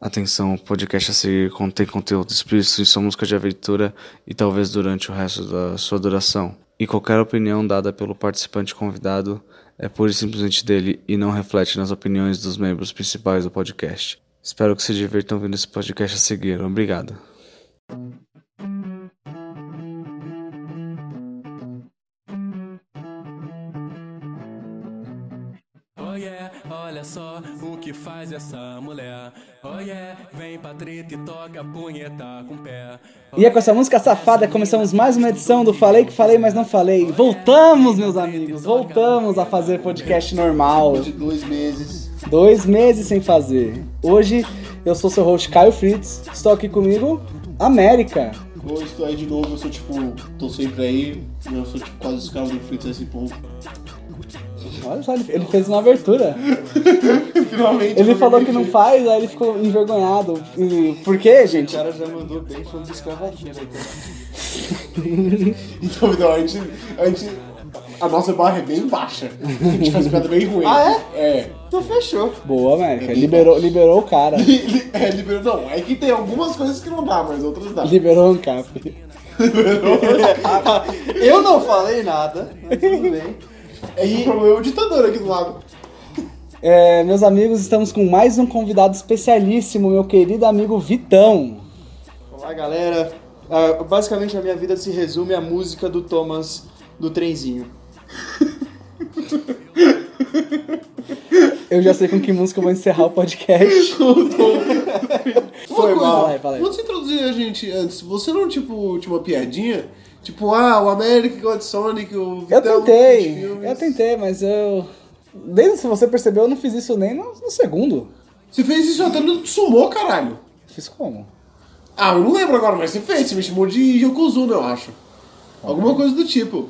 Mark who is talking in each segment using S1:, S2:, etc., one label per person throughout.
S1: Atenção, o podcast a seguir contém conteúdo explícito e sua música de aventura e talvez durante o resto da sua duração. E qualquer opinião dada pelo participante convidado é pura e simplesmente dele e não reflete nas opiniões dos membros principais do podcast. Espero que se divirtam vendo esse podcast a seguir. Obrigado.
S2: Oh yeah, olha só o que faz essa mulher. Oh yeah, vem pra treta e toca a punheta com o pé.
S3: E é com essa música safada que começamos mais uma edição do Falei que Falei, mas não falei. Voltamos, meus amigos, voltamos a fazer podcast normal.
S4: de dois meses.
S3: Dois meses sem fazer. Hoje eu sou seu host Caio Fritz, estou aqui comigo, América.
S4: Hoje estou aí de novo, eu sou tipo, tô sempre aí, eu sou tipo quase escravo do Fritz a esse ponto.
S3: Olha só, ele ele fez uma abertura.
S4: Finalmente.
S3: Ele falou que não faz, aí ele ficou envergonhado. E por quê, gente?
S4: O cara já mandou bem um falando de escravatura. então, não, a gente, a gente. A nossa barra é bem baixa. A gente faz piada bem ruim.
S3: Ah,
S4: é? É. Então fechou.
S3: Boa, América, liberou, liberou o cara.
S4: É, liberou. Não, é que tem algumas coisas que não dá, mas outras dá.
S3: Liberou o Ancap.
S5: Eu não falei nada, mas tudo bem.
S4: É que o problema é o ditador aqui do lado.
S3: É, meus amigos, estamos com mais um convidado especialíssimo, meu querido amigo Vitão.
S5: Olá, galera. Ah, basicamente, a minha vida se resume à música do Thomas do trenzinho.
S3: Eu já sei com que música eu vou encerrar o podcast. Foi
S4: Uma coisa,
S3: mal. Fala aí, fala aí.
S4: Quando você introduzir a gente antes, você não, tipo, tinha uma piadinha? Tipo, ah, o América gosta de Sonic, o
S3: Eu
S4: Vitão curte
S3: tentei,
S4: filmes.
S3: eu tentei, mas eu. Desde se você percebeu, eu não fiz isso nem no, no segundo.
S4: Você fez isso até no Sumô, caralho.
S3: Fiz como?
S4: Ah, eu não lembro agora, mas você fez. Você me chamou de Yokozuna, eu acho. Alguma coisa do tipo.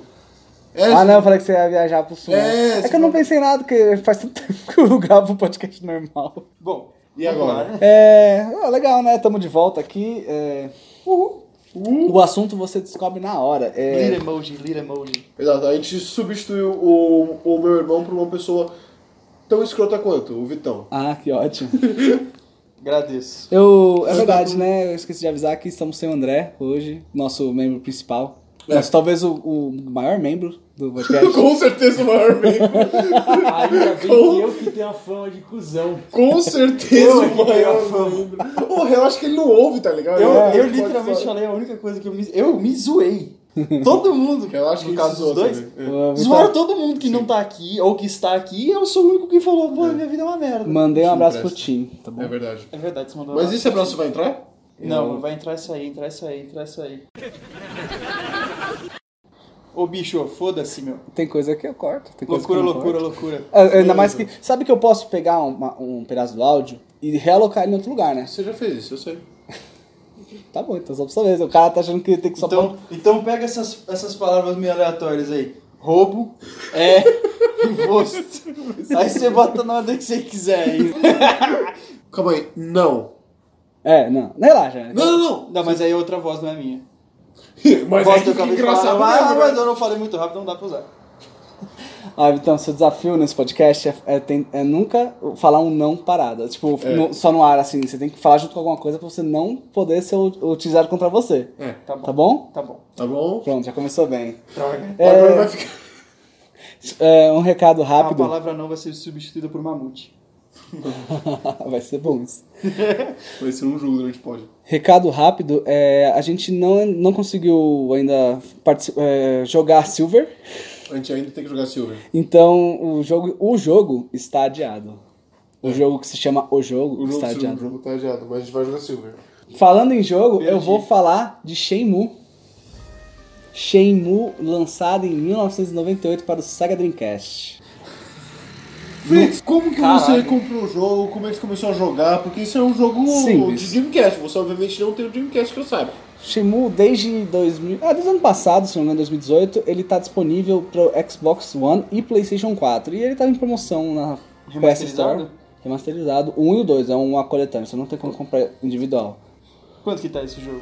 S4: É,
S3: Ah, não, eu falei que você ia viajar pro sul.
S4: É,
S3: É que
S4: se
S3: eu não
S4: for-
S3: pensei nada, porque faz tanto tempo que eu gravo o podcast normal.
S5: Bom,
S4: E agora?
S3: É. ah, legal, né? Tamo de volta aqui. É... Uhul. O assunto você descobre na hora. É...
S5: Little emoji, little emoji.
S4: Exato, a gente substituiu o, o meu irmão por uma pessoa tão escrota quanto, o Vitão.
S3: Ah, que ótimo.
S5: Agradeço.
S3: Eu, é verdade, né? Eu esqueci de avisar que estamos sem o André hoje, nosso membro principal.
S4: É.
S3: Mas talvez o, o maior membro do podcast.
S4: Com certeza o maior membro.
S6: Ainda bem que eu que tenho a fama de cuzão.
S4: Com certeza
S5: Eu
S4: o
S5: arrepiei a
S4: maior
S5: fama.
S4: membro. Porra, eu acho que ele não ouve, tá ligado?
S5: Eu,
S4: Ele
S5: eu
S4: pode
S5: literalmente
S4: falar.
S5: falei a única coisa que eu me... Eu me zoei. Todo mundo.
S4: Eu acho que
S5: no
S4: ele
S5: caso dos
S4: zoou
S5: dois.
S4: também.
S3: Eu
S5: Zoaram todo mundo que não tá aqui, ou que está aqui, e eu sou o único que falou, pô, minha vida é uma merda.
S3: Mandei um
S4: Isso
S3: abraço pro
S4: presta.
S3: Tim, tá bom?
S4: É verdade.
S5: É verdade, você mandou
S4: Mas
S5: lá.
S4: esse abraço vai entrar?
S5: Não, vai entrar isso aí, entrar isso aí, entrar isso aí. Ô bicho, foda-se, meu.
S3: Tem coisa que eu corto. Tem coisa que
S5: Loucura,
S3: eu não
S5: loucura,
S3: corto.
S5: loucura.
S3: Ah, Ainda mais que. Sabe que eu posso pegar uma- um pedaço do áudio e realocar ele em outro lugar, né?
S4: Você já fez isso, eu sei.
S3: Tá bom, então só pra saber. O cara tá achando que tem que só
S5: Então, então pega essas, essas palavras meio aleatórias aí. Roubo, é, imposto. Aí você bota na ordem que você quiser aí.
S4: Calma aí, não.
S3: É, não. Relaxa.
S4: Não, não,
S5: Não, mas aí outra voz não é minha.
S4: não. Mas
S5: voz
S4: é que fica
S5: acabei de
S4: engraçado
S5: falar, ah,
S4: mesmo,
S5: mas
S4: né?
S5: eu não falei muito rápido, não dá pra usar.
S3: Ah, Vitão, seu desafio nesse podcast é, é ten- é nunca falar um não parada. Tipo,
S4: É.
S3: no- só no ar, assim. Você tem que falar junto com alguma coisa pra você não poder ser u- utilizado contra você.
S4: É.
S5: Tá bom.
S3: Tá bom?
S5: Tá bom.
S4: Tá bom?
S3: Pronto, já começou bem.
S5: Droga.
S4: Agora vai ficar...
S3: É, um recado
S5: A
S3: rápido.
S5: palavra não vai ser substituída por mamute.
S3: Vai ser bom isso.
S4: Vai ser um jogo durante o pod.
S3: Recado rápido, é, a gente não, não conseguiu ainda partici- é, jogar Silver,
S4: A gente ainda tem que jogar Silver.
S3: então o jogo, o jogo está adiado. O jogo que se chama O Jogo
S4: O jogo,
S3: está
S4: o
S3: adiado.
S4: jogo tá adiado, mas a gente vai jogar Silver.
S3: Falando em jogo, eu vou falar de Shenmue. Shenmue, lançado em 1998 para o Sega Dreamcast.
S4: Fritz, como que
S3: Caralho.
S4: você comprou o jogo? Como é que você começou a jogar? Porque isso é um jogo
S3: Simples.
S4: de Dreamcast. Você obviamente não tem o Dreamcast que eu saiba.
S3: Shenmue, desde 2000, ah, desde o ano passado, se não me engano, 2018, ele está disponível para o Xbox One e PlayStation 4. E ele estava em promoção na PS Store.
S5: Remasterizado?
S3: Remasterizado, o 1 e o 2, é uma coletânea, você não tem como comprar individual.
S5: Quanto que tá esse jogo?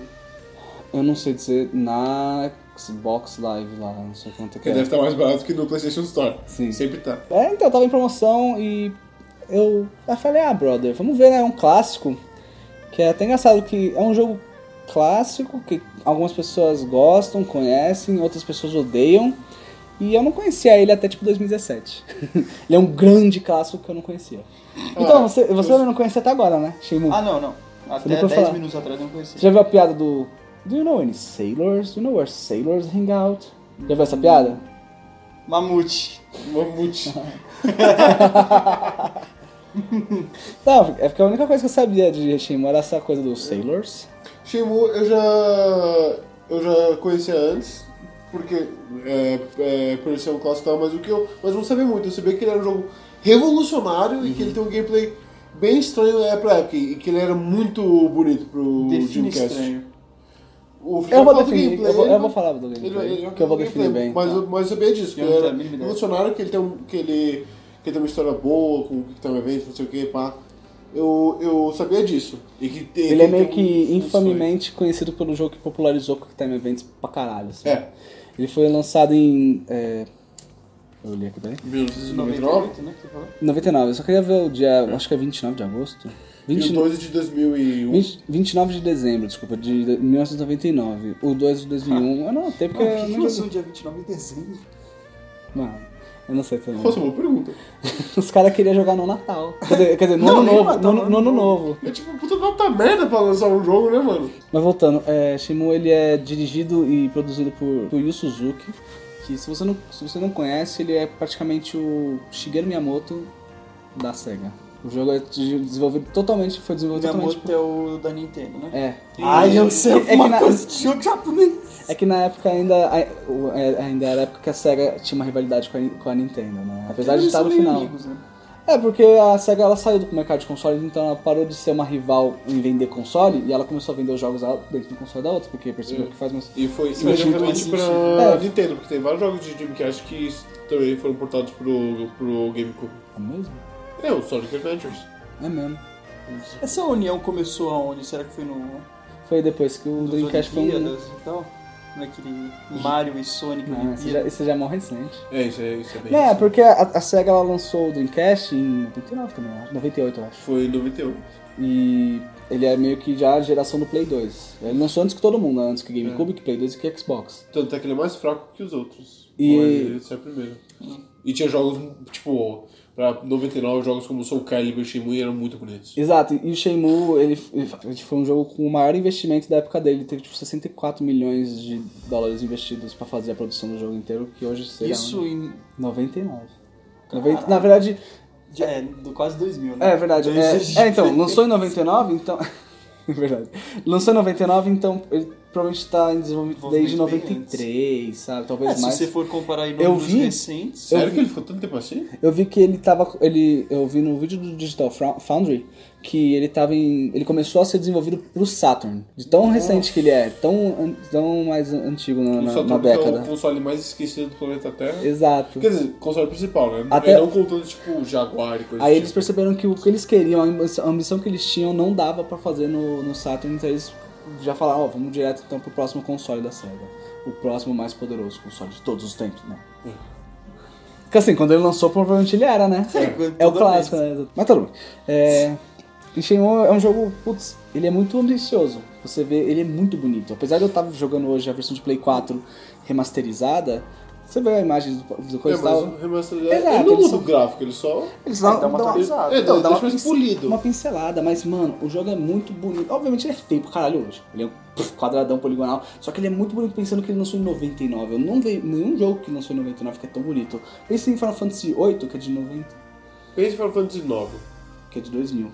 S3: Eu não sei dizer na Xbox Live lá, não sei quanto que
S4: Porque
S3: é.
S4: deve estar mais barato que no PlayStation Store.
S3: Sim.
S4: Sempre tá.
S3: É, então, tava em promoção e eu, eu falei, ah, brother, vamos ver, né, é um clássico. Que é até engraçado que é um jogo clássico que algumas pessoas gostam, conhecem, outras pessoas odeiam. E eu não conhecia ele até tipo 2017. ele é um grande clássico que eu não conhecia. Então, você, você também não conhecia até agora, né? Shenmue.
S5: Ah, não, não. Até
S3: nunca
S5: 10
S3: falar.
S5: minutos atrás eu não
S3: Você
S5: conhecia.
S3: já viu a piada do Do you know any sailors? Do you know where sailors hang out? Já viu essa piada?
S5: Mamute.
S4: Mamute.
S3: Não, é porque a única coisa que eu sabia de Shenmue era essa coisa dos sailors.
S4: Shenmue eu já. Eu já conhecia antes, porque é, é, por ser um clássico e tal, mas o que eu. Mas não sabia muito, eu sabia que ele era um jogo revolucionário e que ele tem um gameplay bem estranho é, pra época, e que ele era muito bonito pro
S5: Define
S4: Dreamcast.
S5: estranho.
S4: O Felipe
S3: Eu vou
S4: fala do
S3: definir,
S4: gameplay,
S3: eu vou,
S4: ele
S3: eu
S4: não-
S3: vou falar do
S4: Ele,
S3: gameplay,
S4: ele,
S3: que eu vou
S4: ele-
S3: definir bem.
S4: Mas,
S3: tá?
S4: eu- mas eu sabia disso, que
S5: Eu
S4: ele
S5: não
S4: era
S5: tenho a mínima ideia.
S4: revolucionário, que ele tem, um, que, ele, que ele tem uma história boa, com o que tem um evento, não sei o que, pá. Eu, eu sabia disso. E que tem-
S3: Ele é
S4: tem
S3: meio
S4: um-
S3: que
S4: um
S3: infamemente conhecido pelo jogo que popularizou Quick Time Events pra caralho. assim.
S4: sonho. É,
S3: Ele foi lançado em. é, Eu li aqui, peraí.
S4: 1999
S5: 98, né? Que você falou?
S3: 99, eu só queria ver o dia. Acho que é 29 de agosto.
S4: e o
S3: 29.
S4: 12 de 2001.
S3: 20 29 de dezembro, desculpa, de de- 1999. O 2 de 2001, eu não anotei porque
S5: Por
S3: eu
S5: Ah, que
S3: não
S5: que lançou dia 29 de dezembro?
S3: Mano, eu não sei também.
S4: Nossa, é boa pergunta.
S3: Os caras queriam jogar no Natal. Quer dizer, quer dizer, no
S5: Não,
S3: ano
S5: nem
S3: novo.
S5: Natal,
S3: no,
S5: no
S3: no ano
S5: Ano
S3: novo.
S4: É tipo, puta nota merda pra lançar um jogo, né, mano?
S3: Mas voltando, é, Shimu ele é dirigido e produzido por, por Yu Suzuki, que se você, não, se você não conhece, ele é praticamente o Shigeru Miyamoto da SEGA. O jogo é de- desenvolvido totalmente, foi desenvolvido totalmente
S5: Miyamoto é o da Nintendo, né?
S3: por... É.
S5: Ai, eu sei
S3: É que
S5: alguma
S3: na-
S5: coisa de jogo japonês.
S3: É que na época ainda, ai- o- é, ainda era a época que a SEGA tinha uma rivalidade com a, Ni- com a Nintendo, né? Apesar de
S5: Eles
S3: estar
S5: são
S3: no
S5: meio
S3: final.
S5: amigos, né?
S3: É, porque a SEGA ela saiu do mercado de consoles, então ela parou de ser uma rival em vender console e ela começou a vender os jogos dela dentro do console da outra, porque percebeu que faz mais.
S4: E foi isso
S3: Mas
S4: diretamente
S5: não faz
S4: pra
S3: sentido.
S4: Nintendo, porque tem vários jogos de Dreamcast que também foram portados pro, pro GameCube.
S3: É mesmo?
S4: É, o Sonic Adventures.
S3: É mesmo.
S5: Essa união começou aonde? Será que foi no...
S3: Foi depois que o
S5: nos
S3: Dreamcast foi um.
S5: Olimpíadas e tal? Naquele Mario e Sonic
S3: Ah, isso já,
S5: Olimpíada.
S3: isso já é mal recente.
S4: É, isso é, isso é bem
S3: É,
S4: isso.
S3: porque a, a SEGA ela lançou o Dreamcast em 99 também, eu acho. 98, eu acho.
S4: Foi em 91.
S3: E ele é meio que já a geração do Play 2. Ele lançou antes que todo mundo, né? antes que
S5: É.
S3: GameCube, que Play 2 e que Xbox.
S4: Tanto é que ele é mais fraco que os outros.
S3: E-
S4: Mas ele sai primeiro. E tinha jogos, tipo, pra 99, jogos como Soul Calibur e Shenmue eram muito bonitos.
S3: Exato, e o Shenmue, ele, ele foi um jogo com o maior investimento da época dele. Ele teve, tipo, 64 milhões de dólares investidos pra fazer a produção do jogo inteiro, que hoje seria
S5: Isso em...
S3: 99. Noventa- na verdade,
S5: já É, do quase 2000, né?
S3: é verdade. É, é, então, lançou em 99, então... é verdade. Lançou em 99, então ele provavelmente tá em desenvolvimento desde
S5: Desenvolvimento bem
S3: 93, sabe? Talvez
S5: É, se
S3: mais.
S5: você for comparar em
S3: Eu
S5: números
S3: vi-
S5: recentes... é,
S4: Sério que ele ficou tanto tempo assim?
S3: Eu vi que ele tava. Ele, eu vi no vídeo do Digital Fra- Foundry que ele tava em. Ele começou a ser desenvolvido pro Saturn. De tão recente que ele é, tão, an- tão mais an- antigo na,
S4: O
S3: na, na
S4: Saturn que é o
S3: década.
S4: console mais esquecido do planeta Terra.
S3: Exato.
S4: Quer dizer, console principal, né?
S3: Até-
S4: É, não contando, tipo, Jaguar e coisa
S3: Aí
S4: do
S3: eles
S4: tipo.
S3: perceberam que o que eles queriam, a ambi- a ambição que eles tinham, não dava pra fazer no, no Saturn, então eles já falaram, ó, vamos direto então pro próximo console da SEGA. O próximo mais poderoso console de todos os tempos, né? Porque assim, quando ele lançou, provavelmente ele era, né? É o
S5: toda
S3: clássico, né? Exato. Mas tudo bem. É... E Shenmue é um jogo, putz, ele é muito ambicioso. Você vê, ele é muito bonito. Apesar de eu estar jogando hoje a versão de Play 4 remasterizada, você vê a imagem do, do
S4: É,
S3: coisa e
S4: mas
S3: tal.
S4: o remaster é-
S3: Exato,
S4: ele não
S3: eles
S4: muda
S3: são-
S4: o gráfico, ele só...
S3: Eles dão,
S5: dá uma
S3: dão
S5: atualizada. Exato.
S4: É,
S3: Não,
S4: dá,
S3: Então, dá
S4: deixa
S3: uma
S4: mais
S3: pincelada.
S4: polido.
S3: uma pincelada, mas mano, o jogo é muito bonito. Obviamente ele é feio pra caralho hoje. Ele é um puf, quadradão poligonal. Só que ele é muito bonito pensando que ele lançou em 99. Eu não vejo nenhum jogo que lançou em 99 que é tão bonito. Pense em Final Fantasy VIII, que é de 90,
S4: Pense em Final Fantasy IX.
S3: que é de 2000.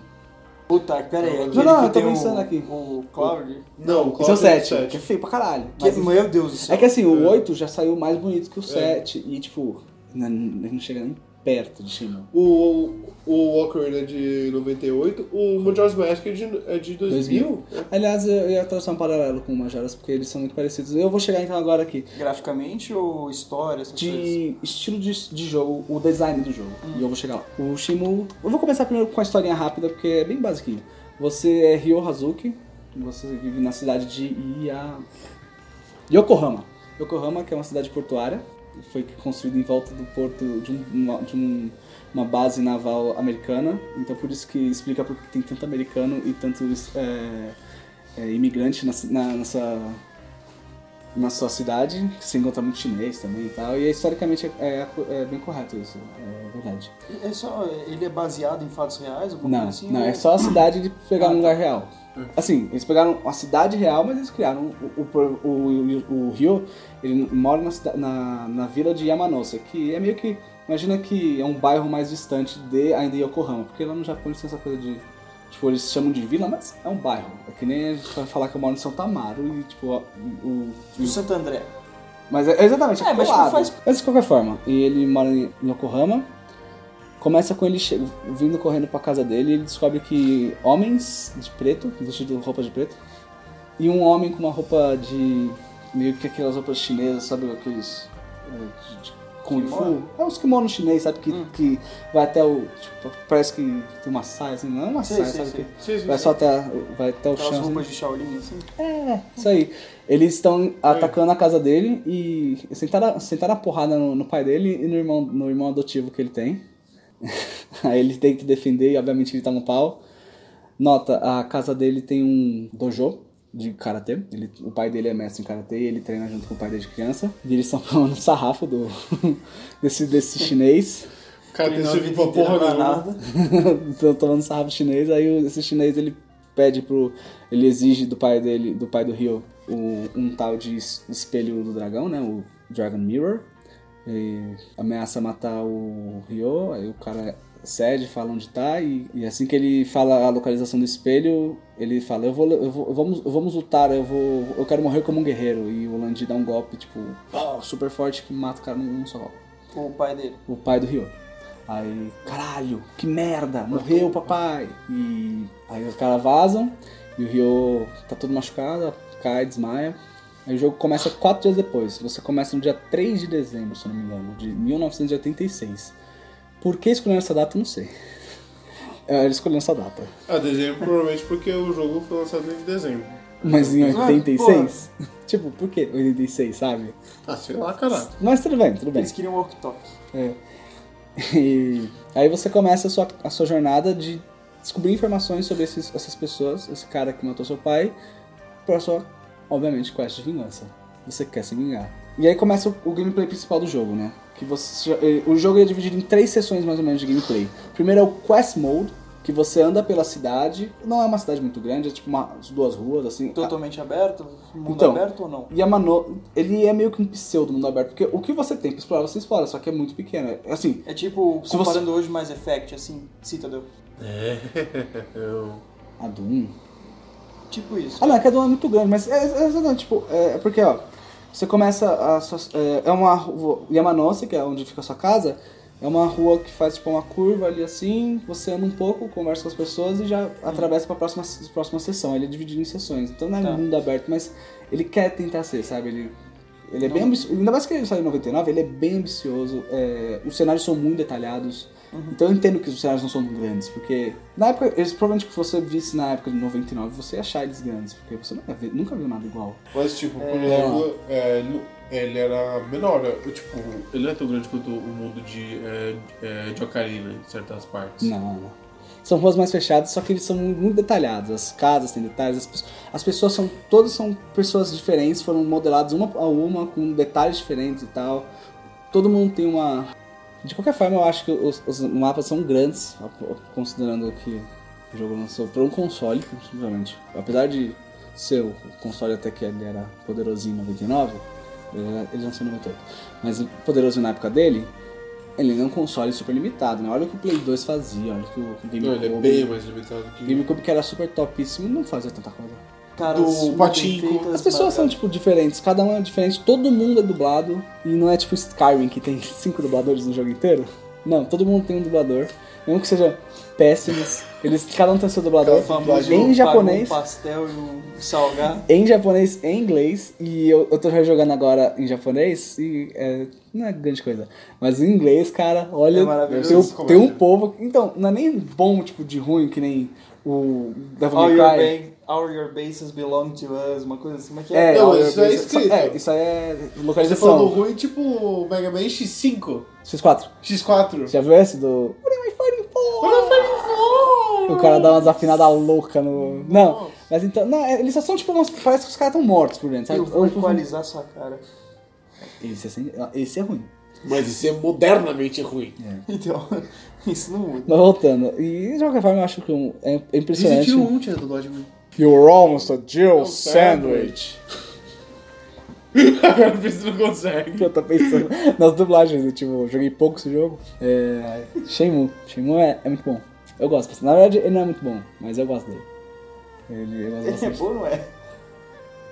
S5: Puta, pera
S3: Não, não,
S5: aí. aquele
S3: eu
S5: que
S3: tô
S5: tem
S3: pensando
S5: o-
S3: aqui.
S5: O Cloud...
S4: Não,
S3: Esse é o 7, que é
S4: 7.
S3: feio pra caralho.
S5: Que-
S3: Mas-
S5: Meu Deus do céu.
S3: É que assim, o 8 já saiu mais bonito que o 7. E tipo, não, não chega nem perto de Shimon.
S4: O, o Ocarina é de 98, o Majora's Mask é de, é de 2000.
S3: Aliás, eu ia traçar um paralelo com o Majora's, porque eles são muito parecidos. Eu vou chegar então agora aqui.
S5: Graficamente ou história, essas coisas?
S3: de estilo de, de jogo, o design do jogo. E eu vou chegar lá. O Shimu. Eu vou começar primeiro com a historinha rápida, porque é bem basiquinho. Você é Ryo Hazuki, você vive na cidade de Ia... Yokohama. Yokohama, que é uma cidade portuária. foi construído em volta do porto de, um- uma, de um- uma base naval americana. Então por isso que explica por que tem tanto americano e tanto é, é, imigrante na, ci- na, nessa, na sua cidade. Se encontra muito chinês também e tal. E é, historicamente é, é bem correto isso, é verdade.
S5: É só, ele é baseado em fatos reais? alguma
S3: Não,
S5: coisa assim,
S3: não,
S5: ou-
S3: é só a cidade de pegar um lugar real. Assim, eles pegaram a cidade real, mas eles criaram o, o, o, o Rio, ele mora na, cida- na, na vila de Yamanosa, que é meio que, imagina que é um bairro mais distante de ainda Yokohama, porque lá no Japão eles têm essa coisa de, tipo, eles chamam de vila, mas é um bairro. É que nem a gente vai falar que eu moro em São Tamaro e, tipo, a- o...
S5: Do
S3: o-
S5: Santo André.
S3: mas é, exatamente, é,
S5: É, mas
S3: mas,
S5: tipo, faz-
S3: mas de qualquer forma, e ele mora em em Yokohama. Começa com ele che- vindo correndo pra casa dele e ele descobre que homens de preto, vestido roupa de preto, e um homem com uma roupa de. meio que aquelas roupas chinesas, sabe? Aqueles. é, de, de Kung Fu.
S5: Kimono?
S3: É uns kimono chinês, sabe? Que,
S5: Hum.
S3: que vai até o. Tipo, parece que tem uma saia, assim, não é uma
S5: Sei,
S3: saia,
S5: sei,
S3: sabe?
S5: sei.
S3: que
S4: Sim, sim,
S3: vai
S4: sim.
S3: só até, vai até o
S5: Aquelas
S3: chão. assim.
S5: roupas de Shaolin, assim.
S3: É, Isso aí. Eles estão atacando a casa dele e sentaram, sentaram a porrada no, no pai dele e no irmão, no irmão adotivo que ele tem. aí ele tem que defender e obviamente ele tá no pau. Nota, a casa dele tem um dojo de karatê. Ele, o pai dele é mestre em karatê e ele treina junto com o pai dele de criança. E eles estão falando sarrafo do, desse, desse chinês.
S4: Cara, É, tem
S5: Treinou a
S4: servido
S5: vida
S4: pra porra
S5: inteira pra
S4: nenhuma.
S5: nada.
S3: Estão tomando sarrafo chinês, aí o- esse chinês ele pede pro. Ele exige do pai dele, do pai do Rio, o- um tal de es- espelho do dragão, né? O Dragon Mirror. E ameaça matar o Rio, aí o cara cede, fala onde tá, e, e assim que ele fala a localização do espelho, ele fala, eu vou, eu vou- vamos, vamos lutar, eu vou. Eu quero morrer como um guerreiro. E o Landi dá um golpe, tipo, pau, super forte que mata o cara num só golpe
S5: O pai dele.
S3: o pai do Rio. Aí, caralho, que merda, morreu o papai. E aí os caras vazam e o Rio tá todo machucado, cai, desmaia. Aí o jogo começa quatro dias depois. Você começa no dia 3 de dezembro, se eu não me engano, de 1986. Por que escolheram essa data, eu não sei. É, Eles escolheram essa data.
S4: Ah, dezembro, provavelmente porque o jogo foi lançado em dezembro.
S3: Mas em
S5: Ah,
S3: 86? tipo, por que 86, sabe?
S4: Ah, sei lá, caralho.
S3: Mas tudo bem, tudo bem.
S5: Eles queriam um walk-talk.
S3: E aí você começa a sua, a sua jornada de descobrir informações sobre esses- essas pessoas, esse cara que matou seu pai, pra sua, obviamente, quest de vingança. Você quer se vingar. E aí começa o, o gameplay principal do jogo, né? Que você, eh, o jogo é dividido em três sessões mais ou menos de gameplay. Primeiro é o Quest Mode, que você anda pela cidade. Não é uma cidade muito grande, é tipo umas duas ruas, assim.
S5: Totalmente aberto? Mundo
S3: Então.
S5: aberto ou não?
S3: Yamano, ele é meio que um pseudo mundo aberto, porque o que você tem pra explorar, você explora, só que é muito pequeno. É Assim,
S5: É tipo,
S3: Se
S5: comparando hoje mais Effect, assim, Citadel.
S3: a Doom,
S5: Tipo isso.
S3: Ah, não, é que a dona é muito grande, mas é, é, é exatamente, tipo, é, é porque, ó, você começa a sua, é, é uma rua, Yamanose, que é onde fica a sua casa, é uma rua que faz, tipo, uma curva ali assim, você anda um pouco, conversa com as pessoas e já atravessa pra próxima, próxima sessão, ele é dividido em sessões, então não é
S5: Tá.
S3: mundo aberto, mas ele quer tentar ser, sabe, ele... Ele é
S5: Não.
S3: bem ambicioso, ainda mais que ele saiu em 99, ele é bem ambicioso, é, os cenários são muito detalhados, então eu entendo que os cenários não são grandes, porque na época, eles provavelmente que você visse na época de 99, você ia achar eles grandes, porque você nunca, vê- nunca viu nada igual.
S4: Mas, tipo, por exemplo, é, ele- ele era menor. é, Tipo, ele não é tão grande quanto o mundo de, é, é, de Ocarina, em certas partes.
S3: Não, não. São ruas mais fechadas, só que eles são muito detalhados. As casas têm detalhes, as, pe- as pessoas são. Todas são pessoas diferentes, foram modeladas uma a uma, com detalhes diferentes e tal. Todo mundo tem uma. De qualquer forma, eu acho que os, os mapas são grandes, a- considerando que o jogo lançou para um console, principalmente. Apesar de ser o console até que ele era poderosinho em 99, ele era- ele lançou em 98. Mas poderoso na época dele, ele é um console super limitado, né? Olha o que o Play 2 fazia, olha o que o
S4: Não, ele é
S3: GameCube...
S4: bem mais limitado
S3: o
S4: que.
S3: GameCube que era super topíssimo, não fazia tanta coisa.
S5: Caras
S4: do
S5: super
S4: Pachinko.
S5: feitas,
S3: As pessoas são,
S5: bacanas.
S3: tipo, diferentes, cada um é diferente, todo mundo é dublado, e não é tipo Skyrim, que tem cinco dubladores no jogo inteiro. Não, todo mundo tem um dublador, mesmo que seja péssimos, eles, cada um tem seu dublador,
S5: É O famoso
S3: em japonês,
S5: pagou um pastel e um salgado.
S3: em japonês, em inglês, e eu, eu tô jogando agora em japonês, e é, não é grande coisa. Mas em inglês, cara, olha,
S5: É maravilhoso
S3: tem,
S5: esse
S3: um- tem um povo. Então, não é nem bom, tipo, de ruim, que nem o Devil
S5: All
S3: May
S5: your
S3: Cry.
S5: bang. All your bases belong to us, uma coisa assim, como é que
S3: É,
S5: é?
S4: Não,
S3: ó,
S4: isso é
S3: isso-
S4: escrito.
S3: É, isso aí é
S4: Você falando
S3: localização.
S4: ruim, tipo Mega Man X5,
S3: X4.
S4: X4.
S3: Já viu esse do. What am I fighting for? O cara dá uma desafinada louca no. Não, mas então. Não, é, eles só são tipo. Umas, parece que os caras estão mortos por dentro, sabe?
S5: Eu vou equalizar sua cara.
S3: Esse, é sem- esse é ruim.
S4: Mas isso é modernamente ruim.
S5: Então, isso não muda.
S3: Mas voltando. E de qualquer forma eu acho que um- é é impressionante.
S4: Existiu um, É tinha do Dodge
S3: You're almost a Jill
S4: Agora o Fizz não consegue.
S3: Eu tô pensando nas dublagens, eu, tipo, joguei pouco esse jogo. É, Shenmue. Shenmue é, é muito bom. Eu gosto. bastante. Na verdade, ele não é muito bom, mas eu gosto dele. Ele, eu gosto
S5: Ele é
S3: bastante.
S5: bom, não é?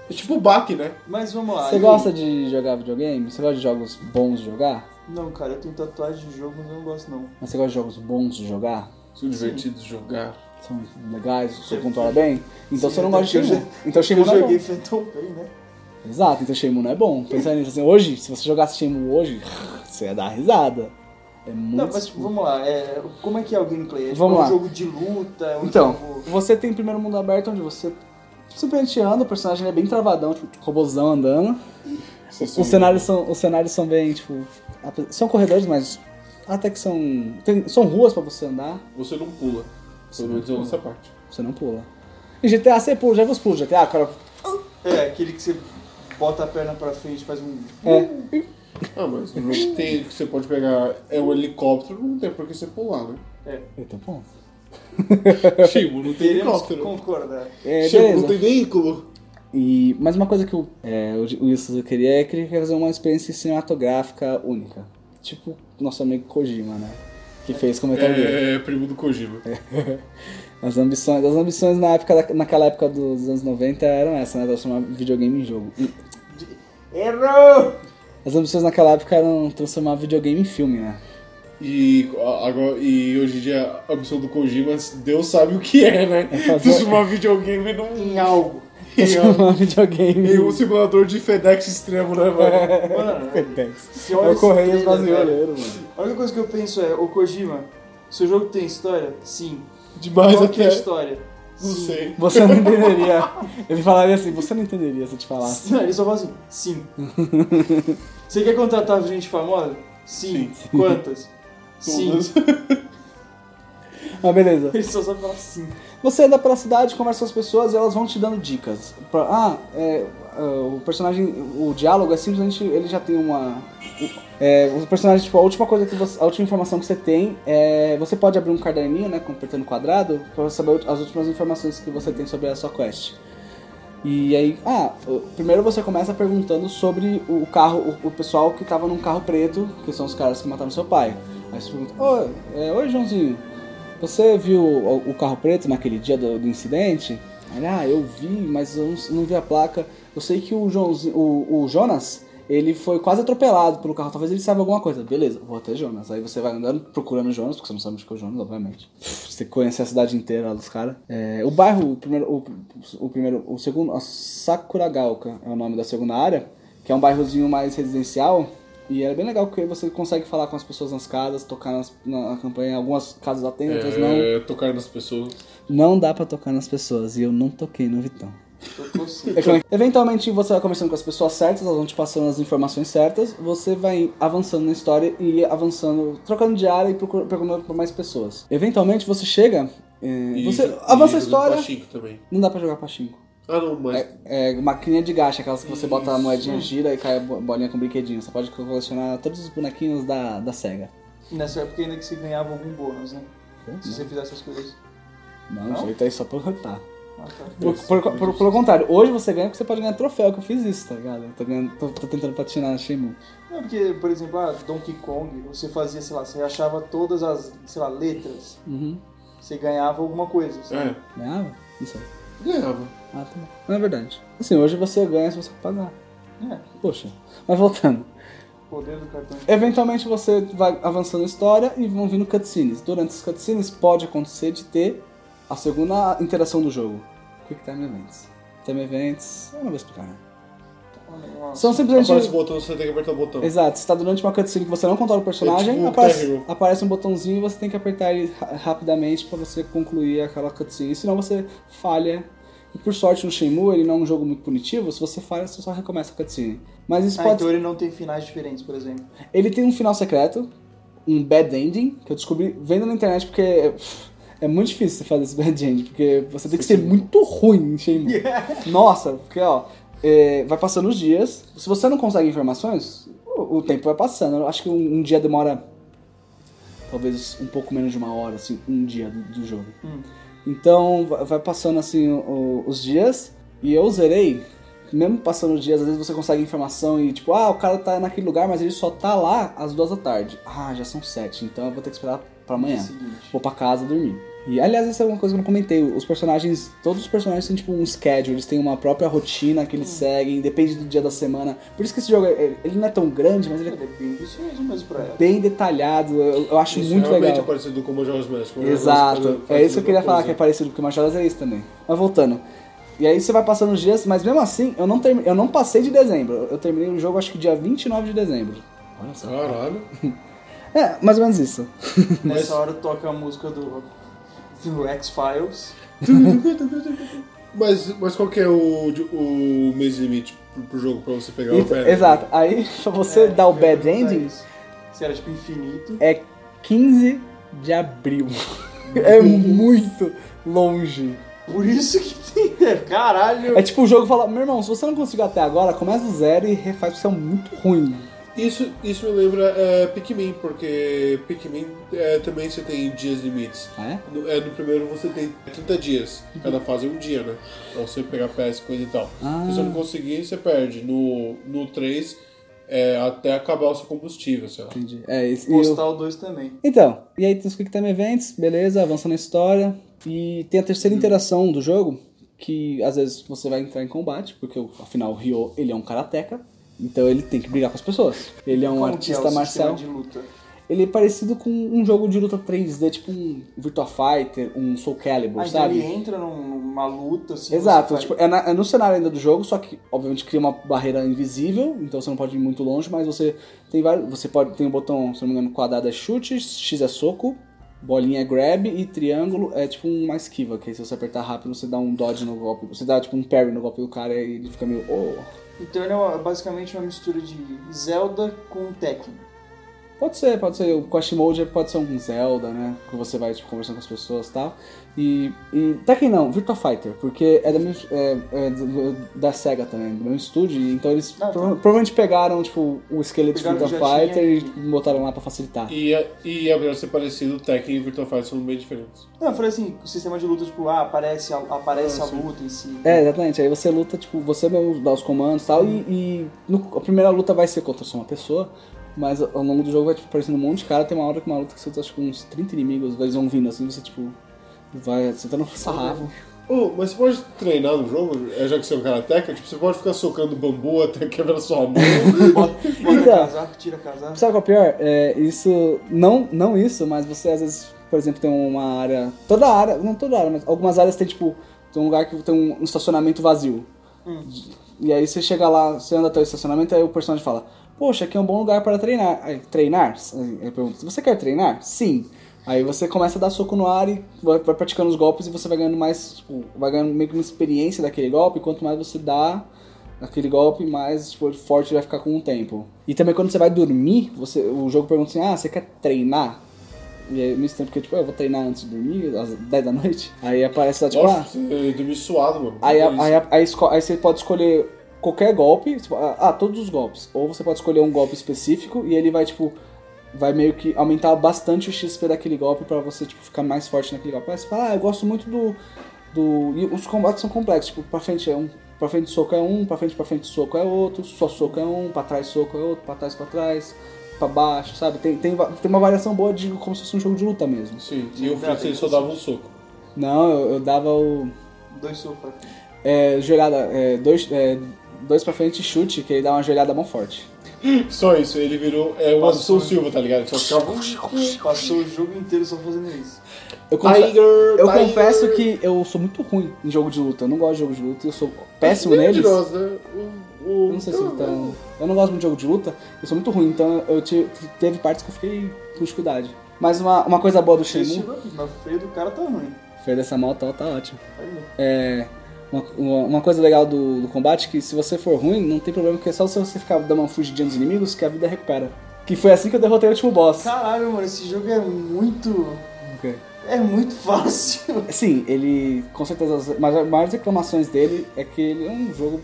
S4: É tipo o Bach, né?
S5: Mas vamos lá.
S3: Você
S5: e-
S3: gosta de jogar videogame? Você gosta de jogos bons de jogar?
S5: Não, cara, eu tenho tatuagem de jogo, mas eu não gosto não.
S3: Mas você gosta de jogos bons de jogar?
S4: São divertidos de jogar.
S3: São legais, você controla bem? Então
S5: Sim,
S3: você não
S5: até
S3: gosta de
S5: porque eu
S3: Shenmue. Então
S5: Eu
S3: Shenmue não é
S5: joguei
S3: bom.
S5: Phantom Pain, né?
S3: Exato, então Shenmue não é bom. Pensando nisso assim, hoje, se você jogasse Shenmue hoje, você ia dar risada. É muito...
S5: Não, mas vamos lá, é, como é que é o gameplay? É tipo
S3: Vamos
S5: um
S3: lá.
S5: jogo de luta, é um
S3: Então,
S5: jogo...
S3: você tem primeiro mundo aberto onde você simplesmente anda, o personagem é bem travadão, tipo, robôzão andando. Os cenários são, os cenários são bem, tipo, ape- são corredores, mas até que são, tem- são ruas pra você andar,
S4: Você não pula. Pelo menos eu não sei a parte.
S3: você não pula. Em GTA você pula, já viu os pulos de GTA, cara?
S5: É, aquele que você bota a perna pra frente, faz um...
S3: É,
S4: Ah, mas no jogo que tem, que você pode pegar é um helicóptero, não tem por que você pular, né?
S3: então, bom.
S4: Shimo, não tem
S5: Teremos que
S4: helicóptero.
S5: concordar.
S3: É,
S4: Shimo,
S3: beleza.
S4: não tem veículo.
S3: E, mas uma coisa que o, é, o Wilson queria é que ele queria fazer uma experiência cinematográfica única. Tipo nosso amigo Kojima, né? Que fez com Metal Gear.
S4: É, primo do Kojima.
S3: As ambições, as ambições na época, da- naquela época dos anos 90 eram essa, né? Transformar videogame em jogo. E
S5: Errou!
S3: As ambições naquela época eram transformar videogame em filme, né?
S4: E, a- agora, e hoje em dia a missão do Kojima, Deus sabe o que é, né?
S3: fazer-
S4: Transformar videogame num.
S5: Em algo.
S3: Transformar videogame
S4: Em um
S3: em
S4: simulador de FedEx extremo, né, velho?
S5: Mano,
S3: FedEx.
S5: você
S3: É
S5: olha
S3: o
S5: esse
S3: Correios
S5: trailer, né, velho.
S3: Brasileiro, mano.
S5: A única coisa que eu penso é, ô Kojima, seu jogo tem história? Sim.
S4: Demais
S5: Qual que é a
S4: até.
S5: história?
S4: Não
S5: Sim.
S4: sei.
S3: Você não entenderia. Ele falaria assim, você não entenderia se eu te falasse.
S5: Não, ele só fala assim, sim. Você quer contratar gente famosa? Sim. Quantas? Sim.
S4: Todas.
S3: Mas beleza.
S5: Ele só sabe falar sim.
S3: Você anda pela cidade, conversa com as pessoas e elas vão te dando dicas. Pra- ah, é, ah, o personagem, o diálogo é simplesmente ele já tem uma. é, o personagem, tipo, a última coisa que você. A última informação que você tem é. Você pode abrir um caderninho, né? com- Apertando quadrado, pra saber as últimas informações que você tem sobre a sua quest. E aí, ah, o- primeiro você começa perguntando sobre o carro, o, o pessoal que tava num carro preto, que são os caras que mataram seu pai. Aí você pergunta, oi, é, oi Joãozinho, você viu o, o carro preto naquele dia do, do incidente? Ele, ah, eu vi, mas eu não, não vi a placa. Eu sei que o, Joãozinho, o, o Jonas, ele foi quase atropelado pelo carro, talvez ele saiba alguma coisa. Beleza, vou até Jonas. Aí você vai andando procurando o Jonas, porque você não sabe onde que é o Jonas, obviamente. Você conhece a cidade inteira lá dos caras. É, o bairro, o primeiro, o, o primeiro, o segundo, a Sakuragaoka é o nome da segunda área, que é um bairrozinho mais residencial. E é bem legal porque você consegue falar com as pessoas nas casas, tocar nas- na campanha. Algumas casas atendem, outras não.
S4: É, tocar nas pessoas.
S3: Não dá pra tocar nas pessoas, e eu não toquei no Vitão. É como é que- Eventualmente você vai conversando com as pessoas certas, elas vão te passando as informações certas, você vai avançando na história e avançando, trocando de área e procurando, perguntando por mais pessoas. Eventualmente você chega, é,
S4: E-
S3: você
S4: e
S3: avança a
S4: jogar
S3: história,
S4: pachinko também.
S3: não dá pra jogar pachinko.
S4: Ah, não, mas.
S3: É maquininha de gacha, aquelas que você bota a
S4: Isso.
S3: moedinha, gira e cai a bo- bolinha com brinquedinho. Você pode colecionar todos os bonequinhos da, da SEGA.
S5: Nessa época ainda que você ganhava algum bônus, né? Se você fizer essas coisas.
S3: Não,
S5: Não?
S3: isso aí tá aí só pra cantar.
S5: Ah, tá.
S3: Por, por, por- pelo contrário, hoje você ganha porque você pode ganhar troféu, que eu fiz isso, tá ligado? Eu tô, ganhando- tô- tô tentando patinar na Shenmue.
S5: Não, É, porque, por exemplo, ah, Donkey Kong, você fazia, sei lá, você achava todas as, sei lá, letras,
S3: Uhum.
S5: você ganhava alguma coisa. sabe?
S4: É,
S3: Ganhava? Não sei.
S4: ganhava.
S3: Ah, tá bom. Não é verdade. Assim, hoje você ganha se você pagar.
S5: É,
S3: Poxa. Mas voltando.
S5: poder do cartão de
S3: Eventualmente você vai avançando a história e vão vindo cutscenes. Durante as cutscenes pode acontecer de ter a segunda interação do jogo. Quick Time Events. Time Events... Eu não vou explicar, né? São simplesmente...
S4: Aparece o botão, você tem que apertar o botão.
S3: Exato, você tá durante uma cutscene que você não controla o personagem,
S4: É tipo um
S3: aparece,
S4: Terrio.
S3: aparece um botãozinho e você tem que apertar ele ra- rapidamente pra você concluir aquela cutscene, senão você falha E por sorte no Shenmue, ele não é um jogo muito punitivo, se você falha, você só recomeça a cutscene. Mas isso
S5: Ah,
S3: pode
S5: então ele não tem finais diferentes, por exemplo.
S3: ele tem um final secreto, um bad ending, que eu descobri vendo na internet porque é, é muito difícil você fazer esse bad ending, porque você tem que ser muito ruim em Shenmue. Nossa, porque ó, é, vai passando os dias, se você não consegue informações, o, o tempo vai passando. Eu acho que um, um dia demora talvez um pouco menos de uma hora, assim, um dia do, do jogo. Então va- vai passando assim o- os dias e eu zerei. Mesmo passando os dias, às vezes você consegue informação e tipo, ah, o cara tá naquele lugar, mas ele só tá lá às duas da tarde. Ah, já são sete, então eu vou ter que esperar pra amanhã.
S5: Seguinte.
S3: Vou pra casa dormir. E aliás, essa é uma coisa que eu não comentei. Os personagens, todos os personagens têm tipo um schedule, eles têm uma própria rotina que eles seguem, depende do dia da semana. Por isso que esse jogo, ele ele não é tão grande, mas ele é
S5: Ele é bem vicioso mesmo pra ela.
S3: bem detalhado. Eu, eu acho muito
S4: realmente
S3: legal.
S4: é parecido com o Majora's Mask. Majora's Mask
S3: Exato.
S4: faz- faz
S3: É isso que eu
S4: a
S3: queria
S4: mesma
S3: falar, que é
S4: coisa.
S3: parecido, porque Majora's é isso também. Mas voltando. E aí você vai passando os dias, mas mesmo assim, eu não, termi... eu não passei de dezembro. Eu terminei o jogo acho que dia 29 de dezembro. Olha só.
S4: Caralho.
S3: É, mais ou menos isso.
S5: Nessa hora toca a música do, do X-Files.
S4: Mas, mas qual que é o, o mês limite pro, pro jogo pra você pegar o
S3: Então,
S4: pé?
S3: exato. Aí, pra você dar o
S5: eu ia
S3: bad
S5: perguntar
S3: ending,
S5: É, isso. Se era tipo infinito.
S3: é 15 de abril. é muito longe.
S5: Por isso que tem. Caralho!
S3: É tipo o jogo fala, meu irmão, se você não conseguiu até agora, começa do zero e refaz porque você é muito ruim.
S4: Isso, isso me lembra é, Pikmin, porque Pikmin é, também você tem dias limites.
S3: Ah, é?
S4: No, é, no primeiro você tem 30 dias, cada fase é um dia, né? Pra você pegar peça e coisa e tal.
S3: Ah.
S4: Se você não conseguir, você perde. No, no 3, é, até acabar o seu combustível, sei lá.
S3: Entendi. É, isso. e eu-
S5: Postal 2 também.
S3: Então, e aí tem os Quick Time Events, beleza, avançando na história. E tem a
S5: Hum.
S3: terceira interação do jogo, que às vezes você vai entrar em combate, porque afinal o Ryo, ele é um karateka, então ele tem que brigar com as pessoas. Ele é um
S5: Como que é
S3: artista
S5: o
S3: marcial.
S5: sistema de luta?
S3: Ele é parecido com um jogo de luta 3D, tipo um Virtua Fighter, um Soul Calibur,
S5: Ah, então
S3: sabe?
S5: ele entra num- numa luta assim.
S3: Exato,
S5: você
S3: tipo,
S5: faz-
S3: é, na- é no cenário ainda do jogo, só que obviamente cria uma barreira invisível, então você não pode ir muito longe, mas você tem vários. Você pode. Tem o botão, se não me engano, quadrado é chute, X é soco, bolinha é grab e triângulo é tipo uma esquiva, que aí se você apertar rápido, você dá um dodge no golpe. Você dá tipo um parry no golpe do cara e ele fica meio. Oh.
S5: Então ele é uma- basicamente uma mistura de Zelda com Tekken.
S3: Pode ser, pode ser. O Quest Mode pode ser um Zelda, né? Que você vai tipo, conversando com as pessoas e tal. E, e Tekken não, Virtua Fighter, porque é da, mes- é- é do- da SEGA também, do mesmo estúdio. Então eles
S5: Ah, tá.
S3: prova- provavelmente pegaram tipo, o esqueleto de
S5: Pegaram
S3: Virtua
S5: o que já tinha
S3: Fighter e
S5: e-
S3: botaram lá pra facilitar.
S4: E, a- e apesar de ser parecido, Tekken e Virtua Fighter são bem diferentes.
S5: Não, eu falei assim, o sistema de luta, tipo, ah, aparece a, aparece
S4: Ah,
S5: a
S4: sim.
S5: luta em si.
S3: É, exatamente. Aí você luta, tipo, você mesmo dá os comandos e tal, e, e no- a primeira luta vai ser contra só uma pessoa, mas ao longo do jogo vai tipo, aparecendo um monte de cara, tem uma hora que uma luta que você tá acho que uns 30 inimigos, eles vão vindo assim, você tipo. Vai, você tá no
S5: Uhum.
S3: sarrafo.
S4: Oh, mas você pode treinar no jogo, é, já que você é um karateca, tipo, você pode ficar socando bambu até quebrar sua mão.
S5: Bota, bota
S3: Então.
S5: casaco, tira casaco.
S3: Sabe qual é o pior? É, isso. Não, não isso, mas você às vezes, por exemplo, tem uma área. Toda área, não toda área, mas algumas áreas tem tipo. Tem um lugar que tem um, um estacionamento vazio. E aí você chega lá, você anda até o estacionamento, aí o personagem fala: Poxa, aqui é um bom lugar para treinar. Aí, treinar? Aí Ele pergunta: Você quer treinar? Sim. Aí você começa a dar soco no ar e vai, vai praticando os golpes e você vai ganhando mais. Tipo, vai ganhando meio que uma experiência daquele golpe. Quanto mais você dá, aquele golpe, mais tipo, forte ele vai ficar com o tempo. E também quando você vai dormir, você, o jogo pergunta assim, ah, você quer treinar? E aí, ao mesmo tempo que, tipo, "Ah, eu vou treinar antes de dormir, às 10 da noite. Aí aparece lá, tipo,
S4: Lógico,
S3: ah...
S4: você dormir suado, mano.
S3: Aí, a-
S4: Isso.
S3: aí, a- aí esco- aí você pode escolher qualquer golpe, tipo, ah, ah, todos os golpes. Ou você pode escolher um golpe específico e ele vai, tipo, vai meio que aumentar bastante o XP daquele golpe pra você, tipo, ficar mais forte naquele golpe. Aí você fala, ah, eu gosto muito do... do... E os combates são complexos, tipo, pra frente é um... Pra frente soco é um, pra frente pra frente soco é outro, só soco é um, pra trás soco é outro, pra trás pra trás, pra baixo, sabe? Tem, tem, va- tem uma variação boa de como se fosse um jogo de luta mesmo.
S4: Sim, e o francês só dava um soco.
S3: Não, eu- eu dava o...
S5: Dois socos aqui.
S3: É, joelhada, é, dois, é, dois pra frente e chute, que ele dá uma joelhada mão forte.
S4: Só isso, ele virou é, o
S5: Passou.
S4: Anderson Silva, tá ligado? Ele Só ficava...
S5: Passou o jogo inteiro só fazendo isso.
S3: Eu, confe-
S4: Tiger,
S3: eu
S4: Tiger.
S3: confesso que eu sou muito ruim em jogo de luta. Eu não gosto de jogo de luta, eu sou péssimo
S4: Nenhum de
S3: neles. Eu
S4: nós, né? O- o- né?
S3: não sei se ele tá. Eu não gosto muito de jogo de luta, eu sou muito ruim, então eu te- teve partes que eu fiquei com dificuldade. Mas uma, uma coisa boa do
S5: Mas
S3: Shenmue,
S4: né?
S5: o feio do cara tá ruim.
S3: feio dessa moto tá ótimo.
S5: Olha.
S3: É, Uma, uma- uma coisa legal do, do combate é que se você for ruim, não tem problema, porque é só se você ficar dando uma fugidinha dos inimigos que a vida recupera. Que foi assim que eu derrotei o último boss.
S5: Caralho, mano, esse jogo é muito.
S3: Ok.
S5: É muito fácil.
S3: Sim, ele, com certeza, as ma- maiores reclamações dele é que ele é um jogo.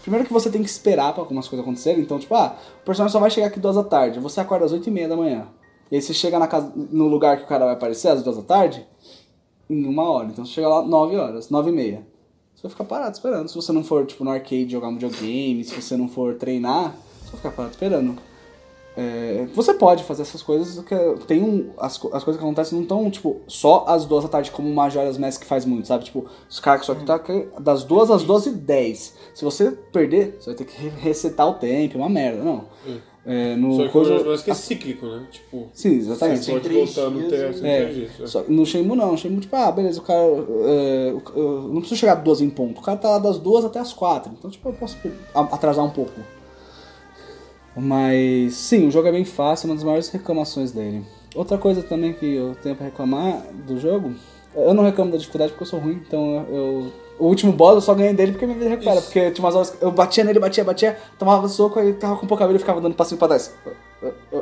S3: Primeiro que você tem que esperar pra algumas coisas acontecerem, então, tipo, ah, o personagem só vai chegar aqui duas da tarde, você acorda às oito e meia da manhã. E aí você chega na casa, no lugar que o cara vai aparecer às duas da tarde, em uma hora. Então você chega lá nove horas, nove e meia. Você vai ficar parado esperando. Se você não for, tipo, no arcade jogar um videogame, se você não for treinar, você vai ficar parado esperando. É, você pode fazer essas coisas, que tem um, as, co- as coisas que acontecem não estão, tipo, só às duas da tarde, como o Majora's Mask faz muito, sabe? Tipo, os caras só que tá aqui das duas às duas e dez. Se você perder, você vai ter que re- resetar o tempo, é uma merda, não. É, no
S7: Só que
S3: coisa-
S7: eu acho que é cíclico, né? Tipo,
S3: Sim, exatamente.
S7: você pode
S5: três
S7: voltar no
S5: dias,
S7: tempo, você
S3: É,
S7: tem
S4: né?
S7: jeito.
S3: só, no Shenmue não, no Shenmue tipo, ah, beleza, o cara, é, o ca- eu não preciso chegar duas em ponto, o cara tá lá das duas até as quatro, então tipo, eu posso pe- a- atrasar um pouco. Mas, sim, o jogo é bem fácil, é uma das maiores reclamações dele. Outra coisa também que eu tenho pra reclamar do jogo, eu não reclamo da dificuldade porque eu sou ruim, então eu... eu- o último boss eu só ganhei dele porque minha vida recupera, porque tinha umas horas que eu batia nele, batia, batia, tomava soco, aí tava com pouca vida e ficava dando passinho pra trás.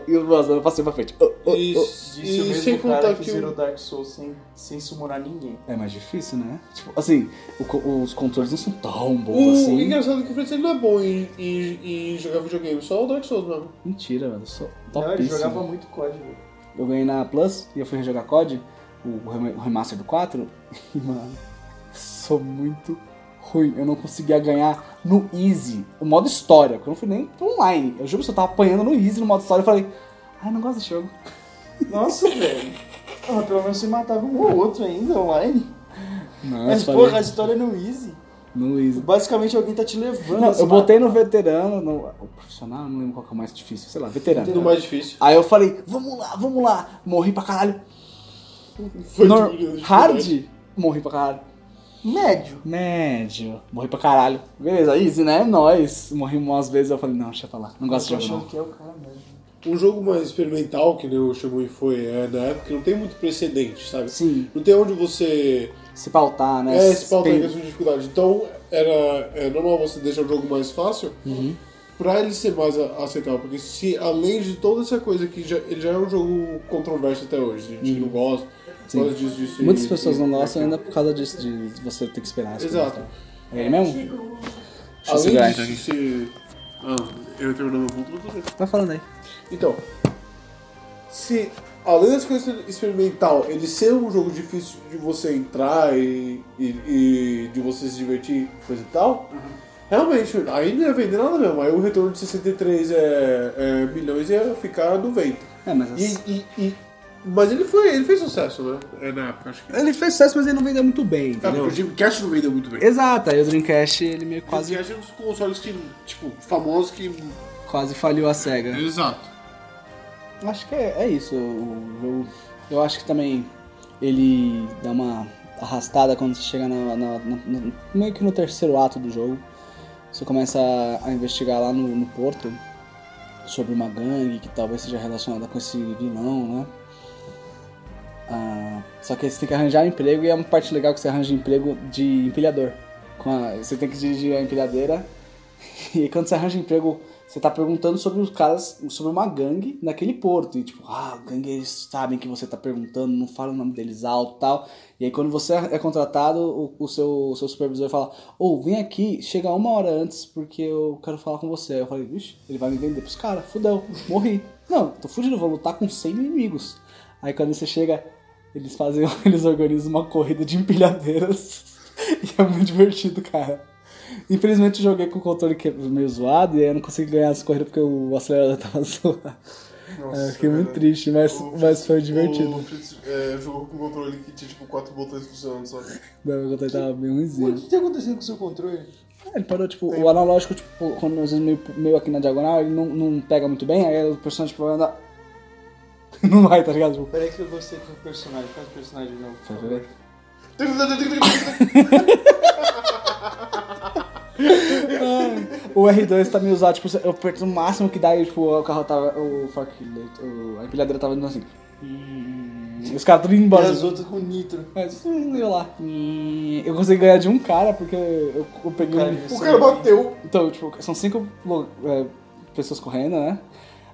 S3: E o boss dando passinho pra frente.
S7: E,
S5: Disse o
S7: e
S5: mesmo
S7: sem
S5: cara
S7: contar
S5: que,
S7: que
S5: zerou
S7: o...
S5: Dark Souls sem, sem summonar ninguém.
S3: É mais difícil, né? Tipo, assim, o co- os controles não são tão bons
S4: O
S3: assim.
S4: engraçado é que o Fritz ele não é bom em, em- em jogar videogame, só o Dark Souls mesmo.
S3: Mentira, mano. Eu sou
S5: Não, ele
S3: topíssimo.
S5: jogava muito código.
S3: Eu ganhei na Plus e eu fui rejogar COD, o rem- o remaster do 4, e, mano, sou muito ruim. Eu não conseguia ganhar no Easy, o modo história, porque eu não fui nem pro online. Eu juro que eu tava apanhando no Easy, no modo história, eu falei, ah, eu não gosto desse jogo.
S5: Nossa, velho. Ah, pelo menos você matava um ou outro ainda online.
S3: Não,
S5: Mas,
S3: eu
S5: porra, a
S3: falei,
S5: história é no Easy.
S3: no Easy.
S5: Basicamente alguém tá te levando.
S3: Não,
S5: assim,
S3: eu botei no veterano, no o profissional, eu não lembro qual que é o mais difícil, sei lá, veterano.
S4: No mais difícil.
S3: Aí eu falei, vamos lá, vamos lá. Morri pra caralho.
S4: Foi
S3: Nor-
S4: diminuindo de dificuldade.
S3: hard? Morri pra caralho.
S5: Médio.
S3: Médio. Morri pra caralho. Beleza, easy, né? Nós. Morri umas vezes, eu falei, não, deixa pra lá. Não gosto
S5: Eu
S3: de
S5: tô
S3: jogo,
S5: achando que é o cara mesmo.
S4: Um jogo mais experimental, que nem o Shenmue foi é, na época, não tem muito precedente,
S3: não.
S4: sabe?
S3: Sim,
S4: Não tem onde você
S3: se pautar, né?
S4: É, esse pauta
S3: Tem-
S4: em questão de dificuldade. Então, era, é normal você deixar o jogo mais fácil
S3: Uhum.
S4: pra ele ser mais a- aceitável. Porque se, além de toda essa coisa que já, ele já é um jogo controverso até hoje, de que não gosta,
S3: Uhum. Sim.
S4: gosta disso, disso.
S3: Muitas
S4: e-
S3: pessoas
S4: e-
S3: não gostam ainda por causa disso, de você ter que esperar as
S4: Exato.
S3: coisas. tá? É mesmo? Deixa eu
S4: Além
S3: segurar
S4: disso,
S3: isso aqui.
S4: se... Ah, eu terminando meu ponto, tudo bem.
S3: Vai Tá falando aí.
S4: Então, se além das coisas experimental, ele ser um jogo difícil de você entrar e, e- e de você se divertir, coisa e tal, realmente, aí não ia vender nada mesmo. Aí o retorno de 63 é, é milhões ia ficar no vento.
S3: É, mas.
S4: E, e- e- mas ele foi, ele fez sucesso, né? É na época, acho que.
S3: Ele fez sucesso, mas ele não vendeu muito bem,
S4: Ah, porque o Dreamcast não vendeu muito bem.
S3: Exato, aí o Dreamcast ele meio que
S4: O
S3: quase,
S4: Dreamcast é um dos consoles que, tipo, famosos que.
S3: quase faliu a SEGA.
S4: É. Exato.
S3: Acho que é, é isso. O jogo. Eu acho que também ele dá uma arrastada quando você chega na, na- na- no- meio que no terceiro ato do jogo. Você começa a, a investigar lá no, no porto sobre uma gangue que talvez seja relacionada com esse vilão, né? Ah, só que aí você tem que arranjar emprego e é uma parte legal que você arranja emprego de empilhador. Com a- você tem que dirigir a empilhadeira e aí, quando você arranja emprego, você tá perguntando sobre os caras, sobre uma gangue naquele porto. E tipo, ah, gangue, eles sabem que você tá perguntando, não fala o nome deles alto e tal. E aí quando você é contratado, o, o seu, o seu supervisor fala, ô, vem aqui, chega uma hora antes, porque eu quero falar com você. Aí eu falei, vixe, ele vai me vender pros caras, fudeu, morri. Não, tô fugindo, vou lutar com 100 inimigos. Aí quando você chega, eles fazem, eles organizam uma corrida de empilhadeiras. E é muito divertido, cara. Infelizmente eu joguei com o controle que- é meio zoado e aí eu não consegui ganhar as corridas porque o acelerador tava zoado. É, fiquei muito triste, mas, mas foi divertido.
S4: O Fritz é, jogou com um controle que tinha tipo quatro botões funcionando só.
S3: Não, meu controle tava bem
S5: Pô, O
S3: ruimzinho.
S5: que tá acontecendo com o seu controle?
S3: É, Ele parou, tipo, o analógico, tipo, quando às vezes meio, meio aqui na diagonal, ele não, não pega muito bem, aí o personagem tipo, vai andar. Não vai, tá ligado? Tipo,
S5: Peraí que eu gostei do personagem. Faz o personagem de novo. por favor.
S3: O R2 tá meio usado, tipo, eu aperto o tá, máximo que dá e tipo, o carro tava. O forklift, o- a empilhadeira tava indo assim. Os caras tudo indo
S5: E
S3: embora.
S5: as outras com nitro.
S3: Mas, hum, eu lá. E eu consegui ganhar de um cara, porque eu, eu peguei
S5: Cara,
S3: um.
S4: O cara bateu.
S3: Então, tipo, são cinco lo- é, pessoas correndo, né?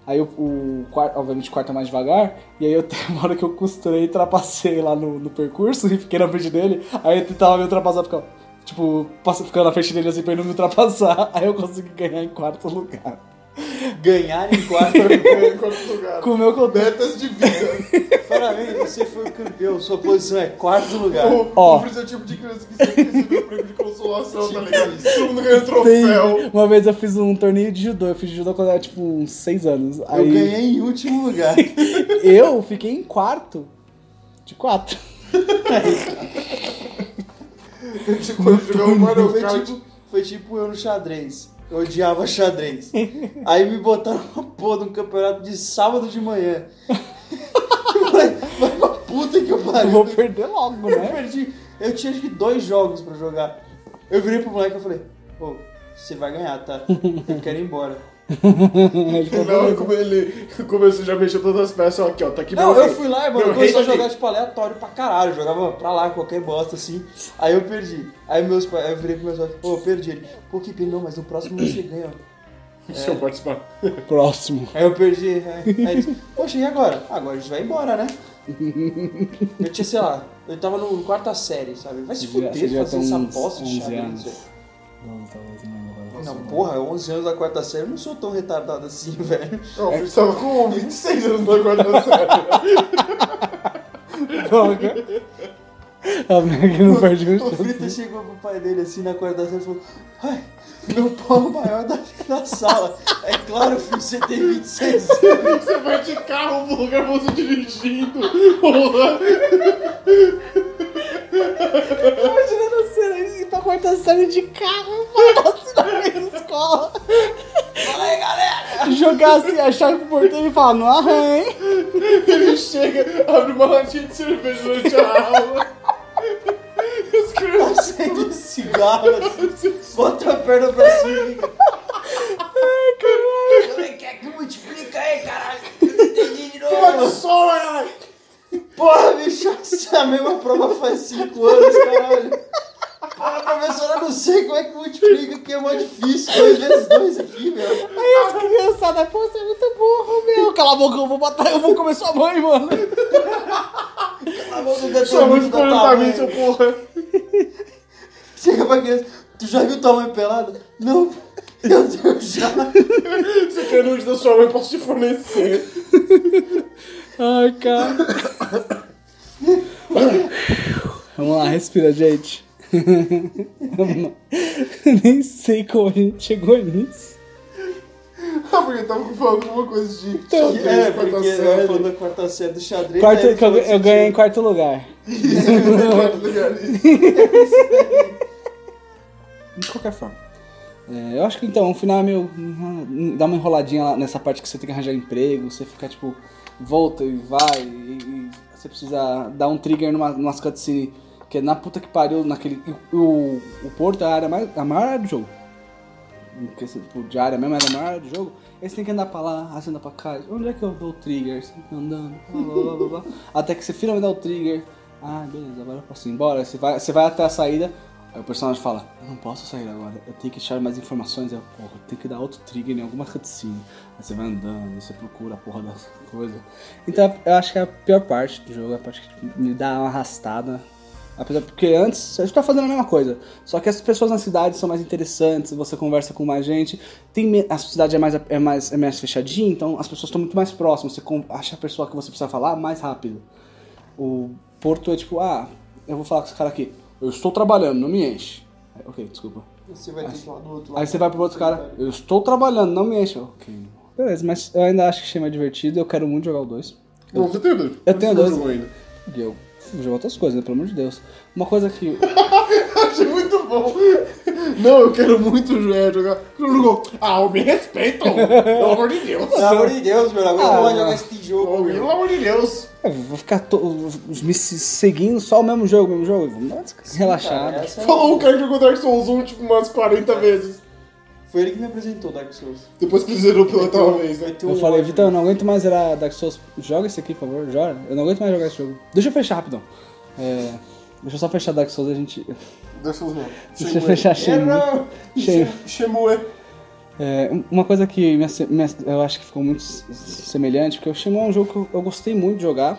S3: Aí o, o quarto, obviamente, o quarto é mais devagar. E aí eu tenho uma hora que eu costurei e trapacei lá no, no percurso e fiquei na frente dele. Aí ele tentava me ultrapassar, ficava, tipo, passa- ficando na frente dele assim pra ele não me ultrapassar. Aí eu consegui ganhar em quarto lugar.
S5: Ganhar em quarto.
S4: é, Em quarto lugar.
S3: Com o meu contato.
S4: Metas de vida.
S5: Parabéns, você foi o campeão. Sua posição é quarto lugar.
S4: O,
S3: Ó.
S4: o Fritz é o tipo de criança que sempre recebeu o prêmio de consolação, tá ligado? Todo mundo ganhou troféu.
S3: Uma vez eu fiz um torneio de judô. Eu fiz judô quando eu era, tipo, uns seis anos. Aí...
S5: Eu ganhei em último lugar.
S3: Eu fiquei em quarto. De quatro.
S4: Ele chegou a jogar um Mario
S5: Foi
S4: Kart.
S5: tipo, foi tipo eu no xadrez. Eu odiava xadrez. Aí me botaram uma porra de um campeonato de sábado de manhã. Eu falei, Vai pra puta que eu
S3: Eu vou
S5: pariu.
S3: perder logo,
S5: Eu
S3: né?
S5: perdi. Eu tinha acho que dois jogos pra jogar. Eu virei pro moleque e falei, ô, você vai ganhar, tá? Eu quero ir embora.
S3: Ele falou,
S4: Não, como ele começou, já mexeu todas as peças, aqui ó, tá aqui
S5: Não,
S4: meu
S5: eu
S4: rei.
S5: fui lá, mano,
S4: Meu
S5: eu comecei a
S4: rei tá
S5: jogar,
S4: aqui.
S5: tipo, aleatório pra caralho. Eu jogava pra lá, qualquer bosta, assim. Aí eu perdi. Aí meus pais, aí eu virei pro meus pais, pô, eu perdi ele. Pô, que pena, não, mas no próximo você ganha.
S4: Deixa eu participar.
S3: Próximo.
S5: Aí eu perdi. é. Aí, aí eles, poxa, e agora? "Ah, Agora a gente vai embora, né? Eu tinha, sei lá, eu tava no quarta série, sabe? Vai se
S3: Você devia-
S5: fuder
S3: você devia
S5: fazer
S3: ter
S5: essa
S3: uns
S5: bosta de
S3: 11
S5: xadrez.
S3: anos.
S5: velho. Não, porra, 11 anos da quarta série, eu não sou tão retardado assim, velho.
S4: Não, o Fritz tava com 26 anos na quarta série.
S3: Droga. A Meg não perde um
S5: O
S3: chute.
S5: Frita chegou pro pai dele assim na quarta série e falou: Ai, meu pau é o maior da, da sala. É claro, filho, você tem 26 anos.
S4: Você vai de carro pro lugar você dirigindo. Porra.
S3: Imagina tá a cena ir pra quarta série de carro, mano, assim, na meio da escola.
S5: Fala aí, galera!
S3: Jogar assim, a chave pro porteiro e falar, não arranha.
S4: Ele chega, abre uma latinha de cerveja durante a aula. Os crianças
S5: Acende um cigarro assim, bota a perna pra cima e fica. Ai, caralho! Como é que é que multiplica aí, caralho? Eu não entendi de
S4: tomam
S5: novo!
S4: sol, caralho.
S5: Porra, bicho, essa é a mesma prova faz 5 anos, caralho! Porra, professora, eu não sei como é que multiplica, que é mais difícil. 2 vezes 2 aqui, meu.
S3: Aí as criançadas, pô, você é muito burro, meu. Cala a boca, eu vou botar, eu vou comer sua mãe, mano.
S5: Tá bom, nunca
S3: é
S5: tem
S4: Sua mãe
S5: muito
S4: ficou
S5: da
S4: olhando pra mim,
S5: tamanho.
S4: seu porra.
S5: Chega pra criança, tu já viu tua mãe pelada? Não, eu, eu já.
S4: Você quer nude é da sua mãe, posso te fornecer.
S3: Ai, cara. Vamos lá, respira, gente. Vamos lá. Nem sei como a gente chegou nisso.
S4: Ah, porque eu tava falando alguma coisa de xadrez,
S5: É,
S4: quarta
S5: porque eu
S4: série.
S5: falando da quarta série do xadrez. né,
S3: Quarto,
S5: aí ele
S3: que eu,
S5: falou
S3: eu
S5: que
S3: ganhei em
S5: tinha-
S3: quarto lugar.
S4: Quarto lugar, isso.
S3: De qualquer forma. É, eu acho que então, o final é meio. enro- dá uma enroladinha lá nessa parte que você tem que arranjar emprego, você fica tipo. volta e vai, e, e você precisa dar um trigger numa, numas cutscene que é na puta que pariu, naquele. e O, o Porto é a, área mais, a maior área do jogo. Porque, assim, tipo, de área mesmo, era a maior área do jogo. Aí você tem que andar pra lá, aí você anda pra cá. Onde é que eu dou o trigger? Você fica andando, blá, blá, blá, blá, blá. Até que você finalmente dá o trigger. Ah, beleza, agora eu posso ir embora. Aí Você vai, você vai até a saída. Aí o personagem fala, eu não posso sair agora, eu tenho que achar mais informações. Aí eu, porra, eu tenho que dar outro trigger em alguma cutscene. Aí você vai andando, aí você procura a porra das coisas. Então eu acho que é a pior parte do jogo, é a parte que tipo, me dá uma arrastada. Apesar porque antes você está fazendo a mesma coisa. Só que as pessoas na cidade são mais interessantes, você conversa com mais gente. Tem, me- a cidade é mais, é, mais, é mais fechadinha, então as pessoas estão muito mais próximas. Você con- acha a pessoa que você precisa falar mais rápido. O Porto é tipo, ah, eu vou falar com esse cara aqui. Eu estou trabalhando, não me enche. Aí, Ok, desculpa.
S5: um, Você vai ter que ir lá do outro lado.
S3: Aí você vai pro outro cara, eu estou trabalhando, não me enche. Ok. Beleza, mas eu ainda acho que achei mais divertido, eu quero muito jogar o 2.
S4: Bom, você tem dois.
S3: Eu tenho
S4: Você não
S3: dois.
S4: jogou ainda.
S3: E eu vou jogar outras coisas, né? Pelo amor de Deus. Uma coisa que.
S4: Achei muito bom. Não, eu quero muito é, jogar. Não jogou. Ah, me respeitam. Pelo amor de Deus.
S5: Pelo
S3: Tá
S5: amor de Deus, meu, agora
S3: Ah,
S5: não vai
S3: não.
S5: jogar esse jogo, meu.
S4: Pelo amor de Deus.
S3: É, vou ficar to... me se- seguindo só o mesmo jogo, o mesmo jogo. Vamos dar uma descansada.
S5: Cara, assim
S3: relaxada.
S5: essa é-
S4: um, Falou o cara que jogou Dark Souls 1 tipo umas 40 vezes.
S5: Foi ele que me apresentou Dark Souls.
S4: Depois que ele zerou pela
S5: Meteu-
S4: tal vez, né?
S5: meteu
S3: Eu
S5: um
S3: falei,
S5: ódio.
S3: Vitão, eu não aguento mais zerar Dark Souls. Joga esse aqui, por favor, joga. Eu não aguento mais jogar esse jogo. Deixa eu fechar rapidão. É, deixa eu só fechar Dark Souls e a gente.
S4: Deixa os nomes.
S3: Deixa eu fechar Shenmue.
S4: Era-
S3: Shenmue.
S4: Shen- Shenmue.
S3: É, um- uma coisa que me asse- me ass- eu acho que ficou muito s- semelhante, porque o Shenmue é um jogo que eu, eu gostei muito de jogar.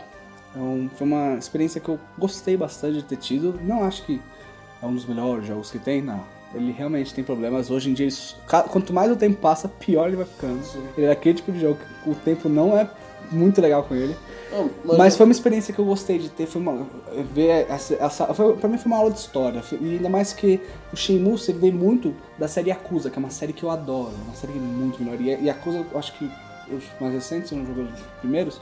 S3: É um- foi uma experiência que eu gostei bastante de ter tido. Não acho que é um dos melhores jogos que tem, não. Ele realmente tem problemas. Hoje em dia, ele s- ca- quanto mais o tempo passa, pior ele vai ficando. Ele é aquele tipo de jogo que o tempo não é muito legal com ele.
S4: Não,
S3: Mas, foi uma experiência que eu gostei de ter, foi uma, ver essa, essa foi- pra mim foi uma aula de história, foi- e ainda mais que o Shenmue você vê muito da série Yakuza, que é uma série que eu adoro, é uma série muito melhor, e Yakuza, eu acho que os mais recentes, eu não joguei os primeiros,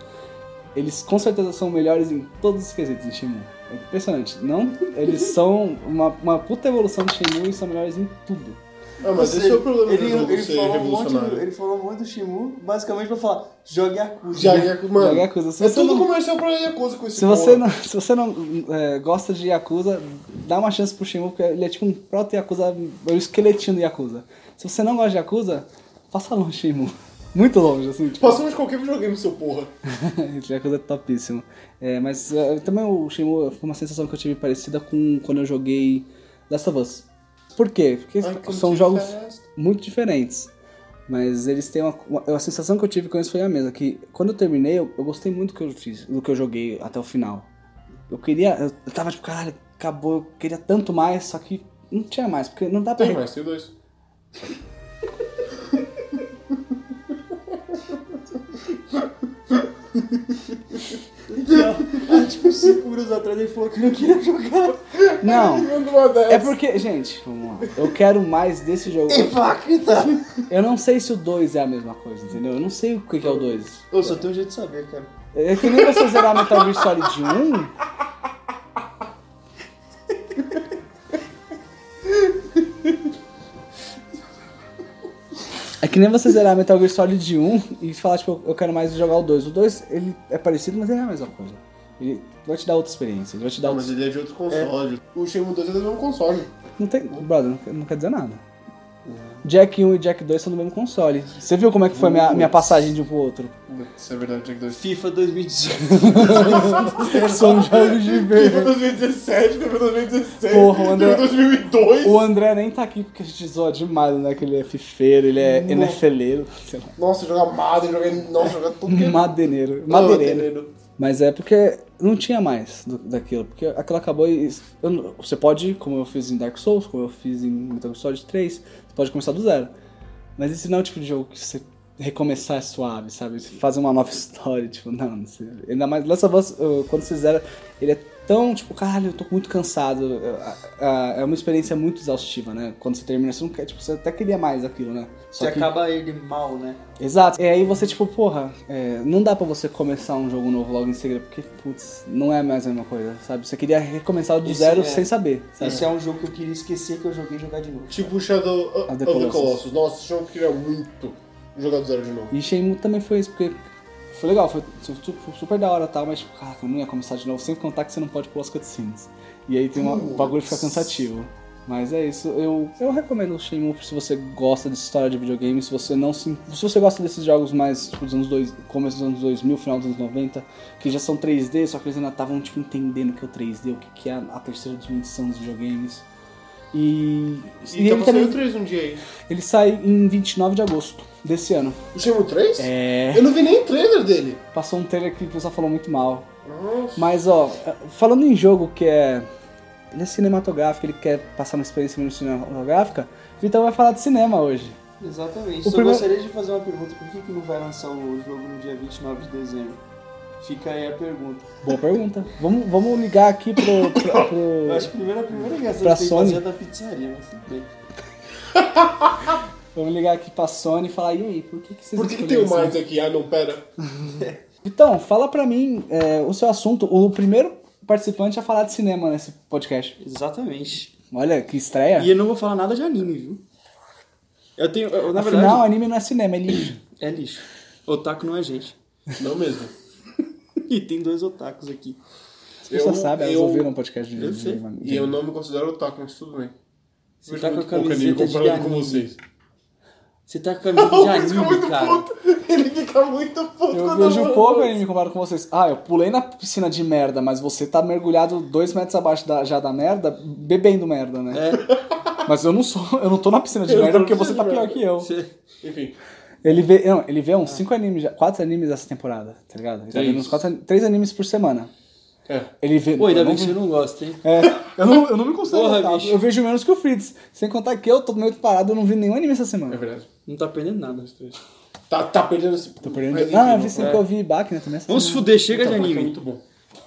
S3: eles com certeza são melhores em todos os quesitos em Shenmue, é impressionante, não? Eles são uma, uma puta evolução de Shenmue e são melhores em tudo.
S4: Ah, mas esse é o problema
S5: ele,
S4: do jogo
S5: ele
S4: ser
S5: falou um monte,
S4: revolucionário.
S5: do- Ele falou um monte do Shimu, basicamente pra falar, jogue Yakuza.
S4: Já,
S5: né?
S4: Yakuza, mano.
S3: Joga Yakuza. Se
S4: é
S3: você
S4: tudo
S3: não-
S4: comercial pra Yakuza com esse
S3: Se você
S4: cara.
S3: não, se você não é, gosta de Yakuza, dá uma chance pro Shenmue, porque ele é tipo um proto-Yakuza, é o esqueletinho do Yakuza. Se você não gosta de Yakuza, passa longe, Shenmue. Muito longe, assim. Tipo,
S4: Passamos de qualquer videogame, seu porra.
S3: esse Yakuza é topíssimo. É, mas é, também o Shenmue foi uma sensação que eu tive parecida com quando eu joguei Last of Us. Por quê? Porque
S4: Ai, como
S3: são
S4: que
S3: jogos
S4: faz?
S3: muito diferentes. Mas eles têm uma, uma- A sensação que eu tive com isso foi a mesma, que quando eu terminei, eu, eu gostei muito do que eu fiz, do que eu joguei até o final. Eu queria. Eu, eu tava tipo, caralho, acabou, eu queria tanto mais, só que não tinha mais, porque não dá pra.
S4: Tem mais, tem dois.
S5: Ah, tipo, cinco minutos atrás ele falou que não queria jogar.
S3: Não!
S4: Manda uma dessa.
S3: É porque, gente, vamos lá. Eu quero mais desse jogo.
S5: Hipócrita!
S3: Eu não sei se o 2 é a mesma coisa, entendeu? Eu não sei o que, que é o 2.
S5: Eu só tenho um jeito de saber, cara.
S3: É que nem você zerar Metal Gear Solid um. 1. É que nem você zerar Metal Gear Solid 1 e falar, tipo, eu quero mais jogar o 2. O 2, ele é parecido, mas ele não é a mesma coisa. Ele vai te dar outra experiência, ele vai te dar
S4: Não,
S3: outros...
S4: mas ele é de outro console. O Shenmue 2 é do mesmo console.
S3: Não tem... Brother, não quer, não quer dizer nada. Jack 1 e Jack 2 são do mesmo console. Você viu como é que foi a minha, minha passagem de um pro outro?
S4: Isso é verdade, Jack 2.
S5: FIFA 2018.
S3: São jogos de
S4: FIFA
S3: verde.
S4: 2017, FIFA 2016,
S3: Porra, o André-
S4: FIFA 2002.
S3: O André nem tá aqui porque a gente zoa demais, né? Que ele é fifeiro, ele é NFLeiro, sei lá.
S4: Nossa, jogar Madden, jogar... Nossa, jogar tudo que... é
S3: Madeneiro.
S4: Não,
S3: Madeireiro. Mas é porque não tinha mais do- daquilo. Porque aquilo acabou e. eu não- você pode, como eu fiz em Dark Souls, como eu fiz em Metal Gear Solid 3, você pode começar do zero. Mas esse não é o tipo de jogo que você recomeçar é suave, sabe? Você fazer uma nova história, tipo, não, não sei. Ainda mais Last of Us, uh, quando você zera, ele é tão, tipo, caralho, eu tô muito cansado. Eu- a- a- É uma experiência muito exaustiva, né? Quando você termina, você não quer, tipo, você até queria mais aquilo, né?
S5: Você
S3: Só que-
S5: acaba ele mal, né?
S3: Exato. E aí você, tipo, porra, é, não dá pra você começar um jogo novo logo em seguida, porque, putz, não é mais a mesma coisa, sabe? Você queria recomeçar do
S5: Isso
S3: zero
S5: é.
S3: sem saber, sabe?
S5: Esse é um jogo que eu queria esquecer que eu joguei e jogar de novo.
S4: Tipo o Shadow of
S3: Of the
S4: the
S3: Colossus.
S4: Colossus. Nossa, esse jogo eu queria muito jogar do zero de novo.
S3: E Shenmue também foi isso, porque foi legal, foi su- su- super da hora e tal, mas, tipo, cara, eu não ia começar de novo, sem contar que você não pode pular as cutscenes. E aí tem uma, o bagulho fica cansativo. Mas é isso, eu, eu recomendo o Shenmue se você gosta de história de videogame, se você não se, se você gosta desses jogos mais tipo, dos anos dois, começo dos anos 2000, final dos anos 90, que já são 3D, só que eles ainda estavam tipo entendendo o que é o 3D, o que que é a terceira dimensão dos videogames. E, e, então
S4: E,
S3: ele
S4: tava saindo
S3: também
S4: o 3 um dia aí.
S3: ele sai em 29 de agosto desse ano.
S4: O Shenmue 3?
S3: É,
S4: Eu não vi nem o trailer dele.
S3: Passou um trailer que o pessoal falou muito mal.
S4: Nossa.
S3: Mas, ó, falando em jogo que é. Ele é cinematográfico, ele quer passar uma experiência menos cinematográfica. Vitão vai falar de cinema hoje.
S5: Exatamente.
S3: O
S5: Só
S3: primeiro-
S5: gostaria de fazer uma pergunta: por que, que não vai lançar o jogo no dia 29 de dezembro? Fica aí a pergunta.
S3: Boa pergunta. vamos, vamos ligar aqui pro. pro, pro-
S5: Eu acho que a primeira, a primeira reação
S3: Pra
S5: que tem que
S3: Sony?
S5: fazer é da pizzaria, mas tudo bem.
S3: Vamos ligar aqui pra Sony e falar, e aí, por que, que vocês
S4: Por que, que tem
S3: escolheram
S4: o
S3: esse
S4: mais aqui? Ah, não, pera.
S3: Vitão, fala pra mim é, o seu assunto. O primeiro participante a falar de cinema nesse podcast.
S5: Exatamente.
S3: Olha, que estreia.
S5: E eu não vou falar nada de anime, viu? Eu tenho. eu- na verdade,
S3: Afinal, anime não é cinema, é lixo.
S5: é lixo. Otaku não é gente.
S4: Não mesmo.
S5: E tem dois otakus aqui.
S3: As pessoas
S4: Eu-
S3: sabem, elas
S4: eu-
S3: ouviram o podcast de,
S5: eu
S3: de-
S5: sei.
S3: de-
S4: E eu não me considero otaku, mas tudo bem.
S5: Você tá com a
S4: Muito pouco anime
S5: camiseta de
S4: comparado com
S5: anime.
S4: vocês.
S6: Você tá com a camisa de
S4: O Chris fica
S6: anime,
S4: muito
S6: cara.
S4: puto. Ele fica muito puto
S3: Eu
S4: quando
S3: vejo pouco anime comparado com vocês. Ah, eu pulei na piscina de merda, mas você tá mergulhado dois metros abaixo da, já da merda, bebendo merda, né? Mas eu não sou, eu não tô na piscina de
S4: Eu
S3: merda
S4: tô na
S3: porque você
S4: piscina
S3: tá
S4: de
S3: pior
S4: merda.
S3: que eu.
S7: Enfim,
S3: Ele vê, não, ele vê uns cinco animes, já- quatro animes essa temporada, tá ligado? Ele tá vendo uns quatro, três animes por semana.
S7: É.
S3: Ele vê.
S5: Pô, ainda
S3: eu
S5: bem
S3: não
S5: que você não gosta, hein?
S3: É, eu não, eu não me considero
S5: Porra,
S3: otaku.
S5: bicho.
S3: Eu vejo menos que o Fritz. Sem contar que eu tô meio parado, eu não vi nenhum anime essa
S7: é
S3: semana.
S7: verdade.
S5: Não tá perdendo nada.
S7: Tá, tá perdendo esse.
S3: Tô perdendo.
S7: Mas, enfim,
S3: ah, eu
S7: não-
S3: vi
S4: é.
S3: sempre que eu vi Bach, né, também essa
S5: Vamos se
S3: semana.
S5: fuder, chega de
S7: Tá,
S5: anime.
S7: é muito bom.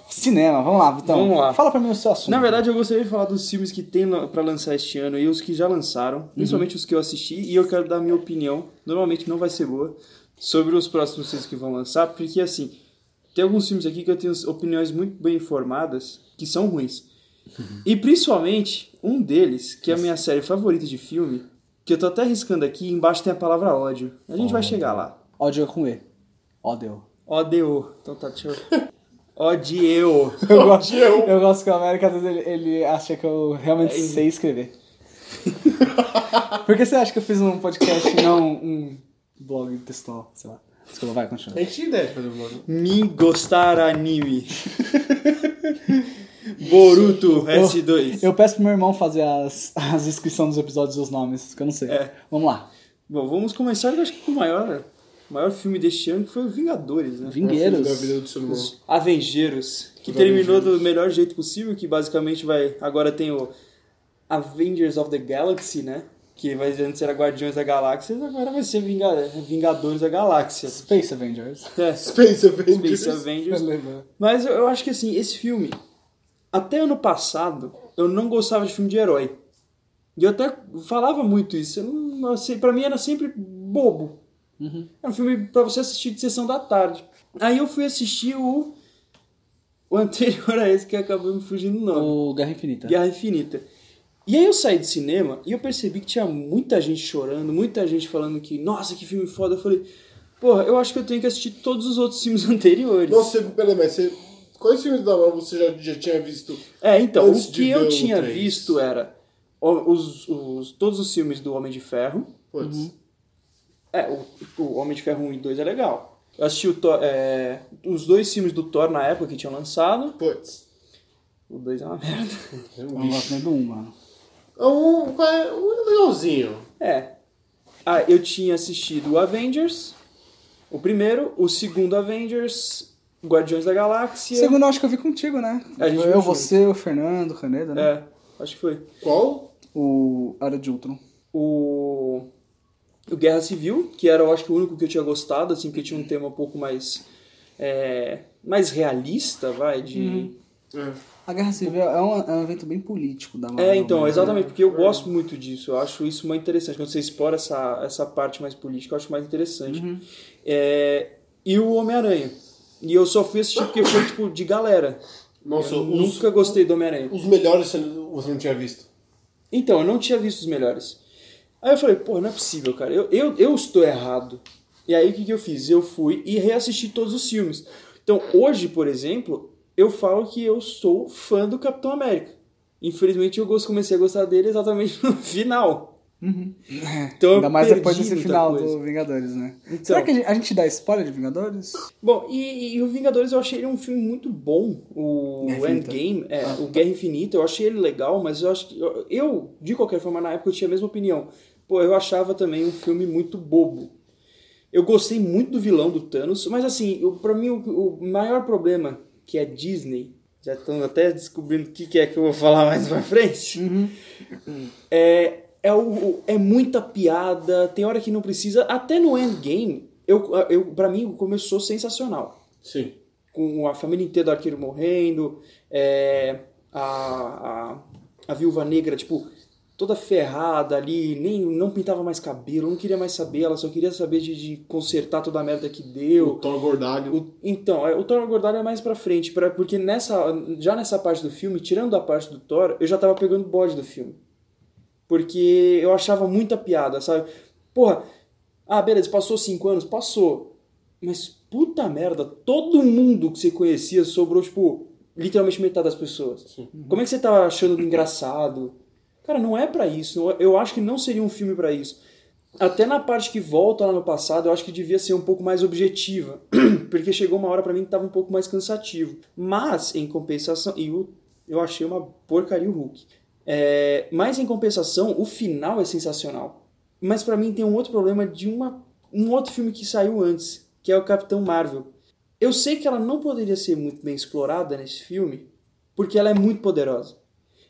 S3: Cinema, vamos lá, então.
S5: Vamos lá.
S3: Fala pra mim o seu assunto.
S5: Na verdade, eu gostaria de falar dos filmes que tem la- pra lançar este ano e os que já lançaram, principalmente os que eu assisti, e eu quero dar minha opinião, normalmente não vai ser boa, sobre os próximos filmes que vão lançar, porque assim, tem alguns filmes aqui que eu tenho opiniões muito bem informadas, que são ruins. E principalmente, um deles, que é a minha série favorita de filme, que eu tô até arriscando aqui, embaixo tem a palavra ódio. A gente vai chegar lá.
S3: Ódio é com E. Ódio.
S5: Ódio. Então tá, deixa eu... Ódio.
S3: Eu gosto,
S5: um.
S3: eu gosto que o América, às vezes, ele, ele acha que eu realmente sei escrever. Por que você acha que eu fiz um podcast e não um blog textual? Sei lá. Desculpa, vai, continua.
S7: A gente tinha ideia de fazer um blog.
S5: Me gostar anime. Boruto S2.
S3: Eu peço pro meu irmão fazer as, as inscrições dos episódios e os nomes, que eu não sei.
S5: É.
S3: Vamos lá.
S5: Bom, vamos começar, eu acho que com o maior, o maior filme deste ano, que foi o Vingadores, né?
S7: Da vida
S3: Vingueiros.
S7: do Solomon.
S5: Os Avengers, que terminou do melhor jeito possível, que basicamente vai... Agora tem o Avengers of the Galaxy, né? Que vai antes era Guardiões da Galáxia, agora vai ser Vinga- Vingadores da Galáxia.
S3: Space Avengers.
S5: É,
S4: Space Avengers.
S5: Space Avengers.
S3: Beleza.
S5: Mas eu, eu acho que assim, esse filme, até ano passado, eu não gostava de filme de herói. E eu até falava muito isso. Eu não, assim, pra mim era sempre bobo. Era um filme pra você assistir de sessão da tarde. Aí eu fui assistir o. O anterior a esse que acabou me fugindo o nome.
S3: O Guerra Infinita.
S5: Guerra Infinita. E aí eu saí do cinema e eu percebi que tinha muita gente chorando, muita gente falando que, nossa, que filme foda. Eu falei, porra, eu acho que eu tenho que assistir todos os outros filmes anteriores.
S4: Nossa, você- peraí, mas você. Quais filmes da Marvel você já, já tinha visto?
S5: É, então,
S4: Antes
S5: o
S4: de
S5: que eu
S4: ver o
S5: tinha
S4: três.
S5: visto era o- os, os- todos os filmes do Homem de Ferro.
S4: Putz.
S5: É, o, o Homem de Ferro 1 e 2 é legal. Eu assisti o Thor- é, os dois filmes do Thor na época que tinham lançado.
S4: Putz.
S5: O 2 é uma merda.
S3: Eu não gosto nem do um, mano.
S4: Ah, Um, qual é- um é legalzinho.
S5: É. Ah, eu tinha assistido o Avengers, o primeiro, o segundo Avengers, Guardiões da Galáxia.
S3: Segundo, eu acho que eu vi contigo, né?
S5: É, A gente
S3: Foi
S5: viu
S3: eu,
S5: junto.
S3: você, o Fernando, o Caneda, né?
S5: É, acho que foi.
S4: Qual?
S3: O Era de Ultron.
S5: o, o Guerra Civil, que era, eu acho que o único que eu tinha gostado, assim, que tinha um tema um pouco mais é, mais realista, vai, de...
S3: A Guerra Civil é um, é um evento bem político da Marvel.
S5: É, então,
S3: né?
S5: exatamente, porque eu gosto muito disso, eu acho isso muito interessante, quando você explora essa, essa parte mais política, eu acho mais interessante. É, e o Homem-Aranha, e eu só fui assistir porque foi, tipo, de galera.
S4: Nossa,
S5: Eu
S4: os-
S5: nunca gostei do Homem-Aranha.
S4: Os melhores você você não tinha visto.
S5: Então, eu não tinha visto os melhores. Aí eu falei, pô, não é possível, cara. Eu, eu, eu estou errado. E aí o que, que eu fiz? Eu fui e reassisti todos os filmes. Então, hoje, por exemplo, eu falo que eu sou fã do Capitão América. Infelizmente, eu gost- comecei a gostar dele exatamente no final. Então,
S3: É.
S5: eu
S3: Ainda mais
S5: perdi
S3: depois desse
S5: muita
S3: final
S5: coisa.
S3: do Vingadores, né?
S5: Então.
S3: Será que a gente, a gente dá spoiler de Vingadores?
S5: Bom, e, e o Vingadores eu achei ele um filme muito bom. O
S3: Guerra Infinita. Ah.
S5: Endgame, é, o Guerra Infinita, eu achei ele legal, mas eu acho que. Eu, eu, de qualquer forma, na época eu tinha a mesma opinião. Pô, eu achava também um filme muito bobo. Eu gostei muito do vilão do Thanos, mas assim, eu, pra mim o, o maior problema que é Disney. Já estão até descobrindo o que, que é que eu vou falar mais pra frente.
S3: Uhum.
S5: É, é, o- o- é muita piada, tem hora que não precisa. Até no Endgame, eu, eu, pra mim, começou sensacional.
S7: Sim.
S5: Com a família inteira do arqueiro morrendo, é, a, a, a viúva negra, tipo, toda ferrada ali, nem, não pintava mais cabelo, não queria mais saber, ela só queria saber de, de consertar toda a merda que deu.
S4: O Thor Gordalho.
S5: O- então, é, o Thor Gordon é mais pra frente, pra, porque nessa, já nessa parte do filme, tirando a parte do Thor, eu já tava pegando o bode do filme. Porque eu achava muita piada, sabe? Porra, ah, beleza, passou cinco anos? Passou. Mas puta merda, todo mundo que você conhecia sobrou, tipo, literalmente metade das pessoas. Como é que você tava achando engraçado? Cara, não é pra isso. Eu acho que não seria um filme pra isso. até na parte que volta lá no passado, eu acho que devia ser um pouco mais objetiva, porque chegou uma hora pra mim que tava um pouco mais cansativo. Mas, em compensação, e o- eu achei uma porcaria o Hulk. É, mas em compensação, o final é sensacional. Mas pra mim tem um outro problema de uma, um outro filme que saiu antes, que é o Capitão Marvel. Eu sei que ela não poderia ser muito bem explorada nesse filme, porque ela é muito poderosa.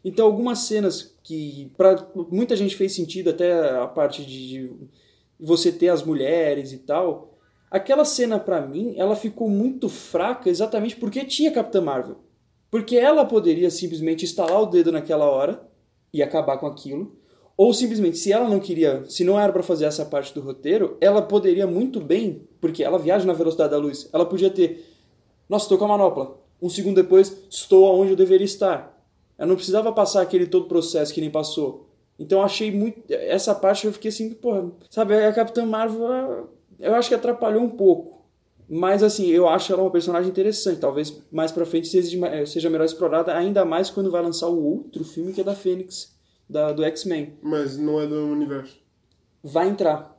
S5: Então algumas cenas que para muita gente fez sentido até a parte de, de você ter as mulheres e tal. Aquela cena pra mim, ela ficou muito fraca exatamente porque tinha Capitã Marvel. Porque ela poderia simplesmente estalar o dedo naquela hora e acabar com aquilo, ou simplesmente se ela não queria, se não era pra fazer essa parte do roteiro, ela poderia muito bem, porque ela viaja na velocidade da luz. Ela podia ter nossa, estou com a manopla. Um segundo depois, estou aonde eu deveria estar. Ela não precisava passar aquele todo processo que nem passou. Então eu achei muito. Essa parte eu fiquei assim, porra. Sabe, a Capitã Marvel, ela- eu acho que atrapalhou um pouco. Mas assim, eu acho ela uma personagem interessante. Talvez mais pra frente seja, eh, seja melhor explorada, ainda mais quando vai lançar o outro filme que é da Fênix, da, do X-Men
S4: Mas não é do mesmo universo.
S5: vai entrar.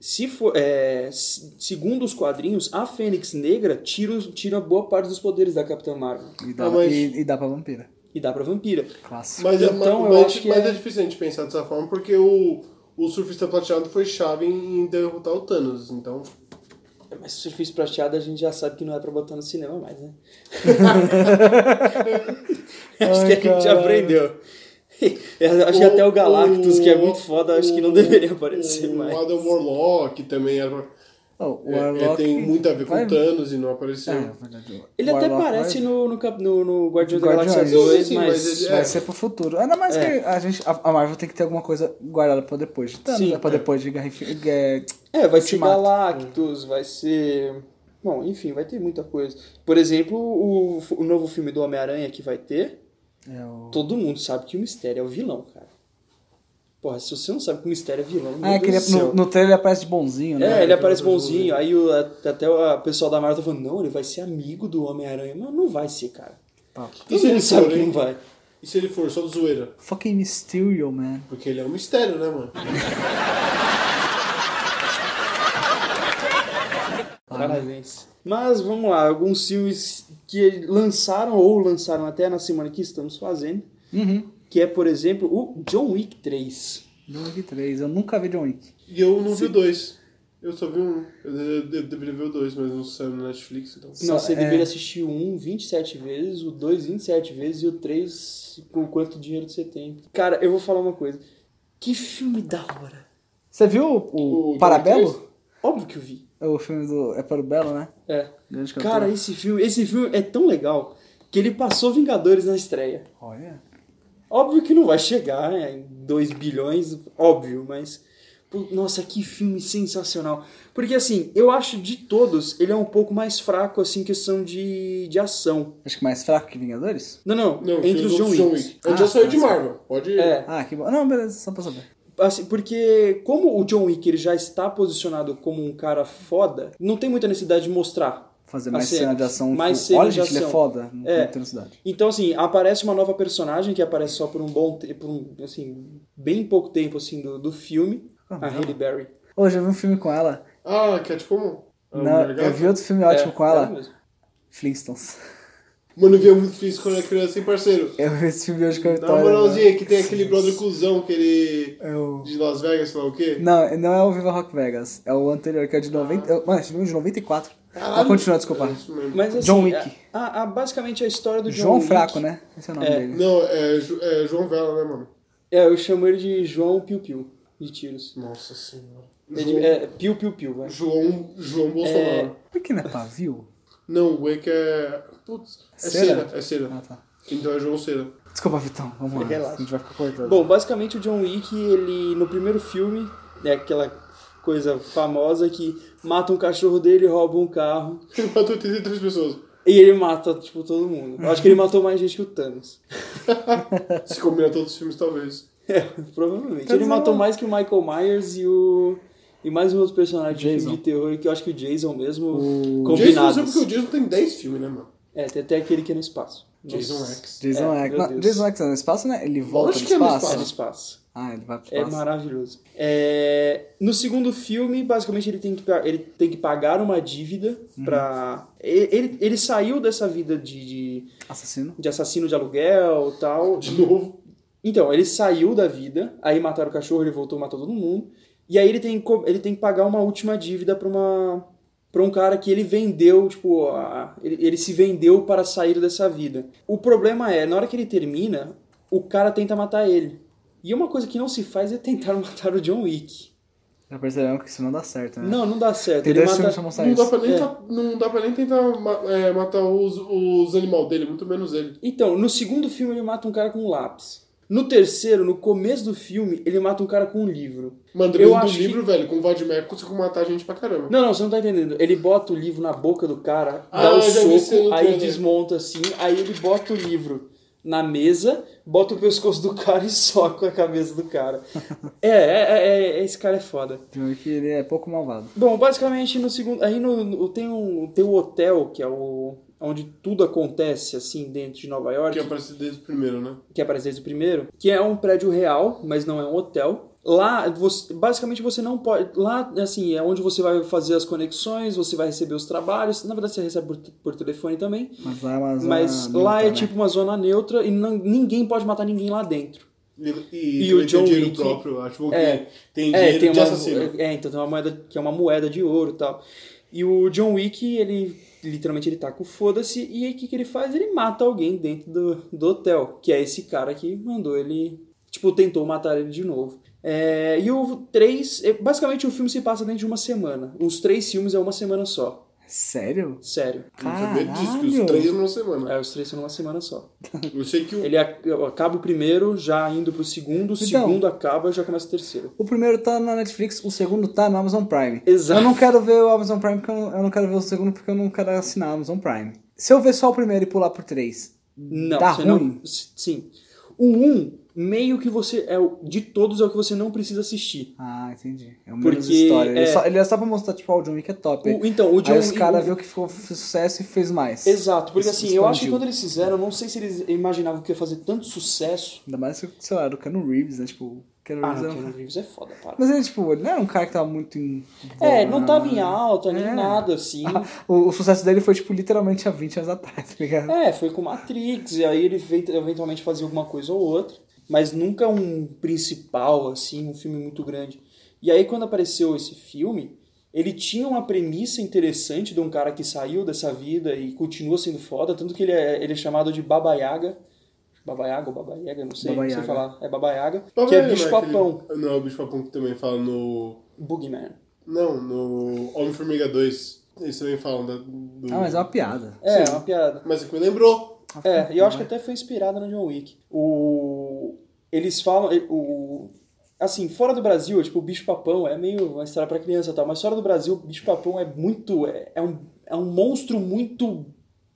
S5: Se for, é, se- segundo os quadrinhos, a Fênix Negra tira, os- tira boa parte dos poderes da Capitã Marvel
S3: E dá,
S4: Ah, mas-
S3: e, e dá pra vampira.
S5: e dá pra vampira.
S3: Clássico.
S4: Mas, é-
S5: Então,
S4: mas,
S5: eu
S4: mas
S5: acho que
S4: mas
S5: é-
S4: é difícil a gente pensar dessa forma, porque o, o surfista platinado foi chave em derrotar o Thanos, então...
S5: Mas o Surfista Prateado a gente já sabe que não é pra botar no cinema mais, né? acho que a gente já aprendeu. Eu acho que até o Galactus, que é muito foda, acho que não deveria aparecer
S4: o,
S5: mais.
S4: O Adam Warlock também era...
S3: Oh, o
S4: é- é,
S3: Warlock
S4: tem muito a ver com
S3: vai-
S4: o Thanos e não apareceu.
S3: É, verdade. o
S5: né? Ele até
S3: Warlock
S5: parece
S3: vai-
S5: no, no, cap- no, no Guardiões da
S3: Guardiões.
S5: Galáxia
S3: Sim, sim,
S5: 2,
S4: sim,
S5: mas...
S4: mas ele-
S3: Vai
S4: É.
S3: ser pro futuro. Ainda
S5: É.
S3: mais que a, gente, a a Marvel tem que ter alguma coisa guardada pra depois de Thanos,
S5: Sim.
S3: né? pra depois de Guerra Infinita. É,
S5: É, vai ser
S3: Ultimato.
S5: Galactus, vai ser. Bom, enfim, vai ter muita coisa. Por exemplo, o, o novo filme do Homem-Aranha que vai ter,
S3: é o...
S5: todo mundo sabe que o mistério é o vilão, cara. Porra, se você não sabe que o mistério é vilão, meu
S3: Ah, é que
S5: Deus
S3: ele,
S5: do
S3: no,
S5: céu.
S3: no trailer ele aparece de bonzinho, né?
S5: É, ele aparece bonzinho, aí o, até o a- pessoal da Marvel tá falando, não, ele vai ser amigo do Homem-Aranha. Mas não vai ser, cara.
S4: E
S5: Todo
S4: se ele
S5: mundo sabe
S4: for,
S5: que não
S4: hein?
S5: vai.
S4: E se ele for só de zoeira?
S3: Fucking Mysterio, man.
S4: Porque ele é um mistério, né, mano?
S5: Parabéns. Mas vamos lá, alguns filmes que lançaram ou lançaram até na semana que estamos fazendo. Que é, por exemplo, o John Wick 3.
S3: John Wick 3, eu nunca vi John Wick.
S4: E eu não vi o dois. Eu só vi um. Eu, de- de- deveria ver o dois, mas não saiu no Netflix, então...
S5: Não, você
S3: é.
S5: deveria assistir o 1 27 vezes, o 2 27 vezes e o 3 com quanto dinheiro você tem. Cara, eu vou falar uma coisa. Que filme da hora.
S3: Você viu o,
S4: O John Wick
S3: Parabelo?
S5: Óbvio que eu vi.
S3: É o filme do. É Parabelo, né?
S5: É.
S3: Grande cantor.
S5: Cara, esse filme, esse filme é tão legal que ele passou Vingadores na estreia.
S3: Olha.
S5: Óbvio que não vai chegar né, em 2 bilhões, óbvio, mas. pô, Nossa, que filme sensacional. Porque assim, eu acho de todos, ele é um pouco mais fraco, assim, em questão de, de ação.
S3: Acho que mais fraco que Vingadores?
S5: Não, não,
S4: Não,
S5: entre os John
S4: outros
S5: Wicks.
S4: A gente já
S3: Ah,
S4: saiu de
S3: mas-
S4: Marvel. Pode...
S5: É,
S3: Ah, que bom. Não, beleza, só pra saber.
S5: assim, porque como o John Wick ele já está posicionado como um cara foda, não tem muita necessidade de mostrar.
S3: Fazer
S5: as
S3: mais cena
S5: cenas.
S3: de ação.
S5: Assim, Mais
S3: tipo,
S5: cena
S3: Olha,
S5: de
S3: gente, ele é
S5: ação.
S3: foda. Não
S5: É.
S3: tem intensidade.
S5: Então, assim, aparece uma nova personagem que aparece só por um bom tempo, por um, assim, bem pouco tempo, assim, do, do filme,
S3: Ah,
S5: a Halle Berry.
S3: Hoje eu vi um filme com ela.
S4: Ah, Catwoman? Ah,
S3: Não,
S4: Margot?
S3: eu vi outro filme ótimo
S5: um É,
S3: com
S5: é
S3: ela.
S5: mesmo.
S3: Flintstones.
S4: Mano, eu via muito difícil quando era criança, hein, parceiro?
S3: Eu vi esse filme hoje com a
S4: Na
S3: Vitória.
S4: moralzinha, que tem aquele brother cuzão que ele...
S3: mano. né? É o-
S4: De Las Vegas, sei lá o quê.
S3: Não, não é o Viva Rock Vegas. É o anterior, que é de 90. eu- Mano, esse filme é de 94. Pode continuar, desculpa.
S4: É isso mesmo.
S5: Mas, assim,
S3: John Wick.
S5: A, a- basicamente a história do John
S3: João
S5: Wick.
S3: Fraco, né? Esse é o nome
S5: É.
S3: dele.
S4: Não, é, Ju- é João Vela, né, mano?
S5: É, eu chamo ele de João Piu Piu, de tiros.
S4: Nossa senhora.
S5: É,
S4: João-
S5: de, é Piu Piu Piu, vai.
S4: João, João Bolsonaro.
S3: Por que não é pavio?
S4: Não, o Wake é. Putz, é
S3: Cera?
S4: cera. É cera.
S3: Ah, tá.
S4: Então é João Cera.
S3: Desculpa, Vitão. Vamos lá.
S5: Relaxa.
S3: A gente vai ficar cortando.
S5: Bom, basicamente o John Wick, ele no primeiro filme, é aquela coisa famosa que mata um cachorro dele, rouba um carro
S4: Ele matou 83 pessoas.
S5: e ele mata tipo todo mundo. Eu acho que ele matou mais gente que o Thanos.
S4: Se combinar todos os filmes, talvez.
S5: É, provavelmente.
S7: é
S5: Ele
S7: um-
S5: matou mais que o Michael Myers e o e mais um outro personagem de filme
S3: Jason.
S5: de terror que eu acho que o Jason mesmo
S4: O Jason, não sei
S7: é
S5: combinados.
S4: porque o Jason tem 10 filmes, né, mano?
S5: É, tem até aquele que é no espaço.
S7: Jason
S5: Nossa.
S7: X.
S3: Jason
S5: É,
S3: X.
S5: meu
S3: Não,
S5: Deus.
S3: Jason X é no espaço, né? Ele volta
S7: Lógico
S3: do
S7: que é no
S3: espaço.
S5: Passa
S7: espaço.
S5: no espaço.
S3: Ah, ele vai pro
S5: É
S3: espaço.
S5: maravilhoso. É, no segundo filme, basicamente, ele tem que, pa- ele tem que pagar uma dívida pra. Ele, ele, ele saiu dessa vida de, de,
S3: Assassino.
S5: de assassino de aluguel tal.
S4: Uhum.
S7: De novo.
S5: Então, ele saiu da vida, aí mataram o cachorro, ele voltou a matar todo mundo. E aí ele tem, que co- ele tem que pagar uma última dívida pra, uma, pra um cara que ele vendeu, tipo, a- ele, ele se vendeu para sair dessa vida. O problema é, na hora que ele termina, o cara tenta matar ele. E uma coisa que não se faz é tentar matar o John Wick.
S3: Já perceberam que isso não dá certo, né?
S5: Não, não dá certo.
S3: Tem
S5: ele
S3: dois
S5: mata...
S3: filmes que mostrar
S7: Não dá,
S3: isso.
S7: pra nem
S5: É.
S7: tá- não dá pra nem tentar ma- é, matar os, os animais dele, muito menos ele.
S5: Então, no segundo filme ele mata um cara com um lápis. No terceiro, no começo do filme, ele mata um cara com um livro.
S7: Mandando
S5: Eu
S7: do
S5: acho que-
S7: livro, velho, com o Vadimeco, conseguiu matar gente pra caramba.
S5: Não, não, você não tá entendendo. Ele bota o livro na boca do cara,
S7: Ah,
S5: dá o
S7: eu já vi isso
S5: soco,
S7: no
S5: aí
S7: trailer.
S5: desmonta assim, aí ele bota o livro na mesa, bota o pescoço do cara e soca a cabeça do cara. É, é, é, é, esse cara é foda.
S3: John Wick, ele é pouco malvado.
S5: Bom, basicamente no segundo. Aí no, no- tem, um, tem o hotel, que é o. onde tudo acontece, assim, dentro de Nova York
S7: Que apareceu desde o primeiro, né?
S5: que é aparece desde o primeiro, que é um prédio real, mas não é um hotel. Lá, você- basicamente, você não pode. Lá, assim, é onde você vai fazer as conexões, você vai receber os trabalhos. Na verdade, você recebe por, por telefone também.
S3: Mas lá é uma zona
S5: mas lá
S3: neutra,
S5: é
S3: né?
S5: tipo uma zona neutra e não- ninguém pode matar ninguém lá dentro.
S7: E,
S5: E
S7: e,
S5: o
S7: também
S5: John
S7: tem dinheiro
S5: Wick-
S7: próprio, eu acho que
S5: É.
S7: tem dinheiro
S5: É, tem
S7: de
S5: uma,
S7: assassino.
S5: é, então tem uma moeda que é uma moeda de ouro e tal. E o John Wick, ele literalmente ele tá com foda-se e aí o que, que ele faz? Ele mata alguém dentro do, do hotel, que é esse cara que mandou ele, tipo, tentou matar ele de novo. É, e o 3, basicamente o filme se passa dentro de uma semana. Os três filmes é uma semana só,
S3: Sério?
S5: sério.
S7: Não sabia disso, que
S3: Caralho.
S7: os três numa semana.
S5: É, os três são uma semana só.
S7: Eu sei que o
S5: Ele ac- acaba o primeiro, já indo pro segundo, o
S3: Então.
S5: segundo acaba, já começa o terceiro.
S3: O primeiro tá na Netflix, o segundo tá no Amazon Prime.
S5: Exato.
S3: Eu não quero ver o Amazon Prime porque eu não, eu não quero ver o segundo porque eu não quero assinar o Amazon Prime. Se eu ver só o primeiro e pular por três,
S5: Não,
S3: dá
S5: você
S3: ruim.
S5: não. s- Sim. O 1, meio que você. É, o- de todos é o que você não precisa assistir.
S3: Ah, entendi. É o menos
S5: Porque,
S3: história. Ele,
S5: é-
S3: é... Só, ele é só pra mostrar, tipo, ó, o John Wick é top.
S5: O- então, o John
S3: Aí os
S5: Wick-
S3: caras viu que ficou sucesso e fez mais.
S5: Exato, porque
S3: Isso
S5: assim, eu acho que
S3: expandiu.
S5: quando eles fizeram, eu não sei se eles imaginavam que ia fazer tanto sucesso.
S3: Ainda mais, sei lá, do Keanu Reeves, né? Tipo, Keanu
S5: Ah,
S3: Reeves
S5: não,
S3: é um-
S5: Keanu Reeves é foda, para.
S3: Mas ele, tipo, ele não era um cara que tava muito em...
S5: É,
S3: voga,
S5: não tava em
S3: né?
S5: alta, nem
S3: É.
S5: nada assim.
S3: O, o sucesso dele foi, tipo, literalmente há 20 anos atrás, tá ligado?
S5: É, foi com Matrix, e aí ele veio- eventualmente fazia alguma coisa ou outra, mas nunca um principal, assim, um filme muito grande. E aí quando apareceu esse filme, ele tinha uma premissa interessante de um cara que saiu dessa vida e continua sendo foda, tanto que ele é, ele é chamado de Baba Yaga. Baba Yaga ou Baba Yaga, não sei,
S3: Baba
S5: não sei
S3: Yaga.
S5: falar. É Baba Yaga, que
S7: Talvez,
S5: é
S7: né,
S5: bicho papão.
S7: aquele- Não, é o bicho papão que também fala no.
S5: Boogeyman.
S7: Não, no Homem-Formiga 2. Eles também falam da. do-
S3: Ah, mas é uma piada.
S5: É, é uma piada.
S7: Mas é que me lembrou.
S5: É, e eu acho que até foi inspirada no John Wick. O... Eles falam... e- O... Assim, fora do Brasil, tipo, o bicho-papão é meio uma história pra criança e tal, mas fora do Brasil, o bicho-papão é muito... É, é um, é um monstro muito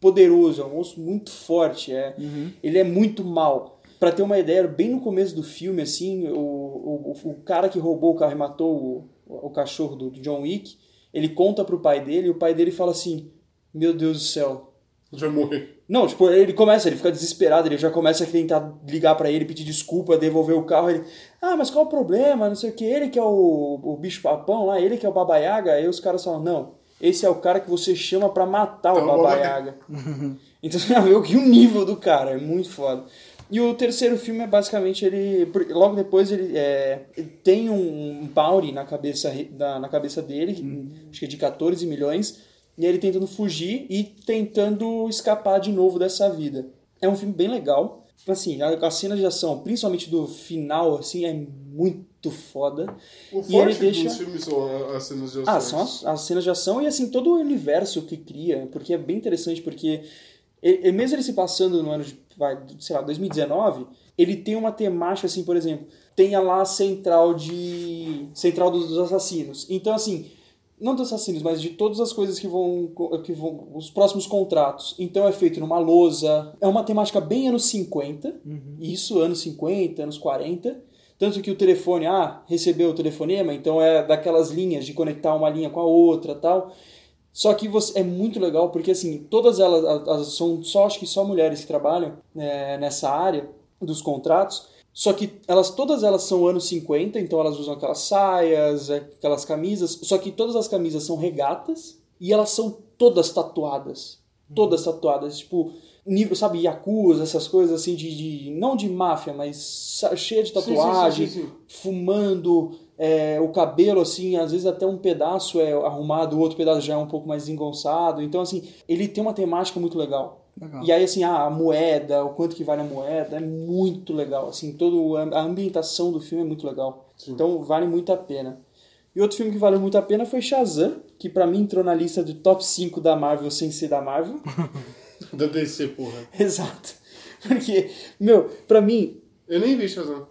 S5: poderoso, é um monstro muito forte, é, ele é muito mal. Pra ter uma ideia, bem no começo do filme, assim, o, o, o cara que roubou o carro e matou o, o cachorro do, do John Wick, ele conta pro pai dele e o pai dele fala assim, meu Deus do céu,
S7: Já morreu.
S5: não, tipo, ele começa, ele fica desesperado, ele já começa a tentar ligar pra ele, pedir desculpa, devolver o carro, ele, ah, mas qual o problema, não sei o que, ele que é o, o bicho papão lá, ele que é o Baba Yaga, aí os caras falam, não, esse é o cara que você chama pra matar o
S7: Então,
S5: É um Baba
S7: Baba
S5: Yaga. então você já vê o que o nível do cara, é muito foda. E o terceiro filme é basicamente ele, por- logo depois ele é, tem um, um bounty na cabeça, re- da- na cabeça dele,
S7: Uhum.
S5: acho que é de 14 milhões, e ele tentando fugir e tentando escapar de novo dessa vida. É um filme bem legal. Assim, a- as cenas de ação, principalmente do final, assim, é muito foda.
S7: O
S5: e ele
S7: forte
S5: deixa...
S7: dos filmes são a- as cenas de
S5: Ah,
S7: ações.
S5: são as, as cenas de ação e assim todo o universo que cria, porque é bem interessante, porque e- e mesmo ele se passando no ano de, vai, sei lá, 2019, ele tem uma temática assim, por exemplo, tem a lá a central de central dos, dos assassinos. Então assim, não dos assassinos, mas de todas as coisas que vão co- que vão os próximos contratos. Então é feito numa lousa, é uma temática bem anos 50, isso anos 50, anos 40. Tanto que o telefone, ah, recebeu o telefonema, então é daquelas linhas de conectar uma linha com a outra tal. Só que você- é muito legal porque, assim, todas elas a- as- são só, acho que só mulheres que trabalham né, nessa área dos contratos. Só que elas todas elas são anos 50, então elas usam aquelas saias, é, aquelas camisas. Só que todas as camisas são regatas e elas são todas tatuadas. Todas tatuadas. Tipo, nível, sabe, Yakuza, essas coisas assim de. de- não de máfia, mas sa- cheia de
S4: Sim, sim, sim,
S5: tatuagem,
S4: sim, sim.
S5: fumando, é, o cabelo, assim, às vezes até um pedaço é arrumado, o outro pedaço já é um pouco mais engonçado. Então, assim, ele tem uma temática muito legal.
S3: Legal.
S5: E aí, assim, ah, a moeda, o quanto que vale a moeda, é muito legal. Assim, todo, a a ambientação do filme é muito legal. Então, vale muito a pena. E outro filme que valeu muito a pena foi Shazam, que pra mim entrou na lista do top 5 da Marvel sem ser da Marvel.
S4: Da DC, porra.
S5: Exato. Porque, meu, pra mim,
S4: Eu nem vi Shazam.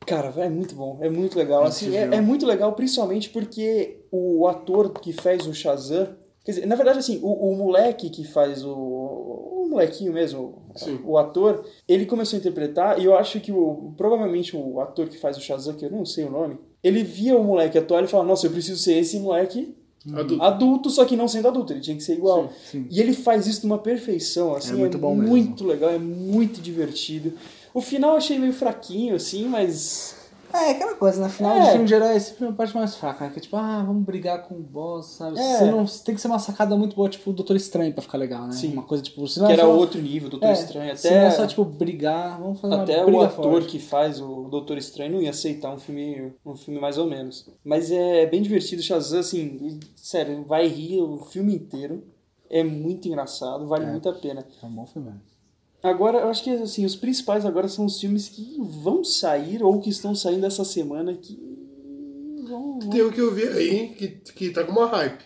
S5: Cara, é muito bom, é muito legal. Assim, é, é muito legal, principalmente porque o ator que fez o Shazam. Quer dizer, na verdade, assim, o, o moleque que faz o. O molequinho mesmo,
S4: Sim.
S5: o ator, ele começou a interpretar, e eu acho que o, provavelmente o ator que faz o Shazam, que eu não sei o nome, ele via o moleque atuar e falava: Nossa, eu preciso ser esse moleque
S4: Adulto.
S5: adulto, só que não sendo adulto, ele tinha que ser igual.
S3: Sim, sim.
S5: E ele faz isso de uma perfeição, assim, é
S3: muito
S5: muito,
S3: bom mesmo.
S5: legal, é muito divertido. O final eu achei meio fraquinho, assim, mas.
S3: É, aquela coisa, na final
S5: É.
S3: de filme geral, esse filme é a parte mais fraca, né? Que é tipo, ah, vamos brigar com o boss, sabe?
S5: É.
S3: Você não, tem que ser uma sacada muito boa, tipo, o Doutor Estranho pra ficar legal, né?
S5: Sim.
S3: Uma coisa, tipo, se não
S5: Que
S3: é
S5: era
S3: só-
S5: outro nível, Doutor
S3: é,
S5: Estranho.
S3: Se não
S5: Até,
S3: é só, tipo, brigar, vamos fazer
S5: até
S3: uma
S5: o
S3: briga
S5: ator
S3: forte.
S5: que faz o Doutor Estranho não ia aceitar um filme, um filme mais ou menos. Mas é bem divertido, Shazam, assim, sério, vai rir o filme inteiro. É muito engraçado, vale muito a pena.
S3: É um bom filme. né?
S5: Agora, eu acho que assim, os principais agora são os filmes que vão sair ou que estão saindo essa semana que vão... vão-
S4: Tem o que eu vi aí que, que tá com uma hype,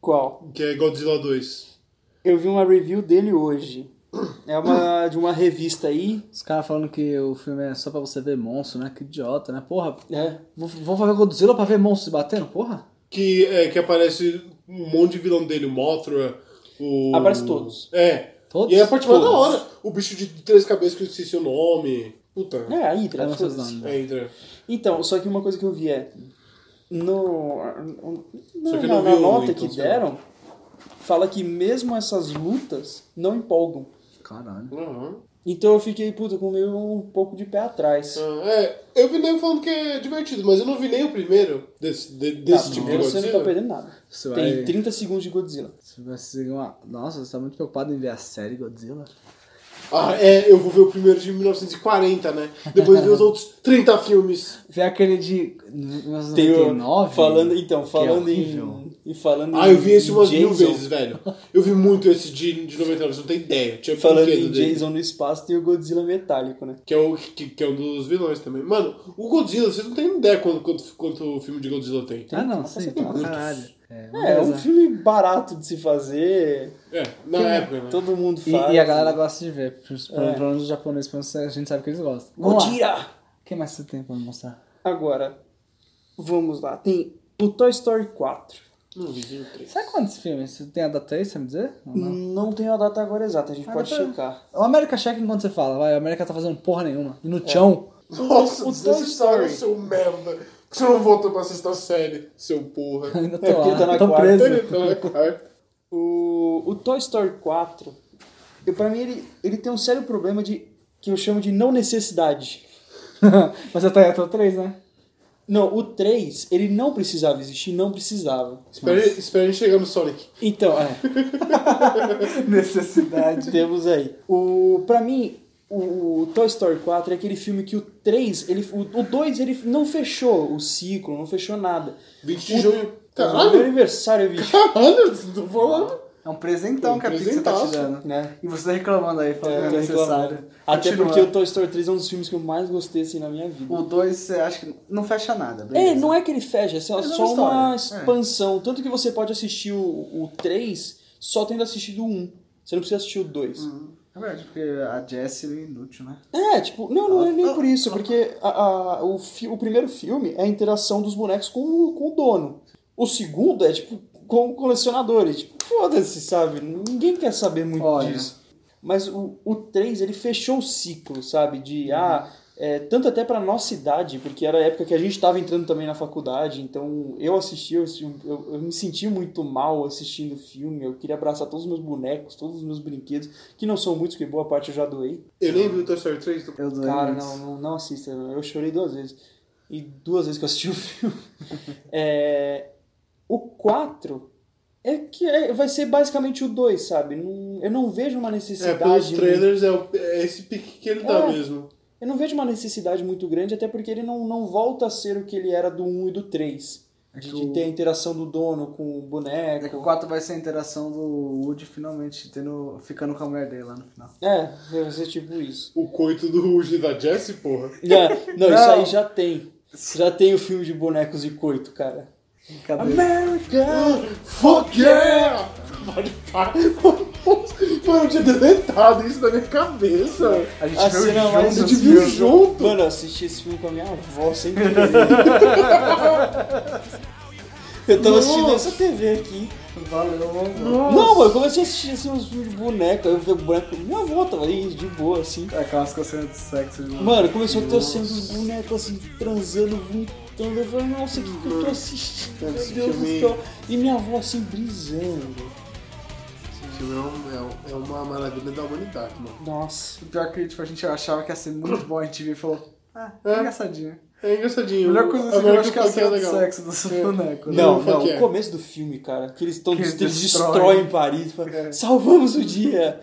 S5: Qual?
S4: que é Godzilla 2.
S5: Eu vi uma review dele hoje. É uma de uma revista aí,
S3: Os caras falando que o filme é só pra você ver monstro, né? Que idiota, né? Porra,
S5: né?
S3: vou, vou fazer Godzilla pra ver monstros se batendo, porra?
S4: Que, é, que aparece um monte de vilão dele, o Mothra, o...
S5: Aparece todos.
S4: É.
S3: Todos?
S4: E é a parte mais da
S3: Todos.
S4: hora. O bicho de três cabeças que eu esqueci o nome. Puta.
S5: É, a Hydra.
S3: Eu não sei os
S5: foda-se.
S3: nomes.
S4: É, entra.
S5: Então, só que uma coisa que eu vi é. No,
S4: Só
S5: no,
S4: que eu
S5: na,
S4: não
S5: na
S4: vi o
S5: nota
S4: então,
S5: que
S4: sei lá.
S5: deram, fala que mesmo essas lutas não empolgam.
S3: Caralho.
S4: Uhum.
S5: Então eu fiquei, puta, com meio um pouco de pé atrás.
S4: Ah, É, eu vi nego falando que é divertido, mas eu não vi nem o primeiro desse, de- desse
S5: Ah,
S4: tipo de
S5: primeiro
S4: Godzilla.
S5: você não tá perdendo nada.
S3: Você
S5: Tem
S3: vai-
S5: 30 segundos de Godzilla.
S3: Se tivesse uma... Nossa, você tá muito preocupado em ver a série Godzilla?
S4: Ah, é, eu vou ver o primeiro de 1940, né? Depois ver os outros 30 filmes.
S3: Ver aquele de
S5: Tem o-
S3: 1999?
S5: falando, então,
S3: que é
S5: falando
S3: horrível.
S5: em. E falando
S4: Ah, eu vi
S5: em-
S4: esse
S5: em
S4: umas mil
S5: Jason.
S4: vezes, velho. Eu vi muito esse de, de 99, você não tem ideia. Tinha
S5: Falando
S4: brinquedo
S5: em
S4: dele.
S5: Jason no espaço, tem o Godzilla metálico, né?
S4: Que é, o, que, que é um dos vilões também. Mano, o Godzilla, vocês não têm ideia quanto, quanto, quanto o filme de Godzilla tem.
S3: Ah, não, sim, pra caralho.
S5: É, é um filme barato de se fazer.
S4: É, na época, né?
S5: Todo mundo
S3: E,
S5: faz.
S3: e a galera gosta de ver, pelo
S5: É.
S3: pelo menos os japoneses, pelo menos a gente sabe que eles gostam. Vamos lá.
S5: Godzilla!
S3: O que mais você tem pra me mostrar?
S5: Agora, vamos lá. Tem o Toy Story 4.
S4: Não vi nem o três.
S3: Sabe quantos filmes? Você tem a data aí, você me dizer? Ou
S5: Não,
S3: não?
S5: tem a data agora exata, a gente
S3: Uhum. Ah,
S5: pode
S3: depois-
S5: checar.
S3: O América checa enquanto você fala, vai. O América tá fazendo porra nenhuma. E no chão.
S4: Nossa,
S5: O Toy
S4: desnecessário,
S5: Story.
S4: seu merda. Por que Você não voltou pra assistir a série, seu porra.
S3: Ainda tô
S5: É, porque
S3: lá.
S5: tá na
S3: tô
S5: quarta.
S3: preso.
S4: Ele tá na quarta.
S5: O, o Toy Story 4, eu, pra mim, ele, ele tem um sério problema de que eu chamo de não necessidade.
S3: Mas você tá aí até o 3, né?
S5: Não, o 3, ele não precisava existir, não precisava.
S4: Espera, espera a gente chegar no Sonic.
S5: Então, é,
S3: Necessidade.
S5: temos aí. O, pra mim, o, o Toy Story 4 é aquele filme que o 3, ele, o, o 2, ele não fechou o ciclo, não fechou nada.
S4: 20 de junho.
S5: No meu
S4: Caralho,
S5: aniversário, bicho.
S4: caralho, vocês não tô falando.
S3: É um presentão
S4: Um
S3: que a Pixar tá te
S4: presentaço.
S3: dando.
S5: Né?
S3: E você tá reclamando aí, falando que
S5: Eu
S3: é
S5: tô reclamando.
S3: necessário.
S5: Até
S3: Continua.
S5: porque o Toy Story 3 é um dos filmes que eu mais gostei assim, na minha vida.
S3: O 2, você acha que não fecha nada.
S5: É,
S3: beleza.
S5: não é que ele fecha, é só,
S3: Mas é uma
S5: só
S3: história,
S5: uma
S3: é.
S5: expansão. Tanto que você pode assistir o, o 3 só tendo assistido o 1. Você não precisa assistir o 2.
S3: É verdade, porque a Jessie é inútil, né?
S5: É, tipo, não, não é nem por isso, porque a- a- o, fi- o primeiro filme é a interação dos bonecos com, o- com o dono. O segundo é, tipo, com colecionadores. Tipo, foda-se, sabe? Ninguém quer saber muito
S3: Olha.
S5: disso. Mas o, o 3, ele fechou o ciclo, sabe? De, ah, É, tanto até pra nossa idade, porque era a época que a gente estava entrando também na faculdade, então eu assisti, eu, assisti- eu, eu me senti muito mal assistindo o filme, eu queria abraçar todos os meus bonecos, todos os meus brinquedos, que não são muitos, porque boa parte eu já doei.
S7: Eu nem vi o Toy Story 3. Tô...
S3: Eu doei
S5: Cara,
S3: muito.
S5: não, não, não assista. Eu chorei duas vezes. E duas vezes que eu assisti o filme. É, o 4 é que é- vai ser basicamente o 2, sabe? Não- eu não vejo uma
S7: É,
S5: necessidade.
S3: né?
S7: pelos
S5: muito-
S7: trailers é, o- é esse pique que ele dá
S5: É.
S7: mesmo.
S5: eu não vejo uma necessidade muito grande, até porque ele não, não volta a ser o que ele era do 1 e do 3. De, de ter a interação do dono com o
S3: É que o
S5: boneco.
S3: 4 vai ser a interação do Woody finalmente tendo, ficando com a mulher dele lá no final.
S5: É, vai ser tipo isso.
S7: O coito do Ruge e da Jessie, porra.
S5: Já- não, isso
S3: Não.
S5: aí já tem. Já tem o filme de bonecos e coito, cara.
S3: Cadê?
S7: Ah, Fuck yeah! Pode parar. Mano, eu tinha deletado isso da minha cabeça.
S3: A gente
S5: A
S3: viu
S5: cena
S3: junto
S5: mais
S7: A gente
S3: esse
S7: viu
S3: filme.
S7: junto.
S5: Mano, eu assisti esse filme com a minha avó sem querer. Eu tava assistindo essa TV aqui.
S3: Valeu, mano.
S5: Não, eu comecei a assistir assim, uns filmes de boneco. Aí eu vi o boneco. Minha avó tava ali, de boa, assim.
S3: É clássica cena de sexo. de novo.
S5: Mano, começou a ter assim, uns bonecos assim, transando, vomitando. Eu falei, nossa, o que, que eu tô assistindo? Meu
S7: Esse
S5: Deus do
S7: filme-
S5: céu. E minha avó assim, brisando.
S7: Esse filme é, um- é um- é uma maravilha da humanidade, mano.
S5: Nossa.
S3: O pior que tipo, a gente achava que ia ser muito bom, a gente viu e falou, ah,
S7: É.
S3: engraçadinho.
S7: É engraçadinho.
S3: A melhor coisa assim, eu
S7: American
S3: acho que é a
S7: Pie é
S3: cena de
S7: legal.
S3: sexo dos bonecos. né?
S5: Não,
S7: Não,
S5: não,
S7: fuck
S5: o
S7: é.
S5: começo do filme, cara, que eles estão
S3: Que
S5: eles,
S3: eles
S5: destroem
S3: destroem.
S5: Paris, fala, salvamos o dia.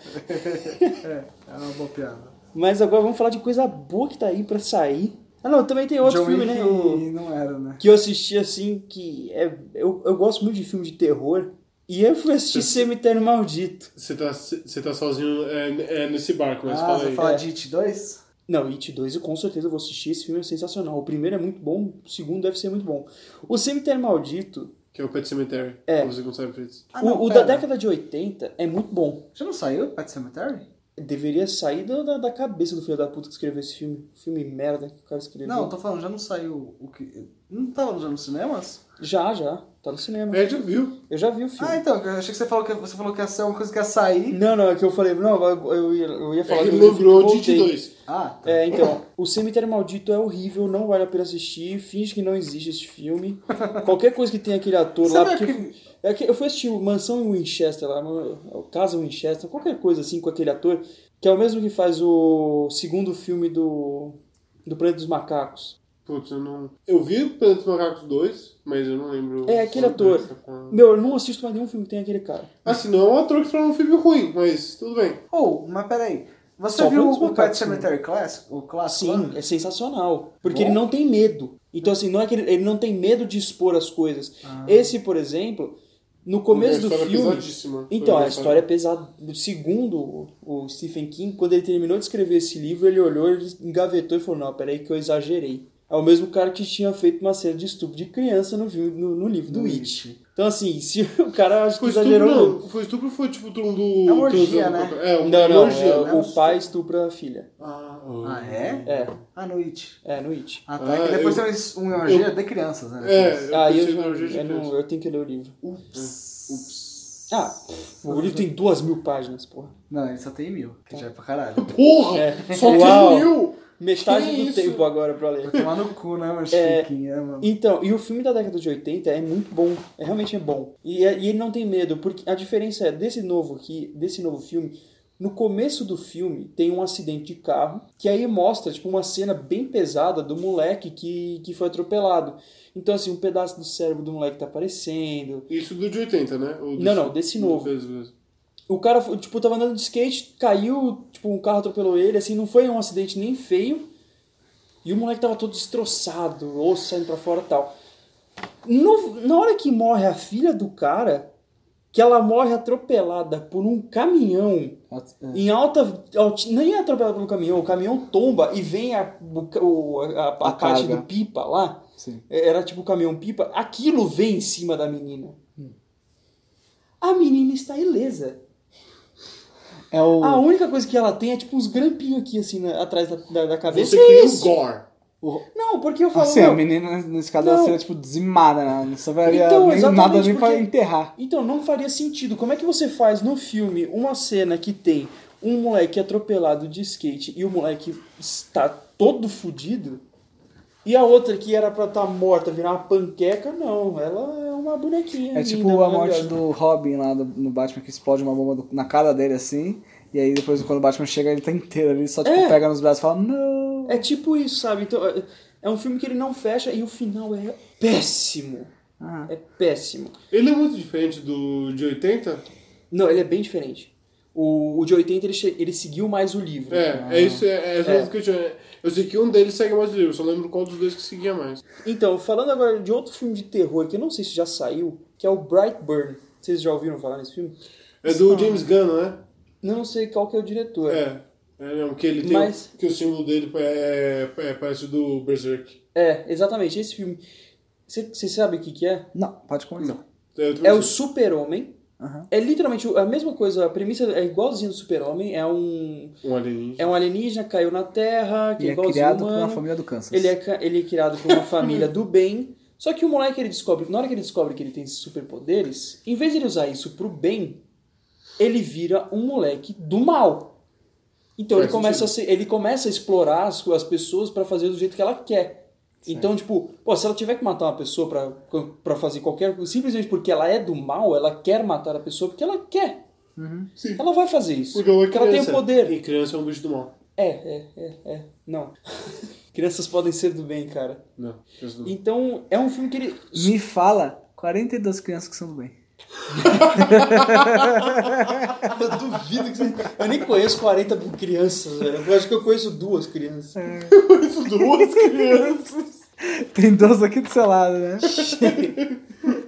S3: É uma boa piada.
S5: Mas agora vamos falar de coisa boa que tá aí pra sair. Ah, não, também tem outro
S3: John
S5: filme,
S3: Wick
S5: né? o-
S3: não era, né?
S5: que eu assisti assim, que é. Eu, eu gosto muito de filme de terror. E eu fui assistir Cemitério Maldito.
S7: Você tá, você tá sozinho é, é, nesse barco, mas
S3: Ah,
S7: fala
S3: você
S7: aí.
S3: fala de It 2?
S5: Não, It 2 eu com certeza vou assistir. Esse filme é sensacional. O primeiro é muito bom, o segundo deve ser muito bom. O Cemitério Maldito,
S7: Que é o Pet Cemetery.
S5: É.
S7: Como você consegue Fritz.
S3: Ah,
S5: o-
S3: não,
S5: o, da
S3: pera.
S5: década de 80 é muito bom.
S3: Já não saiu Pet Cemetery?
S5: Deveria sair da, da, da cabeça do filho da puta que escreveu esse filme. Filme merda que o cara escreveu.
S3: Não, tô falando, já não saiu o que. Não tava já nos cinemas?
S5: Já, já. Tá no cinema.
S7: É, já viu.
S5: Eu já vi o filme.
S3: Ah, então, eu achei que você falou que você falou que ia ser uma coisa que ia sair.
S5: Não, não, é que eu falei, não, eu, eu ia, eu ia falar
S7: É, ele
S5: do filme,
S7: lembrou de
S5: voltei.
S7: 2.
S3: Ah, tá.
S5: É, então, o Cemitério Maldito é horrível, não vale a pena assistir, finge que não existe esse filme. Qualquer coisa que tenha aquele ator lá,
S3: Sabe
S5: porque. É que eu fui assistir o Mansão em Winchester lá, o Casa em Winchester, qualquer coisa assim com aquele ator, que é o mesmo que faz o segundo filme do. do Planeta dos Macacos.
S7: Putz, eu não... Eu vi o Planeta dos Macacos 2, mas eu não lembro...
S5: É, aquele ator. Meu, eu não assisto mais nenhum filme que tem aquele cara.
S7: Assim, não é um ator que tá num filme ruim, mas tudo bem.
S3: Ou, mas peraí. Você
S5: Só
S3: viu
S5: vamos
S3: o
S5: botar
S3: Pet Cemetery Clássico? O clássico?
S5: Sim,
S3: lá?
S5: é sensacional. Porque
S3: Bom.
S5: ele não tem medo. Então, assim, não é que ele, ele não tem medo de expor as coisas.
S7: Ah.
S5: Esse, por exemplo, no começo do
S7: Uma história
S5: filme.
S7: pesadíssima.
S5: Então,
S7: Foi
S5: a
S7: uma
S5: história é pesada. Segundo o- o Stephen King, quando ele terminou de escrever esse livro, ele olhou, ele engavetou e falou: Não, peraí, que eu exagerei. É o mesmo cara que tinha feito uma cena de estupro de criança no, filme- no, no livro do
S3: No
S5: It. Então, assim, se o cara acho que
S7: Foi estupro,
S5: exagerou. muito.
S7: Hum. não. Foi estupro foi tipo do... do
S3: É uma orgia,
S7: transando
S3: né?
S7: com- É, uma
S5: Não, não,
S7: orgia.
S5: é, o pai estupra a filha.
S3: Ah, é?
S5: É,
S3: Ah, no It.
S5: é, no It.
S3: Ah, tá.
S7: Ah,
S3: é que depois
S7: eu-
S3: tem um orgia de crianças, né?
S7: É, eu
S5: Aí
S7: pensei
S5: Ah, eu,
S7: na orgia de
S5: eu não-
S7: criança.
S5: eu tenho que ler o livro.
S3: Ups.
S5: Ah, o livro tem duas mil páginas, porra.
S3: Não, ele só tem mil, que já é pra caralho.
S7: Porra!
S5: É.
S7: Só
S5: Uau.
S7: tem mil!
S5: Metade
S7: Que
S5: do
S7: isso?
S5: tempo agora pra
S3: Vai
S5: ler.
S3: tomar no cu, né, mano?
S5: É.
S3: Chiquinho, é, mano.
S5: Então, e o filme da década de 80 é muito bom, é, realmente é bom. E, é- e ele não tem medo, porque a diferença é desse novo aqui, desse novo filme, no começo do filme tem um acidente de carro, que aí mostra tipo uma cena bem pesada do moleque que, que foi atropelado. Então assim, um pedaço do cérebro do moleque tá aparecendo,
S7: Isso do de 80, né? Ou do-
S5: Não, não, desse novo.
S7: Beleza, beleza.
S5: O cara, foi, tipo, tava andando de skate, caiu, tipo, um carro atropelou ele, assim, não foi um acidente nem feio. E o moleque tava todo destroçado, osso saindo pra fora e tal. No- na hora que morre a filha do cara, que ela morre atropelada por um caminhão,
S3: é.
S5: em alta, alt- nem é atropelada pelo caminhão, o caminhão tomba e vem a, o ca- o- a, a
S3: A
S5: parte
S3: carga.
S5: do pipa lá,
S3: Sim.
S5: era tipo o caminhão pipa, aquilo vem em cima da menina.
S3: Hum.
S5: A menina está ilesa.
S3: É o.
S5: A única coisa que ela tem é tipo uns grampinhos aqui, assim, na- atrás da, da, da cabeça.
S7: Você
S5: E é
S3: um
S4: um
S7: queria o
S5: isso.
S7: gore.
S5: Não, porque eu falo.
S3: Assim,
S5: meu,
S3: a menina, nesse caso,
S5: Não.
S3: ela seria, tipo, dizimada, né? Não sobraria
S5: Então,
S3: nem
S5: exatamente,
S3: nada nem pra
S5: porque-
S3: enterrar.
S5: Então, não faria sentido. Como é que você faz no filme uma cena que tem um moleque atropelado de skate e o moleque está todo fudido. E a outra que era pra estar morta, virar uma panqueca, não. Ela é uma bonequinha.
S3: É tipo a morte do Robin lá do- no Batman que explode uma bomba do- na cara dele assim. E aí depois quando o Batman chega ele tá inteiro ali, só tipo
S5: É.
S3: pega nos braços e fala, não.
S5: É tipo isso, sabe? Então, é- é um filme que ele não fecha e o final é péssimo.
S3: Ah.
S5: É péssimo.
S4: Ele é muito diferente do de 80?
S5: Não, ele é bem diferente. O, o de 80 ele, che- ele seguiu mais o livro.
S4: É, é isso, é, é, só
S5: É.
S4: isso que eu tinha. Eu sei que um deles segue mais o livro, só não lembro qual dos dois que seguia mais.
S5: Então, falando agora de outro filme de terror que eu não sei se já saiu, que é o Brightburn. Vocês já ouviram falar nesse filme?
S4: É do James Gunn, né?
S5: Não sei qual que é o diretor.
S4: É. É, não, que ele tem.
S5: Mas-
S4: Que o símbolo dele é, é, parece o do Berserk.
S5: É, exatamente, esse filme. Você sabe o que, que é?
S3: Não, pode começar.
S4: É, eu também
S5: É o
S4: sei.
S5: Super-Homem.
S3: Aham.
S5: É literalmente a mesma coisa, a premissa é igualzinha do Super-Homem. É um,
S4: Um alienígena.
S5: é um alienígena, caiu na Terra, que
S3: E
S5: é
S3: é
S5: igualzinho
S3: criado por
S5: humano.
S3: uma família do Kansas.
S5: Ele é, ca- ele é criado por uma família do bem. Só que o moleque ele descobre, na hora que ele descobre que ele tem esses superpoderes, em vez de ele usar isso pro bem, ele vira um moleque do mal. Então ele
S4: Faz
S5: começa, a ser- ele começa a explorar as, co- as pessoas pra fazer do jeito que ela quer. Então, tipo, pô, se ela tiver que matar uma pessoa pra, pra fazer qualquer coisa, simplesmente porque ela é do mal, ela quer matar a pessoa porque ela quer. Ela vai fazer isso.
S4: Porque ela é
S5: ela tem o
S4: criança.
S5: poder.
S4: E criança é um bicho do mal.
S5: É, é, é, é. Não. Crianças podem ser do bem, cara.
S4: Não, criança do mal.
S5: Então, é um filme que ele.
S3: Me fala 42 crianças que são do bem.
S5: Eu duvido que você. Eu nem conheço 40 crianças, velho. Eu acho que eu conheço duas crianças.
S4: Duas crianças.
S3: Tem 12 aqui do seu lado, né?
S5: Eu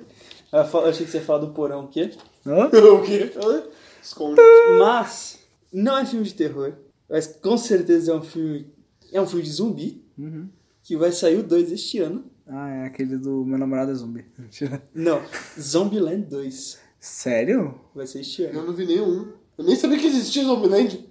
S5: Ah, fa- eu achei que você ia falar do porão, o quê?
S3: Hã?
S4: o quê? Esconde.
S5: Mas, não é filme de terror. Mas com certeza é um filme. É um filme de zumbi. Que vai sair o 2 este ano.
S3: ah, é aquele do meu namorado é zumbi. Mentira.
S5: Não, Zombieland 2.
S3: Sério?
S5: Vai ser este ano.
S4: Eu não vi nenhum. Eu nem sabia que existia Zombieland.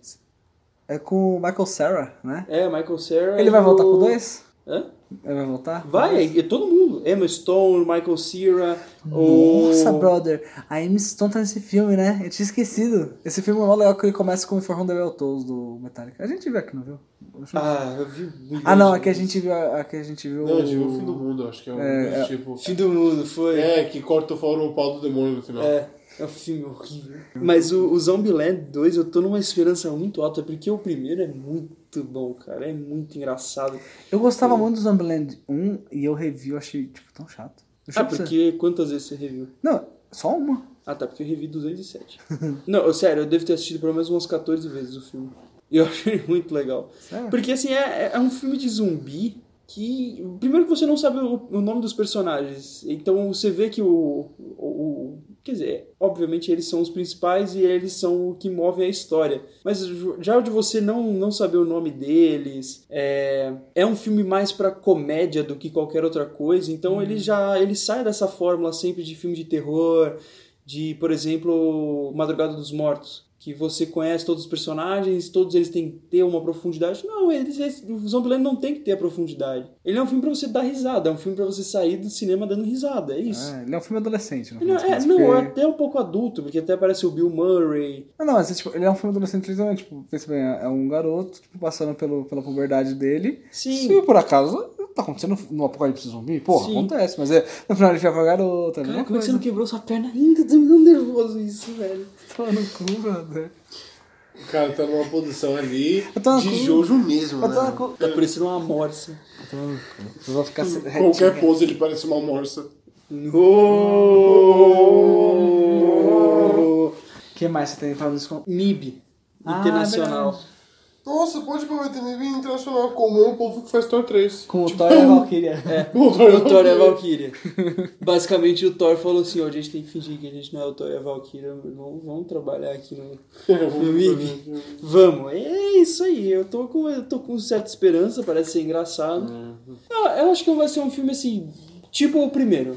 S3: É com o Michael Sarah, né?
S5: É, Michael Cera.
S3: Ele
S5: e
S3: vai voltar com
S5: o-
S3: dois?
S5: Hã?
S3: Ele vai voltar?
S5: Vai, é, é todo mundo. Emma Stone, Michael Cera. o-
S3: Nossa, brother. A Amy Stone tá nesse filme, né? Eu tinha esquecido. Esse filme é mó legal que ele começa com o For Whom the Bell Tolls do Metallica. A gente viu aqui, não viu?
S5: Ah, é eu vi muito.
S3: Ah, não. Aqui a gente viu... Aqui a gente viu...
S4: Não, eu vi o fim do mundo, acho que é um
S3: É,
S4: desse tipo.
S5: Fim do mundo, foi.
S4: É, que corta o fora o pau do demônio no final.
S5: É, é um filme horrível. Mas o, o Zombieland 2, eu tô numa esperança muito alta, porque o primeiro é muito bom, cara. É muito engraçado.
S3: Eu gostava muito do Zombieland 1 e eu revi, eu achei, tipo, tão chato. Eu
S5: Ah,
S3: juro pra você.
S5: porque quantas vezes você reviu?
S3: Não, só uma.
S5: Ah, tá, porque eu revi 207. Não, eu- sério, eu devo ter assistido pelo menos umas 14 vezes o filme. E eu achei muito legal.
S3: Sério?
S5: Porque, assim, é, é um filme de zumbi que... Primeiro que você não sabe o, o nome dos personagens. Então, você vê que o, o- o- Quer dizer, obviamente eles são os principais e eles são o que move a história. Mas ju- já o de você não, não saber o nome deles... É, é um filme mais pra comédia do que qualquer outra coisa. Então, ele já... Ele sai dessa fórmula sempre de filme de terror de, por exemplo, Madrugada dos Mortos, que você conhece todos os personagens, todos eles têm que ter uma profundidade. Não, eles, eles- o Zombieland não tem que ter a profundidade. Ele é um filme pra você dar risada, é um filme pra você sair do cinema dando risada, é isso.
S3: Ah, ele é um filme adolescente. no
S5: Ele não,
S3: fim das contas,
S5: é, não, é
S3: porque-
S5: até um pouco adulto, porque até aparece o Bill Murray.
S3: Não, não, mas é, tipo, ele é um filme adolescente, literalmente, tipo, pensa bem, é um garoto, tipo, passando pelo, pela puberdade dele.
S5: Sim.
S3: Se por acaso tá acontecendo no apocalipse zumbi, porra,
S5: Sim.
S3: acontece, mas é, no final ele fica com a garota,
S5: Cara,
S3: né?
S5: como é que você não quebrou sua perna ainda? Tá me dando nervoso isso, velho.
S3: Tô no cu,
S5: né?
S3: brother.
S4: O cara tá numa posição ali
S3: Eu tô na
S4: de
S3: cu.
S4: Jojo mesmo,
S3: Eu
S4: né?
S3: tô na cu.
S5: Tá parecendo uma morsa.
S3: Eu vou ficar se- retinho.
S4: Qualquer pose ele parece uma morsa.
S5: No!
S3: O que mais você tem pra nos contar?
S5: MIB. é
S3: Ah,
S5: Internacional.
S3: verdade.
S4: Nossa, pode aproveitar minha vida internacional como é um povo que faz Thor 3.
S3: Com o Thor e a Valkyria.
S4: O Thor
S5: O Thor Tipo, é a Valkyria. Basicamente, o Thor falou assim: ó, a gente tem que fingir que a gente não é o Thor e a Valkyria. Vamos, vamos trabalhar aqui no, no MIB. Vamos. É isso aí. Eu tô com, eu tô com certa esperança, parece ser engraçado. Eu, eu acho que vai ser um filme assim. Tipo o primeiro.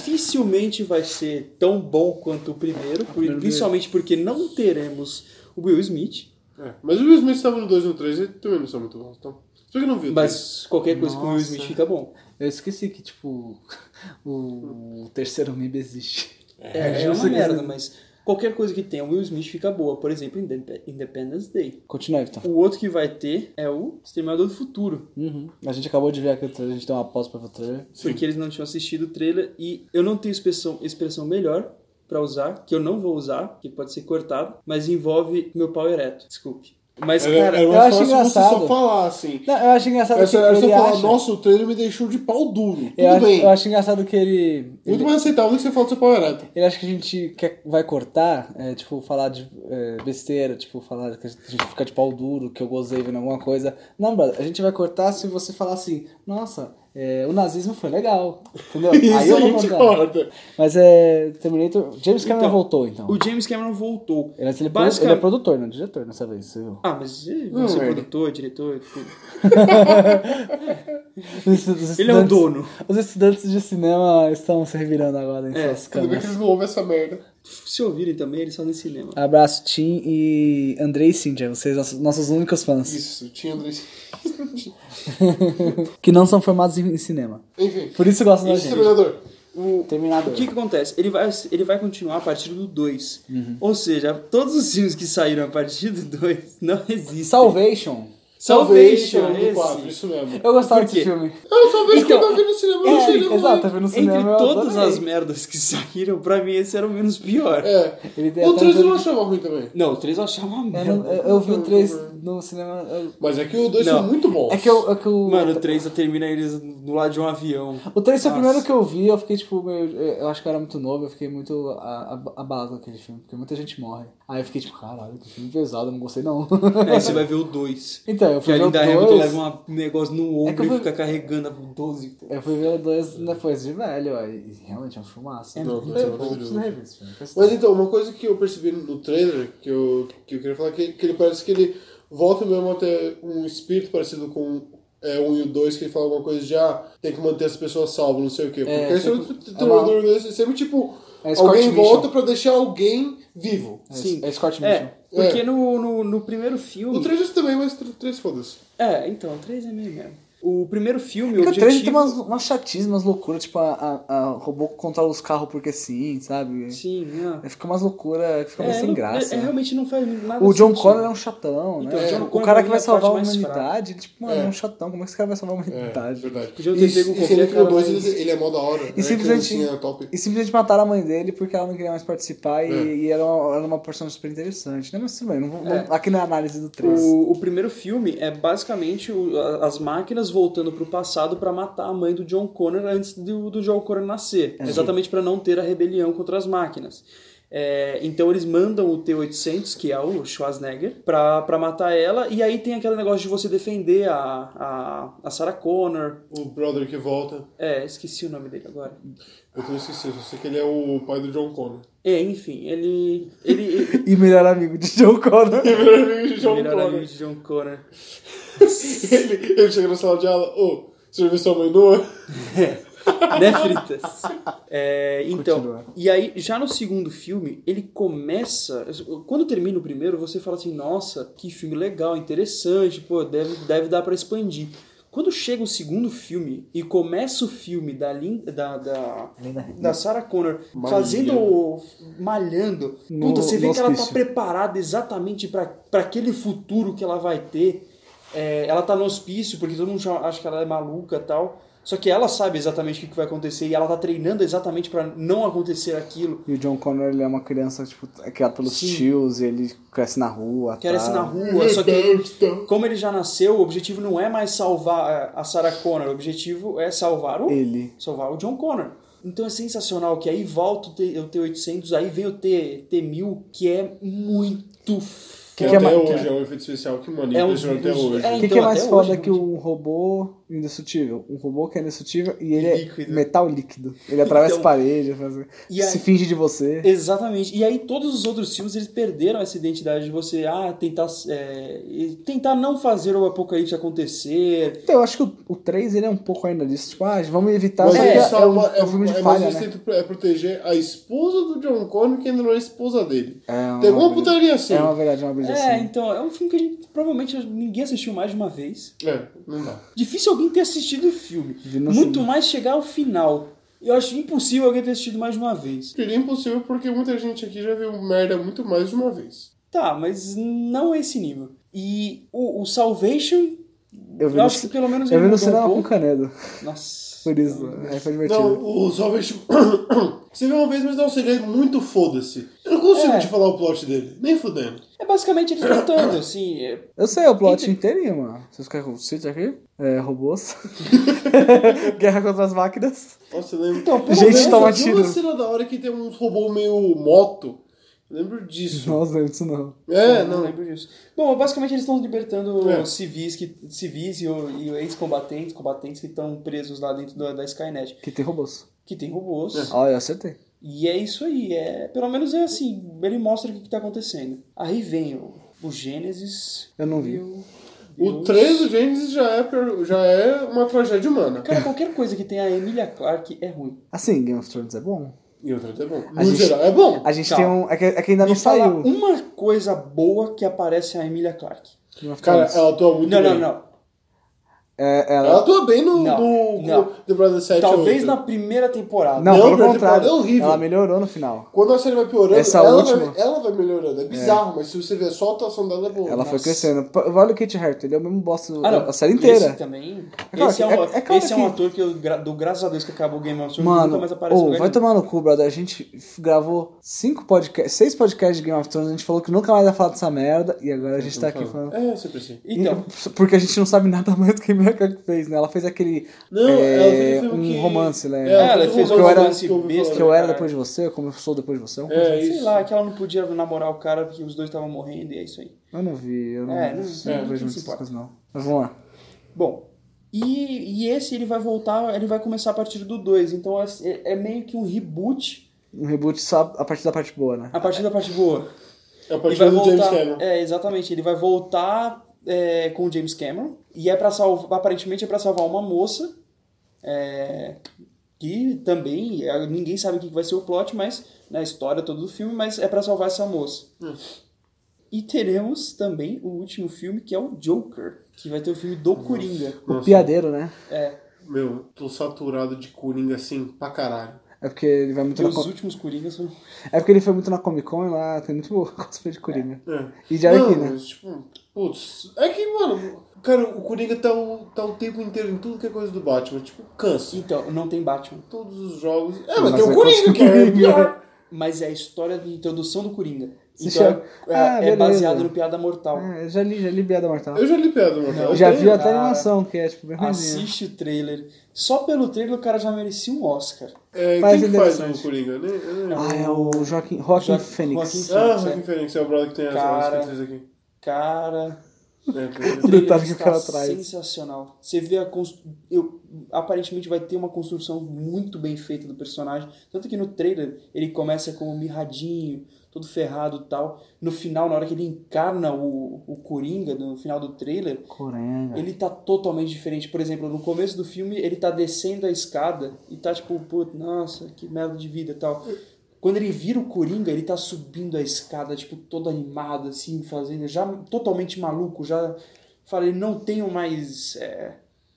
S5: Dificilmente vai ser tão bom quanto o primeiro, por- principalmente porque não teremos o Will Smith.
S4: É, mas o Will Smith estava no 2 e no 3 e também não são muito bons. Então. Só que eu não vi o três.
S5: Mas qualquer coisa com o Will
S3: Nossa.
S5: Smith fica bom.
S3: Eu esqueci que, tipo, o terceiro MIB existe.
S5: É, é
S3: justo
S5: uma
S3: que-
S5: merda, mas Qualquer coisa que tenha o Will Smith fica boa. Por exemplo, Indep- Independence Day.
S3: Continua, Vitor.
S5: O outro que vai ter é o Exterminador do Futuro.
S3: Uhum. A gente acabou de ver aqui o trailer, a gente deu uma pausa pra ver o trailer.
S5: Porque eles não tinham assistido o trailer e eu não tenho expressão, expressão melhor pra usar, que eu não vou usar, que pode ser cortado, mas envolve meu pau ereto. Desculpe. Mas, cara,
S3: eu acho
S4: fácil
S3: engraçado.
S4: você só falar assim.
S3: Não, eu acho engraçado
S4: Essa
S3: que
S4: hora você
S3: ele
S4: falar,
S3: acha...
S4: nossa, o trailer me deixou de pau duro.
S3: eu,
S4: Tudo
S3: acho,
S4: bem.
S3: eu acho engraçado que ele...
S4: Muito mais aceitável do que você falar do seu pau ereto.
S3: Ele acha que a gente quer, vai cortar, é, tipo, falar de é, besteira, tipo, falar que a gente fica de pau duro, que eu gozei vendo alguma coisa. Não, brother, a gente vai cortar se você falar assim, nossa, é, o nazismo foi legal, entendeu?
S4: Isso
S3: Aí eu
S4: a
S3: vou
S4: gente
S3: cortar.
S4: corta.
S3: Mas é, Terminator, James Cameron
S5: Então,
S3: voltou, então.
S5: o James Cameron voltou.
S3: Ele, ele, é pro-
S5: Basicamente-
S3: ele é produtor, não é diretor nessa vez, você viu?
S5: Ah, mas eh, você é produtor, diretor, tudo.
S3: Os estu- os
S5: Ele é o
S3: estudantes-
S5: dono.
S3: Os estudantes de cinema estão se revirando agora em
S5: É,
S3: suas
S4: Ainda bem que
S3: câmeras.
S4: eles não ouvem essa merda.
S5: Se ouvirem também, eles fazem cinema.
S3: Abraço, Tim e Andrei Sindia, vocês, nossos, nossos únicos fãs.
S4: Isso, tinha Andrés.
S3: Que não são formados em, em cinema.
S4: Enfim.
S3: Por isso gostam da
S4: Isso,
S3: Tá, gente.
S4: Exterminador.
S3: Terminado.
S5: O que, que acontece? Ele vai, ele vai continuar a partir do 2.
S3: Uhum.
S5: Ou seja, todos os filmes que saíram a partir do 2 não existem.
S3: Salvation. um
S5: Salvation,
S4: do quadro,
S5: esse.
S4: isso mesmo. É,
S3: Eu gostava
S5: Por quê?
S3: desse filme.
S4: Eu só vejo
S5: Então,
S4: quando eu vi no cinema, eu não sei
S3: É,
S4: nem
S3: exato, eu vi no cinema.
S5: Entre
S3: eu
S5: todas
S3: adorei.
S5: as merdas que saíram, pra mim esse era o menos pior.
S4: É.
S3: Ele tem
S4: O
S3: até um
S4: 3 eu não
S3: jogo-
S4: achava ruim também.
S5: Não, o 3 eu achava uma
S3: eu, não-
S5: merda.
S3: eu- eu vi o 3 no cinema. eu-
S4: Mas é que o 2
S5: Não.
S4: foi muito bom.
S3: É que eu. É que eu
S5: Mano, o 3 termina eles do lado de um avião.
S3: o 3 foi o
S5: Nossa.
S3: primeiro que eu vi, eu fiquei tipo, meio, eu acho que eu era muito novo, eu fiquei muito a- a- abalado com aquele filme, porque muita gente morre. Aí eu fiquei tipo, caralho, que filme pesado, eu não gostei não.
S5: Aí É, você vai ver o 2.
S3: então, eu
S5: Que
S3: fui
S5: a
S3: ver o
S5: Linda Hamilton leva
S3: dois
S5: uma- um negócio no
S3: É que eu
S5: ombro e
S3: fui-
S5: fica carregando por 12. pô.
S3: eu fui ver o 2 depois de velho, ó, e realmente é um filmaço.
S4: Não, dois é
S3: eu
S4: maravilhoso.
S3: preciso rever esse filme. faz
S4: Mas
S3: tempo.
S4: então, uma coisa que eu percebi no trailer, que eu, que eu queria falar, que, que ele parece que ele volta mesmo até um espírito parecido com é, um e o dois, que ele fala alguma coisa de ah, tem que manter as pessoas salvas, não sei o quê. Porque é, isso é,
S3: sempre-
S4: muito-
S3: é uma-
S4: trailer desse, sempre tipo,
S3: É Scott
S4: alguém
S3: Mitchell.
S4: volta pra deixar alguém vivo.
S3: É, É Scott
S5: É,
S3: Mitchell.
S5: porque
S4: É.
S5: No, no, no primeiro filme.
S4: O trailer também, mas tr- três foda-se.
S5: É, então, o 3 é meio mesmo. O primeiro filme, o
S3: Porque É o
S5: objetivo.
S3: trailer tem umas, umas chatices, umas loucuras, tipo, a, a, a robô que controla os carros porque sim, sabe?
S5: Sim, né?
S3: Aí Fica umas loucuras, fica meio sem
S5: não-
S3: graça.
S5: é,
S3: né?
S5: realmente não faz nada
S3: O John
S5: sentido.
S3: Connor é um chatão,
S5: Então,
S3: né?
S5: o John
S3: o
S5: Connor
S3: cara que
S5: é
S3: vai
S5: a
S3: salvar a
S5: parte mais
S3: humanidade, ele, tipo, mano, é.
S4: É.
S3: um chatão, como é que esse cara vai salvar a
S4: É,
S3: humanidade?
S4: verdade.
S5: Podia ter
S4: E,
S5: pego
S4: se- e se
S5: qualquer
S4: ele
S5: cara
S4: pegou dois,
S5: mais-
S4: ele, ele é mó da hora.
S3: E simplesmente,
S4: É top.
S3: e simplesmente mataram a mãe dele porque ela não queria mais participar e,
S4: É.
S3: e era, uma, era uma porção super interessante. Né? Mas tudo bem, não vou-
S5: É.
S3: não- aqui na análise do 3.
S5: O, o primeiro filme é basicamente o- a- as máquinas voltando pro passado pra matar a mãe do John Connor antes do, do John Connor
S3: É.
S5: nascer. Exatamente pra não ter a rebelião contra as máquinas. É, então eles mandam o T-800, que é o Schwarzenegger, pra, pra matar ela. E aí tem aquele negócio de você defender a, a, a Sarah Connor.
S4: O brother que volta.
S5: É, esqueci o nome dele agora.
S4: Eu tô esquecido, eu sei que ele é o pai do John Connor.
S5: É, enfim, ele. ele, ele é
S3: E melhor amigo de John Connor.
S4: John
S5: melhor
S4: Connor.
S5: amigo de John Connor.
S4: Ele, ele chega na sala de aula, ô, você já viu sua mãe nua?
S5: né, Fritas? É, então,
S3: Continua.
S5: e aí, já no segundo filme, ele começa. Quando termina o primeiro, você fala assim: nossa, que filme legal, interessante, pô, deve, deve dar pra expandir. Quando chega o segundo filme e começa o filme da, Lin- da, da, da Sarah Connor fazendo o. malhando,
S3: No-
S5: puta, você vê
S3: no
S5: que ela tá
S3: hospício.
S5: preparada exatamente pra pra aquele futuro que ela vai ter. É, ela tá no hospício, porque todo mundo chama- acha que ela é maluca e tal. Só que ela sabe exatamente o que que vai acontecer e ela tá treinando exatamente pra não acontecer aquilo.
S3: E o John Connor ele é uma criança tipo, é criada pelos
S5: Sim.
S3: tios, ele cresce na rua. tá?
S5: Quer ser
S3: tal.
S5: na rua, só que como ele já nasceu, o objetivo não é mais salvar a a Sarah Connor, o objetivo é salvar o
S3: Ele.
S5: salvar o John Connor. Então é sensacional que aí volta o T- o T-800, aí vem o T- T-1000, que é muito
S3: Que
S4: Que,
S3: que é
S4: até
S3: ma-
S4: hoje
S3: que-
S4: é um efeito especial que, mano,
S5: É um
S4: impressionou até
S5: dos-
S4: hoje.
S5: é,
S3: O que,
S5: Então,
S3: que é mais
S5: até
S3: foda
S5: hoje,
S3: que um robô indestrutível? Um robô que é indestrutível e ele
S5: Líquido.
S3: é metal líquido. Ele atravessa
S5: Então-
S3: parede, faz-
S5: E aí-
S3: se finge de você.
S5: Exatamente. E aí todos os outros filmes eles perderam essa identidade de você ah, tentar, é, e tentar não fazer o apocalipse acontecer.
S3: Então, eu acho que o, o 3 ele é um pouco ainda disso. Tipo, ah, vamos evitar.
S4: Mas
S3: só
S4: é,
S3: que
S4: só
S3: um,
S4: uma, é,
S3: um filme de
S4: é, mas
S3: falha,
S4: eles
S3: né?
S4: tentam pro- é proteger a esposa do John Connor que ainda não é a esposa dele.
S3: É uma
S4: Tem alguma
S3: briga-
S4: putaria assim.
S3: É uma verdade, uma
S5: É,
S3: briga assim.
S5: então, é um filme que a gente provavelmente ninguém assistiu mais de uma vez.
S4: É, não dá.
S5: Difícil alguém ter assistido o filme.
S3: no
S5: Muito
S3: cinema.
S5: mais chegar ao final. Eu acho impossível alguém ter assistido mais de uma vez.
S4: Seria é impossível porque muita gente aqui já viu merda muito mais de uma vez.
S5: Tá, mas não é esse nível. E o, o Salvation,
S3: Eu vi
S5: eu
S3: no,
S5: acho que pelo menos
S3: eu vi
S5: ele
S3: no
S5: mudou
S3: cinema
S5: um
S3: com
S5: pouco. né?
S3: Canedo.
S5: Nossa.
S3: Por isso, é, foi divertido.
S4: Não, o Salvation. Você viu uma vez, mas é um segredo muito foda-se. Eu não consigo
S5: É.
S4: te falar o plot dele, nem fudendo.
S5: É basicamente eles lutando, assim. é-
S3: Eu sei o plot inteirinho, mano. Vocês querem que eu cite aqui? É, robôs. Guerra contra as máquinas.
S4: Nossa, eu lembro.
S5: Então, pelo
S3: Gente,
S5: menos-
S3: toma
S4: Tem uma
S3: tiro.
S4: cena da hora que tem uns robô meio moto. Eu lembro disso.
S3: Não, lembro disso não.
S4: É,
S5: Eu não
S4: não.
S5: lembro disso. Bom, basicamente eles estão libertando
S4: É.
S5: civis, que, civis e, o- e ex-combatentes combatentes que estão presos lá dentro da, da Skynet,
S3: Que tem robôs.
S5: que tem robôs.
S3: Olha, eu acertei.
S5: E é isso aí. É, pelo menos é assim. Ele mostra o que, que tá acontecendo. Aí vem o, o Gênesis.
S3: Eu não vi.
S5: e o- e
S4: O 3 do Gênesis já é, per- já é uma tragédia humana.
S5: Cara, qualquer coisa que tenha a Emilia Clarke é ruim.
S3: Assim, Game of Thrones é bom.
S4: E o 3 é bom.
S3: A
S4: No
S3: gente-
S4: geral, é bom.
S3: A gente
S5: Tá.
S3: tem um. É que, é que ainda
S5: Me
S3: não
S5: fala
S3: saiu.
S5: uma coisa boa que aparece a Emilia Clarke.
S3: Game of
S4: Cara,
S3: Thrones.
S4: ela atua muito
S5: Não,
S4: bem.
S5: não, não.
S3: É,
S4: Ela
S3: ela.
S4: atua bem no,
S5: Não,
S4: no-
S5: não.
S4: no The Brother 7.
S5: Talvez
S4: ou-
S5: na primeira temporada.
S3: Não,
S4: Não,
S3: pelo
S4: Brother,
S3: contrário.
S4: é horrível.
S3: Ela melhorou no final.
S4: Quando a série vai piorando,
S3: Essa
S4: ela,
S3: última.
S4: vai, ela vai melhorando. É bizarro, mas se você ver só a atuação dela, é boa.
S3: Ela foi crescendo. P- Olha o Kit Harington, ele é o mesmo bosta
S5: Ah, não.
S3: a série
S5: Esse
S3: inteira.
S5: também.
S3: claro
S5: esse é,
S3: que-
S5: um,
S3: é- é claro
S5: esse é um
S3: que-
S5: ator que eu gra- dou graças a Deus que acabou o Game of Thrones e nunca
S3: Mano,
S5: mais aparece. em
S3: ô,
S5: lugar
S3: vai
S5: nenhum.
S3: tomar no cu, brother. A gente f- gravou cinco podcasts, seis podcasts de Game of Thrones, a gente falou que nunca mais ia falar dessa merda, e agora a gente tá aqui falando.
S4: É, sempre assim.
S5: Então,
S3: Porque a gente não sabe nada mais do que a Emilia Clarke fez, né? Ela fez aquele.
S4: Não,
S3: é,
S4: ela fez um filme
S3: um
S4: que-
S3: romance, né?
S4: É,
S5: ela
S4: eu
S5: fez
S4: vou-
S5: um
S3: eu era-
S5: romance
S4: que eu vou
S5: besta.
S3: Que eu era
S5: cara.
S3: depois de você, como eu sou depois de você. alguma coisa
S4: É
S5: um Sei
S4: isso.
S5: lá, que ela não podia namorar o cara porque os dois estavam morrendo e é isso aí.
S3: assim. Eu não vi, eu não,
S5: É,
S3: não
S5: não- é, não
S3: vejo
S5: se
S3: muitas
S5: importa.
S3: coisas, não. Mas vamos lá.
S5: Bom, e, e esse ele vai voltar, ele vai começar a partir do 2, então é, é meio que um reboot
S3: Um reboot só a partir da parte boa, né?
S5: a partir da parte boa.
S4: É a
S5: Ele
S4: partir
S5: vai
S4: do James
S5: voltar,
S4: Cameron.
S5: é, exatamente, ele vai voltar é, com o James Cameron e é para salvar, aparentemente é pra salvar uma moça é, que também, é, ninguém sabe o que que vai ser o plot, mas na história todo do filme, mas é pra salvar essa moça.
S4: Hum.
S5: E teremos também o último filme que é o Joker, que vai ter o filme do Coringa.
S3: O piadeiro, né?
S4: Meu, tô saturado de Coringa assim pra caralho.
S3: É porque ele vai muito
S5: Porque
S3: na
S5: os
S3: com...
S5: últimos Coringas foram.
S3: É porque ele foi muito na Comic Con e lá tem muito cosplay de Coringa.
S4: É.
S3: E de Arlequina.
S4: Não, mas, tipo, putz. É que, mano, cara, o Coringa tá o, tá o tempo inteiro em tudo que é coisa do Batman. Tipo, cansa.
S5: Então, não tem Batman.
S4: Todos os jogos. É, mas
S3: Mas
S4: tem o
S3: é
S4: Coringa,
S3: coisa
S4: que é pior.
S5: Mas é a história de introdução do Coringa.
S3: Se
S5: então
S3: chama-
S5: é,
S3: Ah,
S5: é
S3: beleza.
S5: baseado no Piada Mortal.
S3: É, eu já li, já li Piada Mortal.
S4: Eu já li piada, mano.
S3: Eu
S4: Eu
S3: tá? já
S4: tenho-
S3: vi até
S5: cara.
S3: animação, que é tipo bem ruimzinha.
S5: Assiste o trailer. Só pelo trailer o cara já merecia um Oscar.
S4: É,
S3: Mas
S4: quem que faz
S3: interessante.
S4: o Coringa? Eu nem- eu nem lembro.
S3: Ah, é o Joaquim, Joaquim
S5: Joaquin-
S3: Fênix.
S5: Joaquin-
S4: Ah,
S5: sim.
S4: que diferença. É o brother que tem as
S5: Cara.
S4: escritas aqui.
S5: Cara,
S4: É, tem-
S5: o trailer
S3: detalhe que o
S5: está
S3: cara traz.
S5: sensacional. Você vê a constru... eu aparentemente vai ter uma construção muito bem feita do personagem, tanto que no trailer ele começa como mirradinho, todo ferrado, e tal. No final, na hora que ele encarna o, o Coringa, no final do trailer,
S3: Coringa.
S5: ele tá totalmente diferente. Por exemplo, no começo do filme, ele tá descendo a escada e tá tipo, puto, nossa, que merda de vida e tal. Quando ele vira o Coringa, ele tá subindo a escada, tipo, todo animado, assim, fazendo, já totalmente maluco, já. Falei, não tenho mais. é,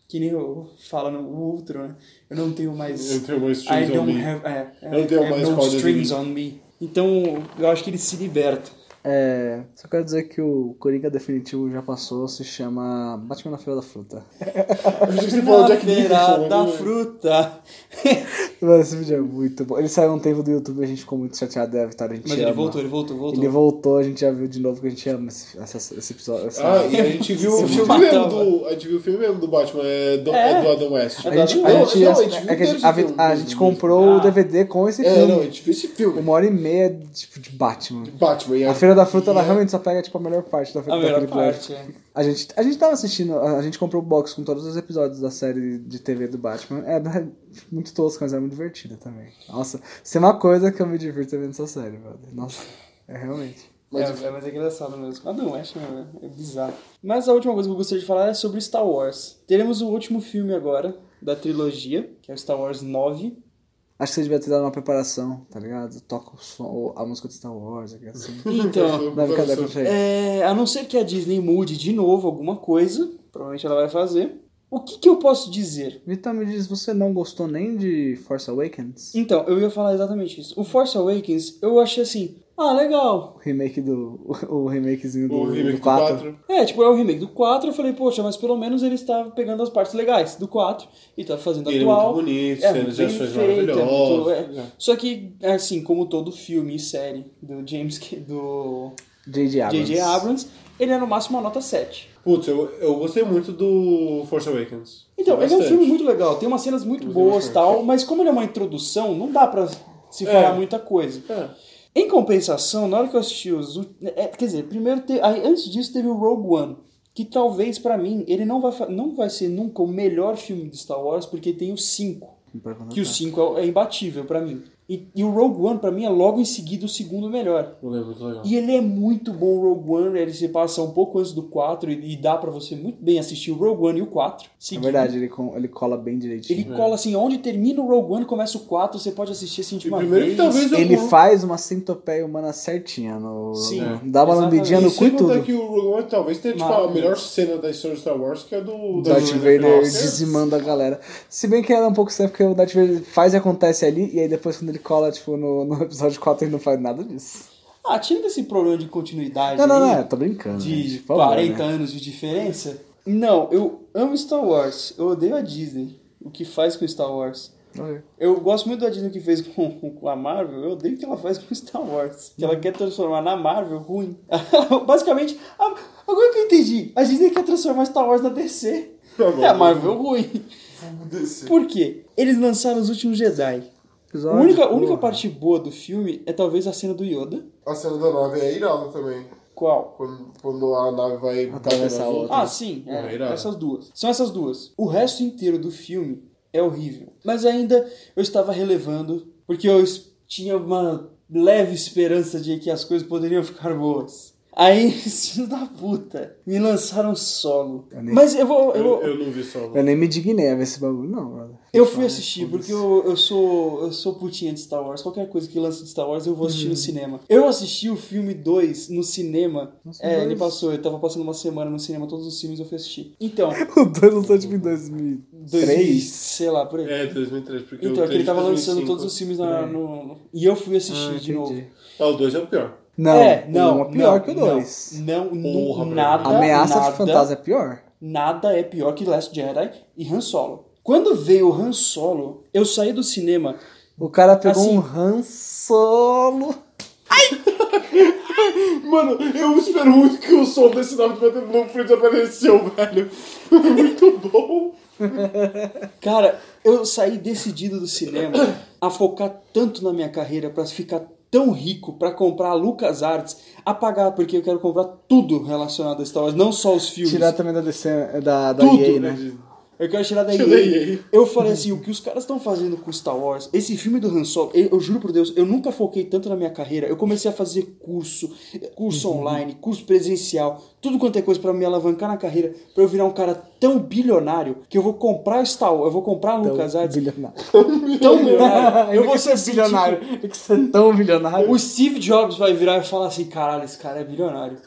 S5: que nem eu falo no outro, né? Eu não tenho mais.
S4: Eu tenho mais
S5: I
S4: streams on
S5: don't
S4: me.
S5: have. É,
S4: Eu não tenho
S5: I have
S4: mais
S5: no
S4: cordas em
S5: strings
S4: mim.
S5: on me. Então, eu acho que ele se liberta.
S3: É, só quero dizer que o Coringa definitivo já passou, se chama Batman na Feira da Fruta.
S4: Eu achei que você falou Jack
S5: Na feira
S4: Nicholson.
S5: da
S4: né?
S5: fruta.
S3: Mano, esse vídeo é muito bom. Ele saiu um tempo do YouTube e a gente ficou muito chateado, deve estar, a gente
S5: Mas
S3: ama.
S5: ele voltou, ele voltou, voltou.
S3: Ele voltou, a gente já viu de novo que a gente ama esse, essa- esse episódio. essa-
S4: Ah, e a gente viu o
S5: Esse
S4: filme
S5: filme
S4: mesmo
S5: matava.
S4: do. A gente viu o filme mesmo do Batman, é do,
S5: É.
S4: é do Adam West.
S3: a gente, a
S4: Não,
S3: gente,
S4: não,
S3: a-
S4: a gente viu
S3: é que a gente- a vi-
S4: inteiro esse
S3: a
S4: filme. Ah.
S3: gente comprou o DVD com esse
S4: É, não, É. a
S3: filme.
S4: gente viu esse filme.
S3: Uma hora e meia tipo, de Batman.
S4: Batman e
S3: A Feira da Fruta, ela realmente só pega tipo, a melhor parte da
S5: A
S3: Feira
S5: melhor
S3: daquele planeta.
S5: parte, é.
S3: A gente, a gente tava assistindo, a a gente comprou o box com todos os episódios da série de TV do Batman. É né, muito tosco, mas é muito divertida também. Nossa, se é uma coisa que eu me divirto vendo essa série, brother. Nossa, é realmente.
S5: Mas é, é, mas é engraçado mesmo. Ah, não, é, é bizarro. Mas a última coisa que eu gostaria de falar é sobre Star Wars. Teremos o último filme agora da trilogia, que é o Star Wars 9.
S3: Acho que você devia ter dado uma preparação, tá ligado? Toca o som, a música de Star Wars, aqui assim.
S5: Então,
S3: Não é brincadeira com isso aí.
S5: é, a não ser que a Disney mude de novo alguma coisa, provavelmente ela vai fazer. O que, que eu posso dizer?
S3: Vitão me diz, você não gostou nem de Force Awakens?
S5: Então, eu ia falar exatamente isso. O Force Awakens, eu achei assim, ah, legal.
S3: O remake do. O remakezinho do,
S4: O remake
S3: do
S4: do
S3: 4.
S4: 4.
S5: É, tipo, é o remake do 4, eu falei, poxa, mas pelo menos ele está pegando as partes legais do 4 e tá fazendo
S4: Ele é
S5: atual.
S4: muito bonito, cenas de
S5: bem
S4: ações
S5: feito, é muito-
S4: maravilhosas.
S5: é. Só que, assim, como todo filme e série do James, Ca- do
S3: J.J. Abrams.
S5: J.J. Abrams, ele é no máximo uma nota 7.
S4: Putz, eu, eu gostei muito do Force Awakens.
S5: Então, ele é um
S4: Bastante.
S5: filme muito legal, tem umas cenas muito boas e tal, mas como ele é uma introdução, não dá pra se
S3: É.
S5: falar muita coisa. Em compensação, na hora que eu assisti os. ú- é, quer dizer, primeiro te- aí, antes disso teve o Rogue One, que talvez pra mim ele não vai, fa- não vai ser nunca o melhor filme de Star Wars, porque tem o 5. Que o 5 é o- é, imbatível pra mim. E, e o Rogue One, pra mim, é logo em seguida o segundo melhor.
S4: Eu lembro, muito legal.
S5: E ele é muito bom, o Rogue One. Ele se passa um pouco antes do 4 e, e dá pra você muito bem assistir o Rogue One e o 4.
S3: É
S5: seguido.
S3: verdade, ele, com- ele cola bem direitinho.
S5: Ele cola assim, onde termina o Rogue One, começa o 4, você pode assistir assim de
S4: E
S5: uma
S4: primeiro
S5: vez.
S4: que talvez eu
S3: Ele
S4: vou-
S3: faz uma centopeia humana certinha no.
S5: Sim,
S3: no- dá uma
S5: exatamente.
S3: lambidinha no
S4: E
S3: cu e
S4: sem contar
S3: tudo.
S4: que o Rogue One talvez tenha tipo, a
S5: Maravilha.
S4: melhor cena da história de Star Wars, que é do...
S3: O Darth
S4: do-
S3: Vader
S4: Nossa.
S3: dizimando a galera. Se bem que era um pouco certo, porque o Darth Vader faz e acontece ali, e aí depois quando ele cola, tipo, no, no episódio 4 ele não faz nada disso.
S5: Ah, tira desse problema de continuidade
S3: Não, não,
S5: aí,
S3: não, eu tô brincando.
S5: de
S3: gente, por favor,
S5: 40
S3: né?
S5: anos de diferença. Não, eu amo Star Wars, eu odeio a Disney, o que faz com Star Wars.
S3: Ok.
S5: Eu gosto muito da Disney que fez com, com a Marvel, eu odeio o que ela faz com Star Wars. Que ela
S3: Hum.
S5: quer transformar na Marvel ruim. Basicamente, a- agora que eu entendi, a Disney quer transformar Star Wars na DC.
S3: Tá
S5: É a Marvel ruim. Por quê? Eles lançaram os últimos Jedi. A
S3: Episódio,
S5: única, a
S3: porra.
S5: única parte boa do filme é talvez a cena do Yoda.
S4: A cena da nave é irada também.
S5: Qual?
S4: Quando, quando a nave vai...
S3: Atravessar
S4: bater na
S3: a outra.
S5: Ah, sim. é,
S4: Ah, irado.
S5: essas duas. São essas duas. O resto inteiro do filme é horrível. Mas ainda eu estava relevando, porque eu es- tinha uma leve esperança de que as coisas poderiam ficar boas. Aí, filho da puta, me lançaram solo. Mas eu vou. Eu, vou-
S4: Eu, eu não vi só.
S3: Eu nem me dignei a ver esse bagulho, não, brother.
S5: eu fui assistir, porque eu, eu sou eu sou putinha de Star Wars. Qualquer coisa que lance de Star Wars, eu vou assistir
S3: Uhum.
S5: no cinema. Eu assisti o filme 2 no cinema. é, ele passou, eu tava passando uma semana no cinema, todos os filmes eu fui assistir. Então,
S3: O 2 lançou tipo em
S5: 2000,
S3: 2003.
S5: sei lá, por aí.
S4: É, 2003, porque
S5: então,
S4: o
S5: é que ele
S4: 3
S5: tava
S4: de
S5: lançando
S4: 2005.
S5: todos os filmes na, no, no- E eu fui assistir de novo.
S4: Ah, o 2 é o pior.
S3: Não,
S5: é, não,
S3: um é pior
S5: não,
S3: que o 2.
S5: Não, não, não,
S4: Porra, Bruno.
S5: nada,
S3: Ameaça
S5: nada,
S3: Fantasma é pior?
S5: nada é pior que Last Jedi e Han Solo. Quando veio o Han Solo, eu saí do cinema
S3: O cara pegou
S5: Assim-
S3: um Han Solo.
S4: Mano, eu espero muito que o som desse nave batendo no Fritz apareceu, velho. Muito bom.
S5: Cara, eu saí decidido do cinema a focar tanto na minha carreira pra ficar tão rico pra comprar a Lucas Arts, apagar porque eu quero comprar tudo relacionado a Star Wars, não só os filmes.
S3: Tirar também da DC, da, da
S5: Tudo,
S3: EA, né?
S5: Eu quero tirar da
S4: Tira da
S5: EA.
S4: EA.
S5: Eu falei assim, o que os caras estão fazendo com Star Wars, esse filme do Han Solo, eu, eu juro por Deus, eu nunca foquei tanto na minha carreira. Eu comecei a fazer curso, curso online, curso presencial, tudo quanto é coisa pra me alavancar na carreira, pra eu virar um cara tão bilionário que eu vou comprar Star Wars, eu vou comprar Lucas Arts,
S3: Bilionário.
S5: tão milionário. Eu vou ser assim,
S3: bilionário. Tem tipo, que ser tão bilionário.
S5: tipo, o Steve Jobs vai virar e falar assim: caralho, esse cara é bilionário.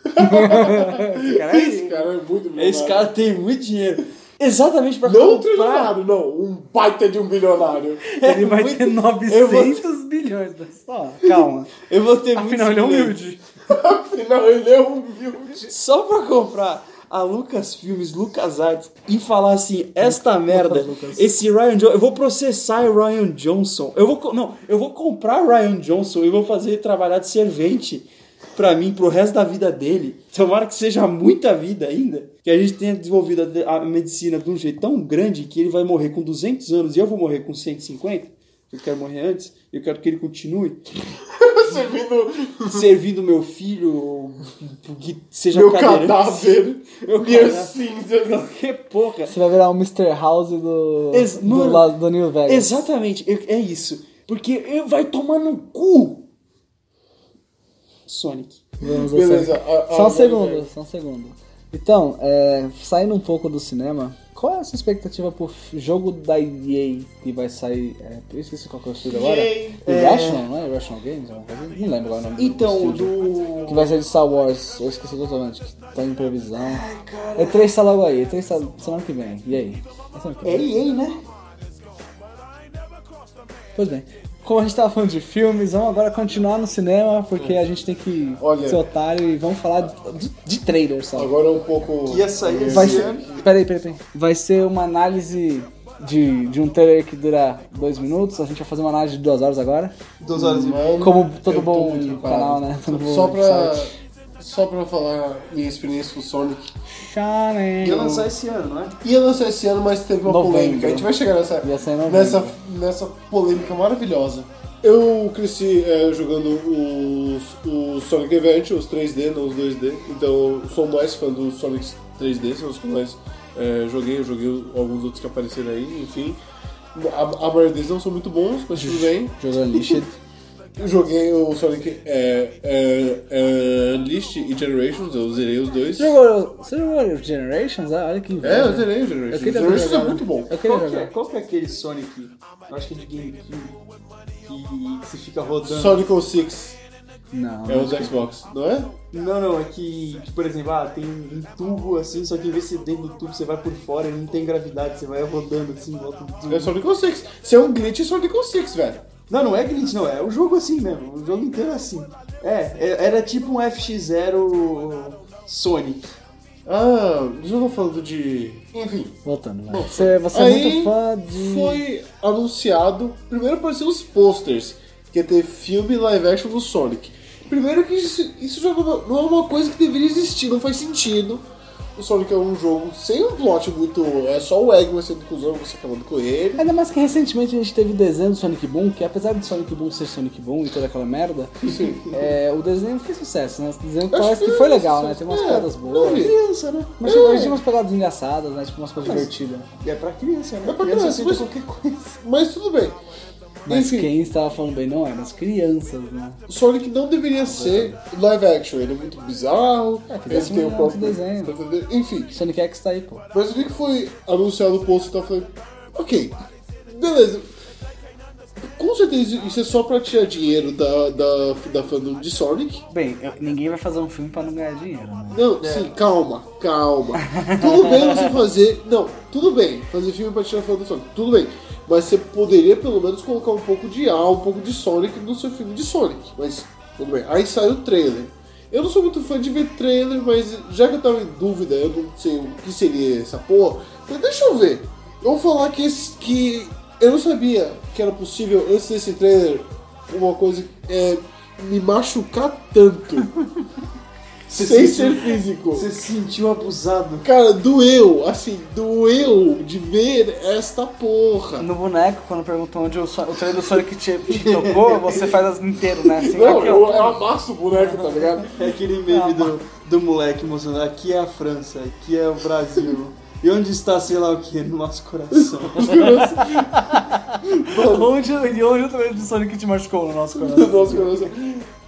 S4: Esse cara é muito milionário.
S5: Esse cara tem muito dinheiro. Exatamente pra
S4: Não um
S5: comprar.
S4: trilionário, não. Um baita de um bilionário.
S3: Ele vai ter 900 bilhões. mas Só, calma.
S5: Eu vou ter muito
S3: Afinal, ele é
S5: dinheiro.
S3: humilde.
S4: Afinal, ele é humilde.
S5: Só pra comprar a Lucas Filmes, Lucas Arts e falar assim: esta merda, esse Ryan Johnson, eu vou processar o Ryan Johnson. Eu vou, co- não, eu vou comprar o Ryan Johnson e vou fazer ele trabalhar de servente pra mim, pro resto da vida dele. Tomara que seja muita vida ainda. Que a gente tenha desenvolvido a de- a, medicina de um jeito tão grande que ele vai morrer com 200 anos e eu vou morrer com 150. Eu quero morrer antes, eu quero que ele continue
S4: Servindo
S5: servindo meu filho, que seja
S4: meu
S5: cadeirante.
S4: cadáver.
S5: Meu
S4: Minhas
S5: cadáver.
S4: cinzas.
S5: Que porra.
S3: Você vai virar o Mr. House do,
S5: Ex-
S3: do,
S5: mano,
S3: lá- do New Vegas.
S5: Exatamente, eu- é isso. Porque eu- vai tomar no cu. Sonic.
S3: Vamos
S4: Beleza,
S3: ao Sonic.
S4: a- a-
S3: só um
S4: agora
S3: segundo,
S4: vai.
S3: só um segundo. Então, é, saindo um pouco do cinema, Qual é a sua expectativa pro f- jogo da EA que vai sair? É, eu esqueci qual que é o estúdio agora. Irrational, não é? Irrational Games? alguma coisa? Não lembro agora o nome do
S5: Então,
S3: estúdio.
S5: do.
S3: Que vai sair de Star Wars, eu esqueci totalmente, que tá em previsão. É três tá logo aí, é três tá semana que vem. E aí? É semana que
S5: É
S3: vem.
S5: EA, né?
S3: Pois bem. Como a gente tava falando de filmes, vamos agora continuar no cinema, porque a gente tem que
S4: Olha.
S3: ser otário e vamos falar de, de trailer só.
S4: Agora é um pouco. assim.
S5: Que ia sair
S3: Vai
S5: esse
S3: ser.
S5: ano.
S3: Peraí, peraí, peraí. Vai ser uma análise de, de um trailer que dura dois minutos. A gente vai fazer uma análise de duas horas agora.
S5: Duas horas e meia.
S4: Mano,
S3: Como todo
S4: eu tô
S3: bom
S4: muito preparado.
S3: canal, né? Todo bom
S4: Só pra.
S3: site.
S4: Só pra falar minha experiência com o Sonic.
S3: Shining.
S5: Ia lançar esse ano, né?
S4: Ia lançar esse ano, mas teve uma
S3: Novembro.
S4: polêmica. A gente vai chegar nessa,
S3: Ia sair em novembro.
S4: nessa, nessa polêmica maravilhosa. Eu cresci é, jogando os, o Sonic Event, os 3D, não os 2D. Então eu sou mais fã dos Sonic 3D, são os que eu mais é, joguei. Eu joguei alguns outros que apareceram aí, enfim. A, a maioria deles não são muito bons, mas tudo bem.
S3: Jogou Unleashed.
S4: Eu joguei o Sonic é, é, é, Unleashed e Generations, eu zerei os dois.
S3: Você jogou, você jogou Generations? Ah, olha que
S4: É,
S3: inveja.
S4: eu zerei o
S3: Eu
S4: Generations.
S3: queria
S4: Generations
S3: jogar.
S4: é muito bom.
S3: Eu queria
S5: Qual que, é,
S3: jogar.
S5: qual que é aquele Sonic? Eu acho que é de GameCube. Que, que se fica rodando.
S4: Sonic 06
S3: Não.
S4: é o do Xbox, não é?
S5: Não, não, é que, que, por exemplo, ah, tem um tubo assim, só que em vez de ser dentro do tubo, você vai por fora e não tem gravidade, você vai rodando assim em volta do tubo.
S4: É Sonic 06. Se é um glitch, é Sonic 06, velho.
S5: Não, não é glitch, não, é o jogo assim mesmo, o jogo inteiro é assim. É, é- era tipo um FX0 Sonic.
S4: Ah, já tô falando de. Enfim.
S3: Voltando, vai. Você, você é
S4: Aí
S3: muito fã de.
S4: foi anunciado. Primeiro apareceram os posters, que ia ter filme live action do Sonic. Primeiro que isso, isso já não, não é uma coisa que deveria existir, não faz sentido. O Sonic é um jogo sem um plot muito. É só o Eggman sendo cuzão, você acabando com ele.
S3: Ainda mais que recentemente a gente teve o desenho do Sonic Boom, que apesar do Sonic Boom ser Sonic Boom e toda aquela merda, é, o desenho fez sucesso, né? O desenho parece que foi legal, né? Tem umas
S4: É,
S3: piadas
S4: não
S3: boas.
S4: vi.
S5: Criança, né?
S3: Mas chegou tinha umas pegadas engraçadas, né? Tipo umas coisas divertidas.
S5: E é pra criança, né?
S4: É pra
S5: criança
S4: criança,
S5: aceita
S4: mas-
S5: qualquer coisa.
S4: Mas tudo bem.
S3: Mas
S4: Enfim.
S3: quem estava falando bem não eram as crianças, né?
S4: O Sonic não deveria ser live action, ele é muito bizarro,
S3: fizeram
S4: ele tem o
S3: um
S4: próprio Tá
S3: desenho.
S4: Enfim,
S3: Sonic X tá aí, pô.
S4: mas eu vi que foi anunciado o post e tal, eu falei, ok, beleza. Com certeza isso é só pra tirar dinheiro da, da, da fandom de Sonic.
S3: Bem, eu- ninguém vai fazer um filme pra não ganhar dinheiro, né?
S4: Não, sim, calma, calma. Tudo bem você fazer. Não, tudo bem, fazer filme pra tirar fã do Sonic, tudo bem. Mas você poderia pelo menos colocar um pouco de A, um pouco de Sonic no seu filme de Sonic. Mas tudo bem. Aí sai o trailer. Eu não sou muito fã de ver trailer, mas já que eu tava em dúvida, eu não sei o que seria essa porra. Mas deixa eu ver. Eu vou falar que, esse- que eu não sabia que era possível antes desse trailer uma coisa é, me machucar tanto. sem ser físico.
S5: Você se sentiu abusado.
S4: Cara, doeu, assim, doeu de ver esta porra.
S3: No boneco, quando perguntou onde o, Son- o trailer do Sonic te, te tocou, você faz as inteiro, né? Assim,
S4: Não,
S3: aqui,
S4: eu,
S3: ó.
S4: eu amasso o boneco, tá ligado?
S5: É aquele meme do, do moleque mostrando aqui é a França, aqui é o Brasil. E onde está, sei lá o que, no nosso coração.
S3: Onde, e onde o trailer do Sonic te machucou no nosso coração?
S4: Nossa, coração.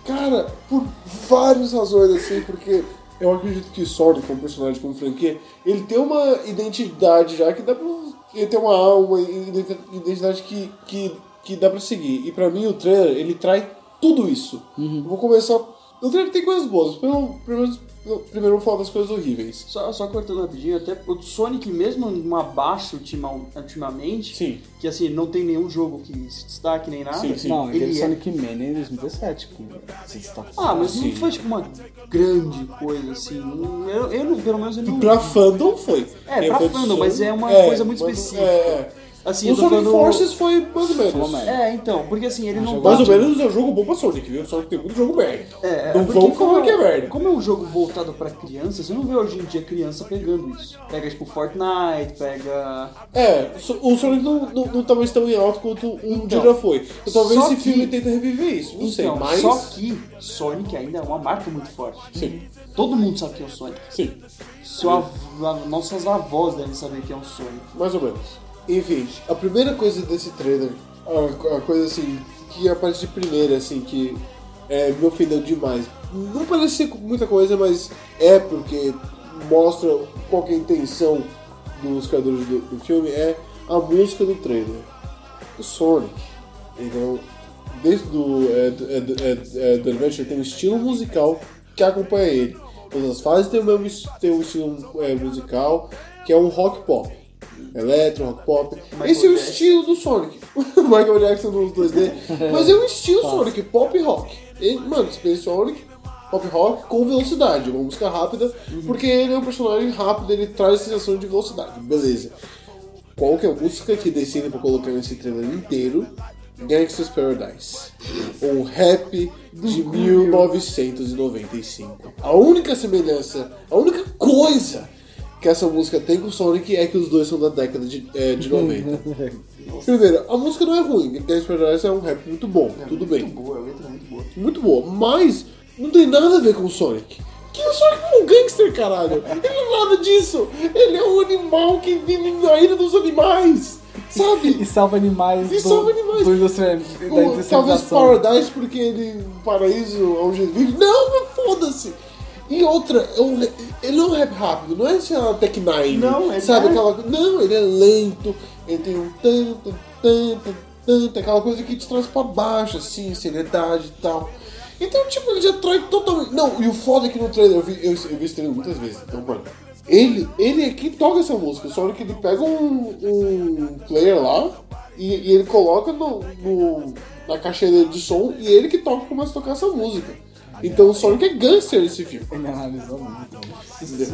S4: Cara, por várias razões, assim, porque eu acredito que o Sonic, como personagem, como franquia, ele tem uma identidade já que dá pra. Ele tem uma alma e ident- identidade que, que, que dá pra seguir. E pra mim, o trailer, ele trai tudo isso.
S3: Uhum.
S4: Eu vou começar. O trailer tem coisas boas, pelo, pelo menos. eu- Primeiro eu vou falar das coisas horríveis.
S5: Só, só cortando rapidinho, até o Sonic mesmo um abaixo ultima- ultimamente,
S4: Sim.
S5: que assim, não tem nenhum jogo que se destaque nem nada.
S4: Sim, sim.
S3: Não, ele teve
S5: Ele é-
S3: Sonic Mania em 2017, que se destacou.
S5: Ah, mas não foi tipo uma grande coisa, assim. não- Eu, eu não- pelo menos eu não.
S4: Pra fandom foi. um
S5: É, pra
S4: foi do
S5: fandom, mas é uma coisa muito
S4: mas-
S5: específica.
S4: é.
S5: Assim, eu
S4: O
S5: tô
S4: Sonic
S5: falando-
S4: Forces foi mais ou menos.
S5: É, então, porque assim, ele não.
S4: Ah, Mais ou
S5: bate-
S4: menos é um jogo bom pra Sonic, viu? Sonic tem muito jogo merda.
S5: É,
S4: Não
S5: porque
S4: vamos falar
S5: como-
S4: que é merda.
S5: Como é um jogo voltado pra criança, você não vê hoje em dia criança pegando isso. Pega tipo Fortnite, pega.
S4: É, so- o Sonic não, não, não talvez tão em alto quanto um dia
S5: Então,
S4: já foi. Então, talvez
S5: só
S4: esse
S5: que-
S4: filme tente reviver isso, não sei,
S5: Então,
S4: mas.
S5: Só que Sonic ainda é uma marca muito forte.
S4: Sim,
S5: Todo mundo sabe quem é o Sonic.
S4: sim,
S5: Sua, a- nossas avós devem saber quem é o Sonic.
S4: mais ou menos. Enfim, a primeira coisa desse trailer, a, a coisa assim, que aparece de primeira, assim, que é, me ofendeu demais. Não parece ser muita coisa, mas é porque mostra qual que é a intenção dos criadores do, do filme é a música do trailer. O Sonic. Então, desde do, é, do- é, do- é, do- é, do Adventure tem um estilo musical que acompanha ele. Todas as fases tem o mesmo es- tem um estilo é, musical que é um rock pop. Eletro, rock pop. Esse é o estilo do Sonic. O Michael Jackson nos 2D. Mas é um estilo Sonic, pop rock. Ele, mano, Space Sonic pop rock com velocidade, uma música rápida, porque ele é um personagem rápido, ele traz a sensação de velocidade, beleza. Qual que é a música que decidem pra colocar nesse trailer inteiro? Gangsta's Paradise. Um rap de 1995. A única semelhança, a única coisa que essa música tem com Sonic é que os dois são da década de, é, de 90. Primeiro, a música não é ruim, Gangsta's Paradise é um rap muito bom, tudo bem
S7: Boa, é uma letra muito boa.
S4: muito boa, mas não tem nada a ver com o Sonic. Que o Sonic é um gangster, caralho. Ele não é nada disso. Ele é um animal que vive na ilha dos animais.
S3: E
S4: Sabe?
S3: salva
S7: é
S3: animais.
S4: E
S3: do-
S4: salva animais.
S3: Do industria, da
S4: O- talvez
S3: industrialização.
S4: Paradise, porque ele. Paraíso, é onde ele vive. Não, mas foda-se. E outra, é um re- ele não é um rap rápido, não é sei lá, Tech Nine.
S7: Não, ele
S4: Sabe
S7: é-
S4: aquela. Não, ele é lento. Ele tem um tanto, tanto, tanto. Aquela coisa que te traz pra baixo, assim, seriedade e tal. Então, tipo, ele já atrai totalmente. Não, e o foda é que no trailer eu vi, eu, eu vi esse trailer muitas vezes. Então, mano, ele, ele é quem toca essa música. Só que ele pega um, um player lá e, e ele coloca no, no- na caixa dele de som e ele que toca começa a tocar essa música. Então o Sonic é gangster nesse filme.
S3: Ele analisou muito.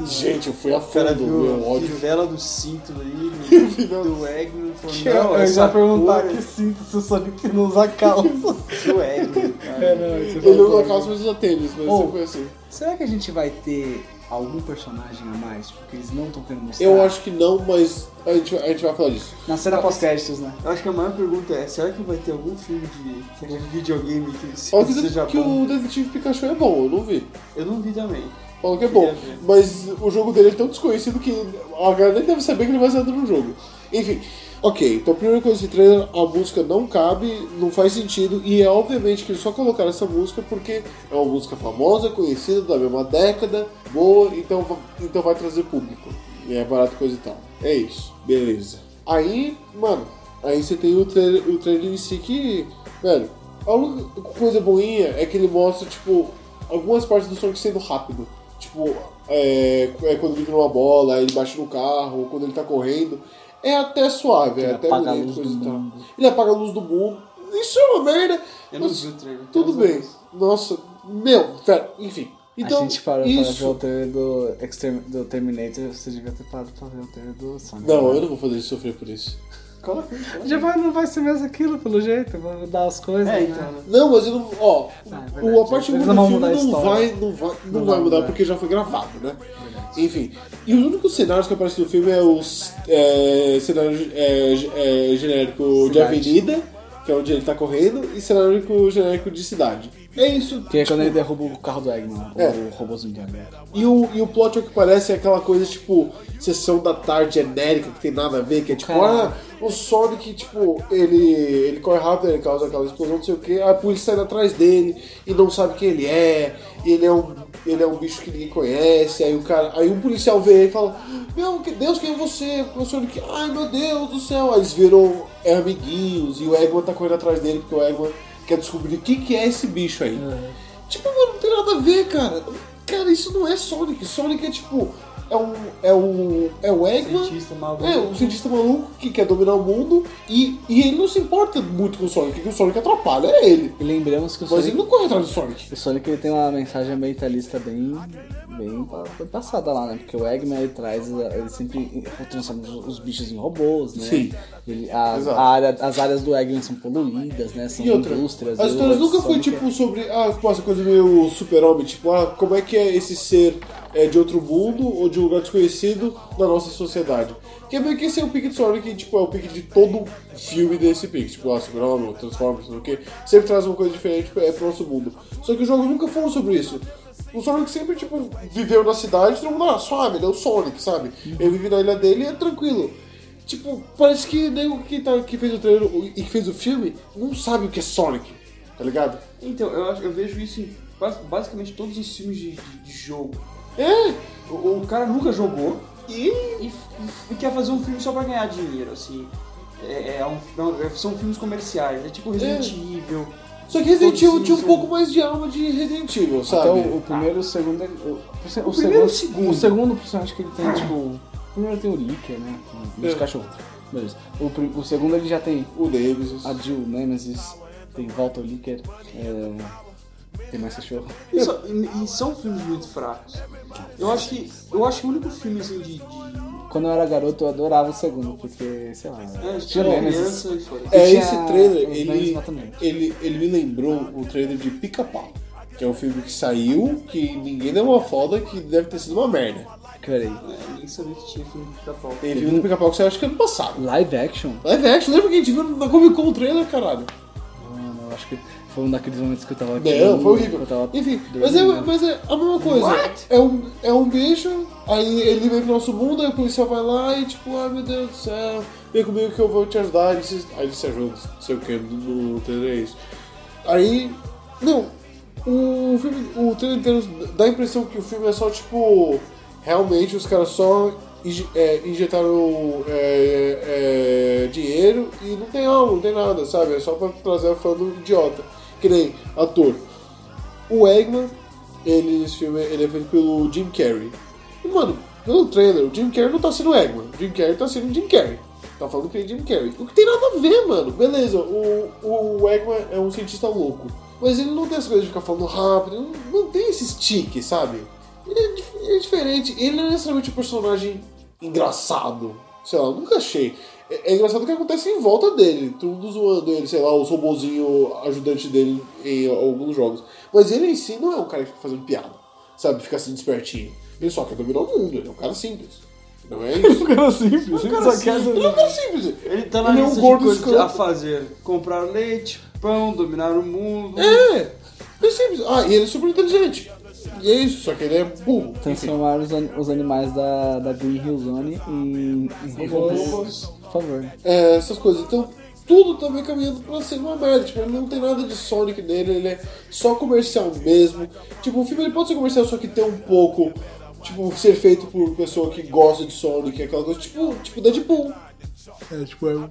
S4: Gente, eu fui a
S7: O cara
S4: fundo,
S7: viu
S4: meu
S7: a
S4: ódio.
S7: fivela do cinto ali, do, do Egno, falou, não,
S3: eu
S7: essa
S3: já perguntar
S7: cor é
S3: que sinto se o Sonic não usa calça.
S7: do Egno, cara.
S3: É,
S4: Ele não colocava as mesmas tênis, mas
S3: Oh.
S4: sempre foi assim.
S3: Será que a gente vai ter algum personagem a mais? Porque eles não estão querendo mostrar.
S4: Eu acho que não, mas a gente, a gente vai falar disso.
S3: Na cena pós-créditos, né?
S7: Eu acho que a maior pergunta é, será que vai ter algum filme de, de videogame que se-
S4: Fala que,
S7: seja
S4: que
S7: bom?
S4: o Detetive Pikachu é bom, eu não vi.
S7: Eu não vi também.
S4: Falam que é bom.
S7: Queria ver.
S4: Mas o jogo dele é tão desconhecido que a galera nem deve saber que ele vai ser no jogo. Enfim, ok. Então, a primeira coisa desse trailer, a música não cabe, não faz sentido. E é obviamente que eles só colocaram essa música porque é uma música famosa, conhecida, da mesma década, boa, então, va- então vai trazer público. E é barato coisa e tal. É isso. Beleza. Aí, mano, aí você tem o trailer, o trailer em si que, velho, a única coisa boinha é que ele mostra, tipo, algumas partes do Sonic sendo rápido. Tipo, é, é quando ele vira uma bola, ele bate no carro, quando ele tá correndo. É até suave, é até
S3: apaga a
S4: bonito,
S3: luz
S4: coisa
S3: do
S4: e tal.
S3: mundo.
S4: Ele apaga a luz do mundo. Isso é uma merda.
S7: Eu não
S4: mas
S7: vi o trailer.
S4: Tudo bem. Nossa, meu, velho, enfim. Então,
S3: a gente parou pra ver
S4: isso...
S3: o trailer do, Exterm- do Terminator, você devia ter parado pra ver o trailer do Sonic.
S4: Não, eu não vou fazer ele sofrer por isso.
S7: Coloca aí, coloca aí.
S3: Já vai, não vai ser mais aquilo, pelo jeito, vai mudar as coisas,
S7: É,
S3: né?
S7: então, né?
S4: Não, mas eu não. Ó,
S3: Ah, é
S4: o, a
S3: verdade.
S4: parte
S3: Eles
S4: do
S3: não vão
S4: filme
S3: mudar a
S4: não
S3: história.
S4: vai, não vai, não vai mudar, porque já foi gravado, né? Enfim. E os únicos cenários que aparecem no filme é os é, cenário é, ge- é, genérico de
S3: Cidade.
S4: avenida, que é onde ele tá correndo, e cenário genérico de cidade. É isso.
S3: Que é quando ele derruba o carro do Eggman,
S4: É.
S3: o robôzinho de Eggman.
S4: E o, e o plot o que parece é aquela coisa tipo sessão da tarde genérica que tem nada a ver, que é tipo,
S3: Caralho.
S4: ah, o Sonic, tipo, ele, ele corre rápido, ele causa aquela explosão, não sei o que, a polícia sai atrás dele e não sabe quem ele é, e ele é um, ele é um bicho que ninguém conhece, aí o cara, aí um policial vê ele e fala, meu que Deus, quem é você? O Sonic, ai meu Deus do céu, aí eles viram é, amiguinhos e o Eggman tá correndo atrás dele, porque o Eggman quer descobrir o que, que é esse bicho aí. Tipo, mano, não tem nada a ver, cara. Cara, isso não é Sonic. Sonic é tipo. É um. É um. É o Eggman.
S7: Cientista maluco.
S4: É, um cientista maluco que quer dominar o mundo. E, e ele não se importa muito com o Sonic, que o Sonic atrapalha é ele.
S3: E lembramos que o
S4: Mas
S3: Sonic,
S4: ele não corre atrás do Sonic.
S3: o Sonic ele tem uma mensagem ambientalista bem, bem pa- passada lá, né? Porque o Eggman ele traz, ele sempre transforma os os bichos em robôs, né?
S4: Sim.
S3: Ele- a-
S4: Exato.
S3: a área- as áreas do Eggman são poluídas, né? São
S4: E outra,
S3: indústrias.
S4: as
S3: e
S4: histórias
S3: o
S4: nunca foi
S3: Sonic é-
S4: tipo sobre, ah, pô, essa coisa meio super-homem, tipo, ah, como é que é esse ser é, de outro mundo ou de um lugar desconhecido na nossa sociedade. Que é meio que esse é o pique de Sonic, que, tipo, é o pique de todo filme desse pique, tipo, ah, super-homem, Transformers, não sei o quê, sempre traz uma coisa diferente é, pro nosso mundo. Só que os jogos nunca foram sobre isso. O Sonic sempre, tipo, viveu na cidade, todo mundo, ah, suave, ele é o Sonic, sabe? Ele vive na ilha dele e é tranquilo. Tipo, parece que nego que, tá, que fez o trailer e que fez o filme não sabe o que é Sonic, tá ligado?
S7: Então, eu, acho- eu vejo isso em bas- basicamente todos os filmes de, de- de jogo.
S4: É,
S7: O, o cara nunca jogou
S5: e, e quer fazer um filme só pra ganhar dinheiro, assim. É, é um- não, é- são filmes comerciais, é tipo Resident Evil.
S4: Só que Resident Evil tinha um
S5: Sim,
S4: pouco mais de alma de Resident Evil, sabe?
S1: Então, o primeiro, o segundo. é- O, o, o
S5: primeiro e o segundo.
S1: O segundo, personagem que ele tem, tipo. O primeiro tem o Licker, né? Os
S5: É.
S1: cachorros. Beleza. O, prim- o segundo, ele já tem
S4: O Davis.
S1: a Jill
S3: né?
S1: Nemesis, tem Walter Licker, é, tem mais cachorro.
S5: E, só- e- e são filmes muito fracos. Eu acho que. Eu acho que o único filme assim de. de
S1: Quando eu era garoto, eu adorava o segundo, porque, sei lá.
S5: é, de
S1: Tinha Nemesis.
S5: criança e foi.
S4: É,
S1: Tinha
S4: esse trailer,
S1: os
S4: ele,
S1: Nemesis matando
S4: ele, ele me lembrou o trailer de Pica-Pau, que é um filme que saiu, que ninguém deu uma foda, que deve ter sido uma merda.
S1: Peraí.
S5: É, nem sabia que tinha filme de pica-pau.
S4: Tem filme do Pica-Pau que saiu acho que ano passado.
S1: Live action?
S4: Live action, lembra que a gente viu na Comic Con o trailer, caralho?
S1: Mano, eu acho que foi um daqueles momentos que eu tava aqui.
S4: Não, foi horrível.
S1: Eu tava... né?
S4: Enfim, mas é, mas é a mesma coisa. É um, é um bicho, aí ele vem pro nosso mundo, aí o policial vai lá e tipo, ai meu Deus do céu, vem comigo que eu vou te ajudar. Aí ele se, aí ele se ajuda, não sei o que, no no trailer é isso. Aí, não, o filme, o trailer inteiro dá a impressão que o filme é só tipo, realmente os caras só inje- é, injetaram é, é, dinheiro e não tem alma, não tem nada, sabe? É só pra trazer a fã do idiota. Que nem ator. O Eggman, ele, nesse filme, ele é feito pelo Jim Carrey. E, mano, pelo trailer, o Jim Carrey não tá sendo o Eggman. O Jim Carrey tá sendo o Jim Carrey. Tá falando que é Jim Carrey. O que tem nada a ver, mano. Beleza, o, o Eggman é um cientista louco. Mas ele não tem essa coisa de ficar falando rápido. Não, não tem esse tique, sabe? Ele é, dif- ele é diferente. Ele não é necessariamente um personagem engraçado. Sei lá, eu nunca achei. É, é engraçado o que acontece em volta dele. Tudo zoando ele, sei lá, os robozinho ajudante dele em alguns jogos. Mas ele em si não é um cara que fica fazendo piada. Sabe, fica assim despertinho. Ele só quer dominar o mundo, ele é um cara simples. Não é isso?
S1: Era Um simples, ele só quer
S4: ele é um cara simples.
S5: assim, Ele tá na
S4: Ele é um
S5: lista de
S4: gordo
S5: coisas
S4: escroto.
S5: a fazer. Comprar leite, pão, dominar o mundo.
S4: É, é simples. Ah, e ele é super inteligente. E é isso, só que ele é burro. Enfim.
S1: Transformar os, an- os animais da, da Green Hill Zone em, em robôs. Por favor.
S4: É, essas coisas. Então, tudo tá meio caminhando pra ser uma merda. Tipo, ele não tem nada de Sonic nele, ele é só comercial mesmo. Tipo, o filme ele pode ser comercial, só que tem um pouco. Tipo, ser feito por pessoa que gosta de Sonic, aquela coisa. Tipo, tipo Deadpool. É, tipo, é um.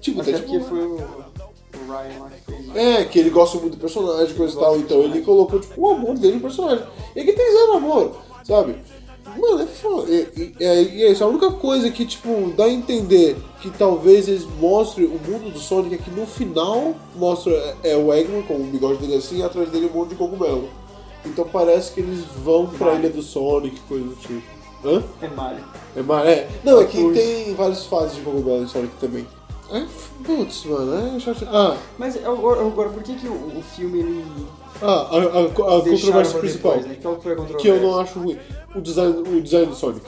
S4: Tipo,
S5: Até porque
S4: Deadpool.
S5: foi o, o Ryan lá que fez. né?
S4: É, que ele gosta muito do personagem, coisa e tal. Então ele colocou, tipo, o amor dele no personagem. E aqui tem zero amor, sabe? Mano, é foda. E, e- é- e é isso. A única coisa que, tipo, dá a entender que talvez eles mostrem o mundo do Sonic é que no final mostra é, o Eggman com o bigode dele assim e atrás dele um monte de cogumelo. Então parece que eles vão pra ilha do Sonic, coisa do tipo. Hã?
S5: É Mario.
S4: É maré? Não, é que
S5: Pois.
S4: tem várias fases de cogumelo em Sonic também. É, f- putz, mano, é chato. Ah,
S5: Mas eu- eu- agora, por que, que o, o filme ele.
S4: Ah, a, a- a
S5: deixaram
S4: controvérsia
S5: pra
S4: principal.
S5: Depois, né? Qual que foi a
S4: Que eu
S5: controvérsia?
S4: não acho ruim. Ah, eh, O design, o design do Sonic.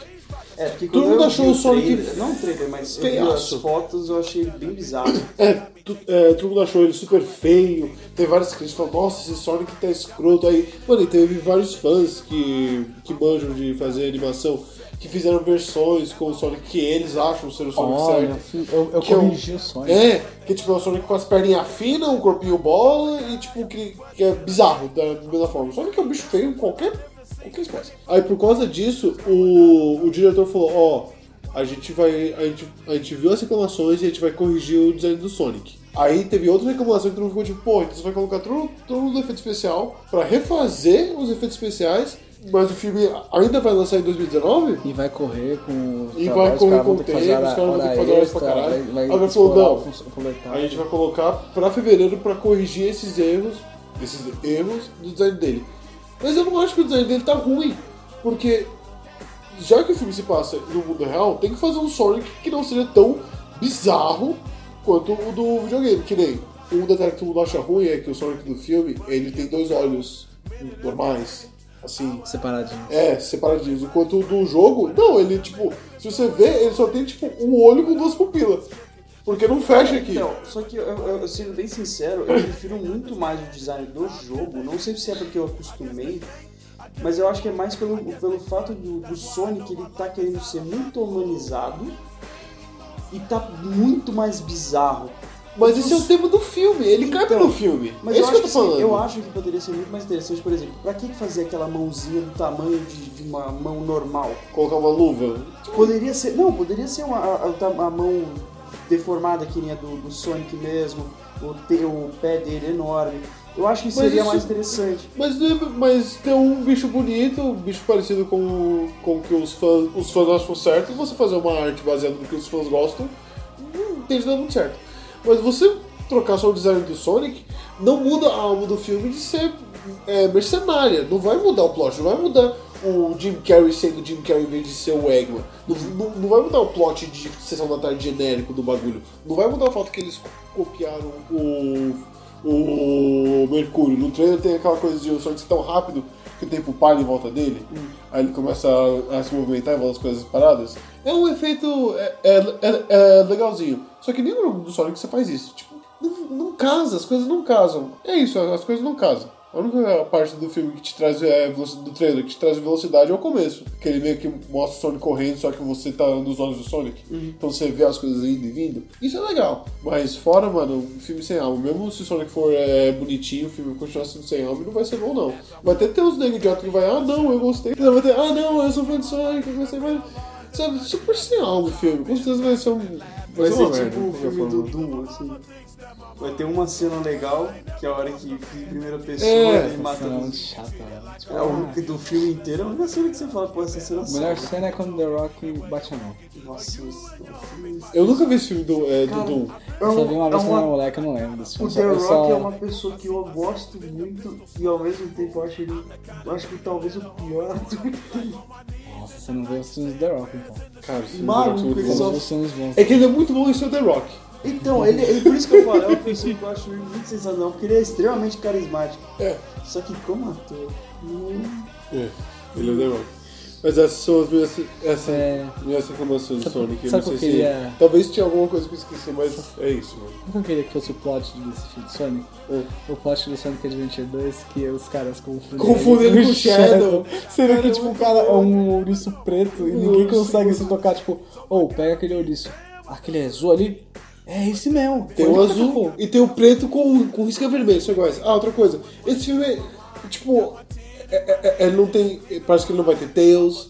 S5: É, porque
S4: Todo
S5: quando
S4: mundo
S5: eu
S4: achou
S5: vi
S4: o Sonic
S5: trailer- Não o trailer, mas eu vi as
S4: feiaço.
S5: fotos eu achei bem bizarro.
S4: É, tu, é, todo mundo achou ele super feio. Tem várias críticas que falam, nossa, esse Sonic tá escroto aí. Mano, e teve vários fãs que, que manjam de fazer animação que fizeram versões com o Sonic que eles acham ser o Sonic
S1: Olha,
S4: certo.
S1: eu, eu
S4: Que é um-
S1: corrigi o Sonic.
S4: É, que tipo, é o Sonic com as perninhas finas, um corpinho bola e tipo, que, que é bizarro da mesma forma. O Sonic é um bicho feio em qualquer, qualquer espécie. Aí por causa disso, o, o diretor falou, ó, a gente vai. A gente, a gente viu as reclamações e a gente vai corrigir o design do Sonic. Aí teve outra reclamação que todo mundo ficou tipo, pô, então você vai colocar todo, todo o efeito especial pra refazer os efeitos especiais, mas o filme ainda vai lançar em 2019?
S1: E vai correr com os
S4: E
S1: trabalhos,
S4: vai correr
S1: os caras vão
S4: com
S1: ter que
S4: o
S1: fazer
S4: tempo,
S1: hora-
S4: os caras vão ter que
S1: hora
S4: fazer hora pra
S1: extra,
S4: caralho.
S1: Vai, vai
S4: Alguém falou,
S1: explorar
S4: não.
S1: o fun- o
S3: Tá.
S1: proletário.
S4: um A gente vai colocar pra fevereiro pra corrigir esses erros, esses erros do design dele. Mas eu não acho que o design dele tá ruim, porque já que o filme se passa no mundo real, tem que fazer um Sonic que não seja tão bizarro quanto o do videogame, que nem um detalhe que todo mundo acha ruim é que o Sonic do filme, ele tem dois olhos normais, assim,
S1: Separadinho.
S4: é, separadinhos. Enquanto o do jogo, não, ele, tipo, se você vê, ele só tem, tipo, um olho com duas pupilas. Porque não fecha aqui.
S5: Então, só que eu, eu- eu sendo bem sincero, eu prefiro muito mais o design do jogo. Não sei se é porque eu acostumei, mas eu acho que é mais pelo, pelo fato do, do Sonic ele tá querendo ser muito humanizado e tá muito mais bizarro.
S4: Mas esse é o tema do filme, ele cai
S6: Então,
S4: pelo filme.
S6: Mas
S4: é
S6: eu,
S4: isso
S6: acho
S4: que eu
S6: que,
S4: tô
S6: assim,
S4: falando.
S6: eu acho que poderia ser muito mais interessante, por exemplo, pra que fazer aquela mãozinha do tamanho de, de uma mão normal?
S4: Colocar uma luva.
S6: Poderia ser. Não, poderia ser uma, a, a ta- a mão deformada que nem a do, do Sonic mesmo, o, te- o pé dele enorme. Eu acho que
S4: Mas
S6: seria
S4: isso-
S6: mais interessante.
S4: Mas, né, mas ter um bicho bonito, um bicho parecido com, com o que os fãs, os fãs acham certo, e você fazer uma arte baseada no que os fãs gostam, não tende a dar muito certo. Mas você trocar só o design do Sonic, não muda a alma do filme de ser é, mercenária. Não vai mudar o plot, não vai mudar o Jim Carrey sendo Jim Carrey em vez de ser o Eggman. Não, não, não vai mudar o plot de Sessão da Tarde genérico do bagulho. Não vai mudar o fato que eles copiaram o o Mercúrio. No trailer tem aquela coisa de o Sonic ser tão rápido que o tempo para em volta dele. Aí ele começa a, a se movimentar e volta as coisas paradas. É um efeito é, é- é- é legalzinho. Só que nem no jogo do Sonic você faz isso. Tipo, não, não casa, as coisas não casam. É isso, as coisas não casam. A única parte do filme que te traz é, veloci- do trailer que te traz velocidade é o começo. Que ele meio que mostra o Sonic correndo, só que você tá nos olhos do Sonic.
S5: Uhum.
S4: Então você vê as coisas indo e vindo. Isso é legal. Mas fora, mano, um filme sem alma. Mesmo se o Sonic for é, bonitinho, o filme continuar sendo sem alma, não vai ser bom, não. Vai até ter uns nego idiota que vai, ah não, eu gostei. Vai ter, ah não, eu sou fã de Sonic, eu gostei, mas. Sabe, super sem alma o filme. Com certeza vai ser um.
S5: Vai
S4: uma
S6: é
S5: ser
S4: merda,
S5: tipo o
S4: de qualquer
S5: filme do
S4: forma.
S5: Doom, assim. Vai ter uma cena legal, que é a hora que em primeira pessoa
S4: É,
S5: ele mata.
S3: Cena muito
S5: os-
S3: chata,
S1: né?
S3: velho. Tipo,
S5: É
S4: um
S5: o que do filme inteiro, é a única cena que você fala, pô, essa cena
S3: A melhor cena é quando The Rock bate a mão.
S5: Nossa, isso- é
S4: Eu nunca vi esse filme do, é, do Doom.
S6: É
S3: Eu só
S6: um-
S3: vi uma vez
S6: é
S3: quando eu
S6: uma-
S3: era moleque, eu não lembro desse
S6: O
S3: filme.
S6: The
S3: Eu
S6: Rock
S3: só-
S6: é uma pessoa que eu gosto muito e ao mesmo tempo eu acho ele. Eu acho que talvez o pior ator que tem.
S3: Nossa, você não vê os filmes do The Rock, então.
S4: Cara, esse filme
S6: Maluco,
S4: do Rock é
S6: ele
S4: muito
S3: Só
S4: bom.
S3: vê os filmes bons.
S4: É que ele é muito bom em ser o The Rock.
S6: Então, ele, ele- por isso que eu falo, é uma pessoa que eu acho ele muito sensacional, porque ele é extremamente carismático.
S4: É.
S6: Só que como ator, não-
S4: É, ele é o The Rock. Mas essas são as minhas, essa,
S3: É.
S4: minhas reclamações do
S3: Sabe-
S4: Sonic. Eu
S3: sabe
S4: não
S3: o
S4: sei
S3: que é? eu
S4: se.
S3: queria-
S4: Talvez tinha alguma coisa que eu esqueci, mas é isso, mano.
S3: Como que eu queria que fosse o plot desse filme do Sonic? O plot do Sonic Adventure 2, que é os caras confundem.
S4: Confundem ele com o Shadow.
S3: Sendo que, tipo, o cara é um ouriço preto e ninguém
S4: Urso.
S3: consegue se tocar. Tipo, ou pega aquele ouriço. Aquele azul ali? É esse mesmo.
S4: Tem
S3: Foi
S4: o
S3: ele que
S4: azul
S3: atacou.
S4: e tem o preto com, com risca vermelha, isso é iguais. Ah, outra coisa. Esse filme, é, tipo, é, é- é- ele não tem. Parece que ele não vai ter Tails.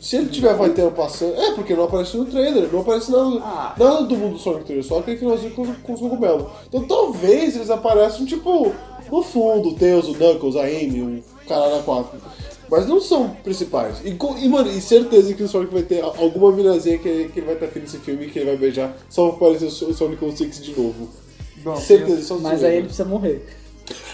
S4: Se ele tiver, vai ter um passando. É, porque não aparece no trailer, não aparece nada,
S6: Ah.
S4: nada do mundo do Sonic trailer, só aquele finalzinho com, com os cogumelos. Então talvez eles apareçam, tipo, no fundo, o Tails, o Knuckles, a Amy, o Caralho 4. Mas não são principais. E, co- e, mano, e certeza que o Sonic vai ter a- alguma minazinha que, que ele vai estar feliz nesse filme e que ele vai beijar, só vai aparecer o So- o Sonic 06 de novo.
S5: Bom,
S4: certeza, só
S3: Mas
S4: zoeira.
S3: aí ele precisa morrer.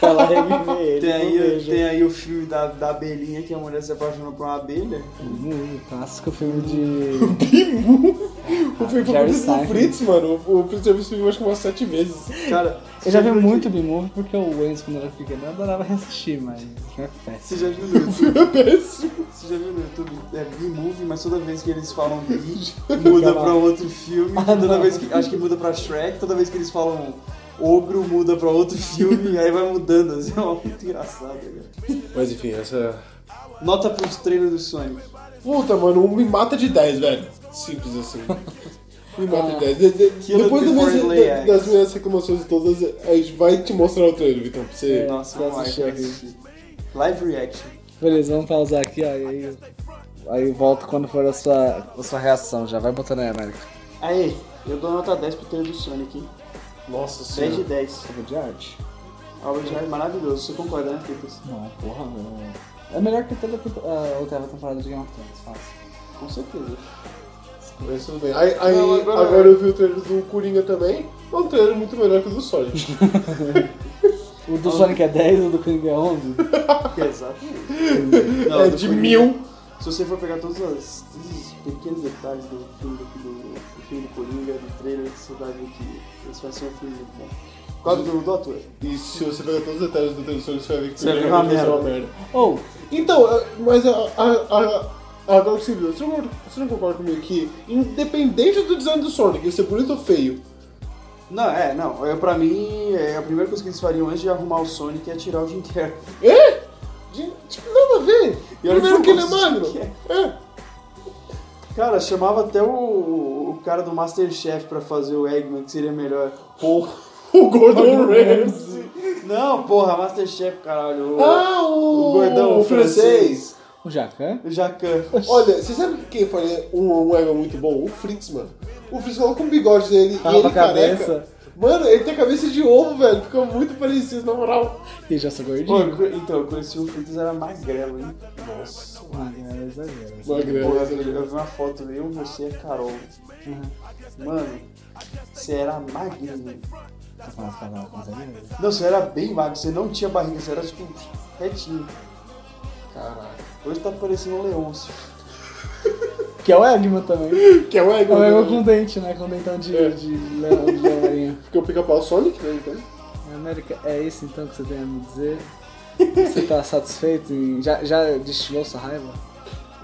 S3: Pra ela reviver ele.
S5: Tem
S3: não
S5: aí,
S3: vejo.
S5: tem aí o filme da, da abelhinha que a mulher se apaixonou por uma abelha.
S3: Hum, o clássico filme de.
S4: O filme foi
S3: Jerry
S4: produzido pelo
S3: Seinfeld.
S4: Fritz, mano. O o Fritz já viu esse filme acho que umas sete vezes.
S5: Cara,
S3: Eu já vi
S5: viu
S3: muito B-Movie porque o Enzo, quando era pequeno, eu adorava reassistir, mas. Não é péssimo.
S5: Você já viu no YouTube?
S4: É péssimo.
S5: Você já viu no YouTube? É B-Movie, mas toda vez que eles falam B, muda pra outro filme. Ah, Toda vez que. Acho que muda pra Shrek, toda vez que eles falam ogro, muda pra outro filme, aí vai mudando. Assim, é muito engraçado, né, cara.
S4: Mas enfim, essa.
S5: Nota pros trailers do Sonic.
S4: Puta, mano, um me mata de 10, velho. Simples assim. Me mata de 10. De- de-
S5: Kill it
S4: depois da
S5: Ah, before
S4: minha-
S5: it lay
S4: da-
S5: eggs.
S4: das minhas reclamações todas, a gente vai te mostrar o trailer, Vitão, pra você.
S5: Nossa,
S3: eu
S5: vamos lá,
S3: assisti
S5: quero
S3: aqui.
S5: assistir. Live reaction.
S3: Beleza, vamos pausar aqui, ó. E aí, aí eu volto quando for a sua, a sua reação já. Vai botando aí, América.
S5: Aê, eu dou nota 10 pro trailer do Sonic, hein?
S4: Nossa
S5: 10 de
S4: senhora.
S5: 10.
S3: Obra de arte?
S5: Albert Einstein, maravilhoso, você concorda, né, Fitas?
S3: Não, porra, velho. É melhor que toda a tempo- a oitava temporada de Game of Thrones, fácil.
S5: Com certeza.
S4: Mas tudo bem. Aí, aí-
S5: Não, agora-
S4: agora... eu vi o trailer do Coringa também. É um trailer muito melhor que o do Sonic.
S3: O do Sonic é 10, o do Coringa é 11.
S5: Exatamente. Não,
S4: é
S5: do
S4: de
S5: Coringa.
S4: mil.
S5: Se você for pegar todos, as- todos os pequenos detalhes do filme do, do, do filme do Coringa, do trailer, você vai ver que esse vai ser um filme muito bom. Por causa do, do ator.
S4: E se você pegar todos os detalhes do trailer do Sonic, você vai ver que
S5: Você vai ver
S4: Coringa
S5: uma
S4: realmente é
S5: merda.
S3: Ou,
S4: Então, é, mas a, a, a, a Dark Civil, você não, concorda- você não concorda comigo que, independente do design do Sonic, ele ser bonito ou feio,
S5: Não, é, não. Eu, pra mim, é, a primeira coisa que eles fariam antes de arrumar o Sonic é tirar o Jim Carrey.
S4: É? de- tipo, nada a ver.
S5: E olha
S4: Primeiro
S5: que
S4: que ele é
S5: famoso
S4: magro.
S5: que é.
S4: É.
S5: Cara, chamava até o, o cara do Masterchef pra fazer o Eggman, que seria melhor.
S4: O Gordon Ramsay.
S5: Não, porra, Masterchef, caralho. O,
S4: Ah, o,
S5: o gordão
S4: o francês.
S3: O Jacan?
S5: o Jacan.
S4: Olha, você sabe quem faria um, um Eggman muito bom? O Fritz, mano. O Fritz coloca um bigode dele
S3: Rapa
S4: e ele
S3: a cabeça.
S4: careca. Mano, ele tem a cabeça de ovo, velho. Fica muito parecido, na moral.
S3: E já sou
S5: Pô,
S3: gordinho.
S5: eu co- então, eu conheci o Fritz, era magrelo, hein? Nossa.
S3: Ah, é exagero.
S4: Uma
S5: Pô,
S4: grande.
S5: eu, eu vi uma foto, eu, você e a Carol. Mano, você era magrinho.
S3: Tá falando as palavras, mas é mesmo.
S5: Não, você era bem magro, você não tinha barriga, você era tipo retinho.
S4: Caralho.
S5: Hoje tá parecendo um leôncio.
S3: Que é o Eggman também.
S4: Que é o
S3: É o
S4: Eggman.
S3: Eggman
S4: né?
S3: com dente, né? Com dentão de, de leão, de leão marinho.
S4: Porque o pica-pau é o Sonic, né? Então.
S3: É, América, é isso então que você tem a me dizer? Você tá satisfeito? Em... Já, já destilou sua raiva?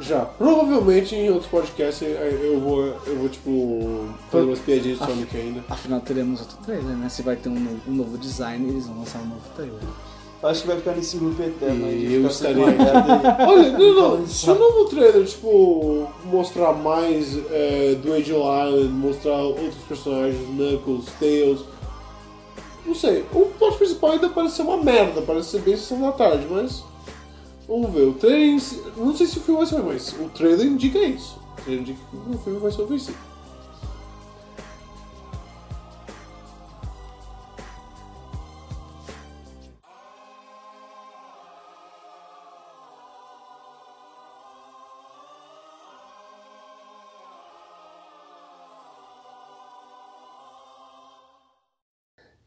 S4: Já. Provavelmente em outros podcasts eu- eu vou, eu vou tipo, fazer umas piadinhas de Sonic ainda.
S3: Afinal, teremos outro trailer, né? Se vai ter um novo, um novo design, eles vão lançar um novo trailer.
S5: Acho que vai ficar nesse grupo eterno aí. de
S4: Eu
S5: ficar sempre
S4: estarei.
S5: marcado aí.
S4: Olha, não, não, se o novo trailer, tipo, mostrar mais é, do Age Island, mostrar outros personagens, Knuckles, Tails, não sei, o plot principal ainda parece ser uma merda, parece ser bem sessão da tarde, mas vamos ver, o trailer, em si- não sei se o filme vai ser, mas o trailer indica isso, o trailer indica que o filme vai ser ofensivo.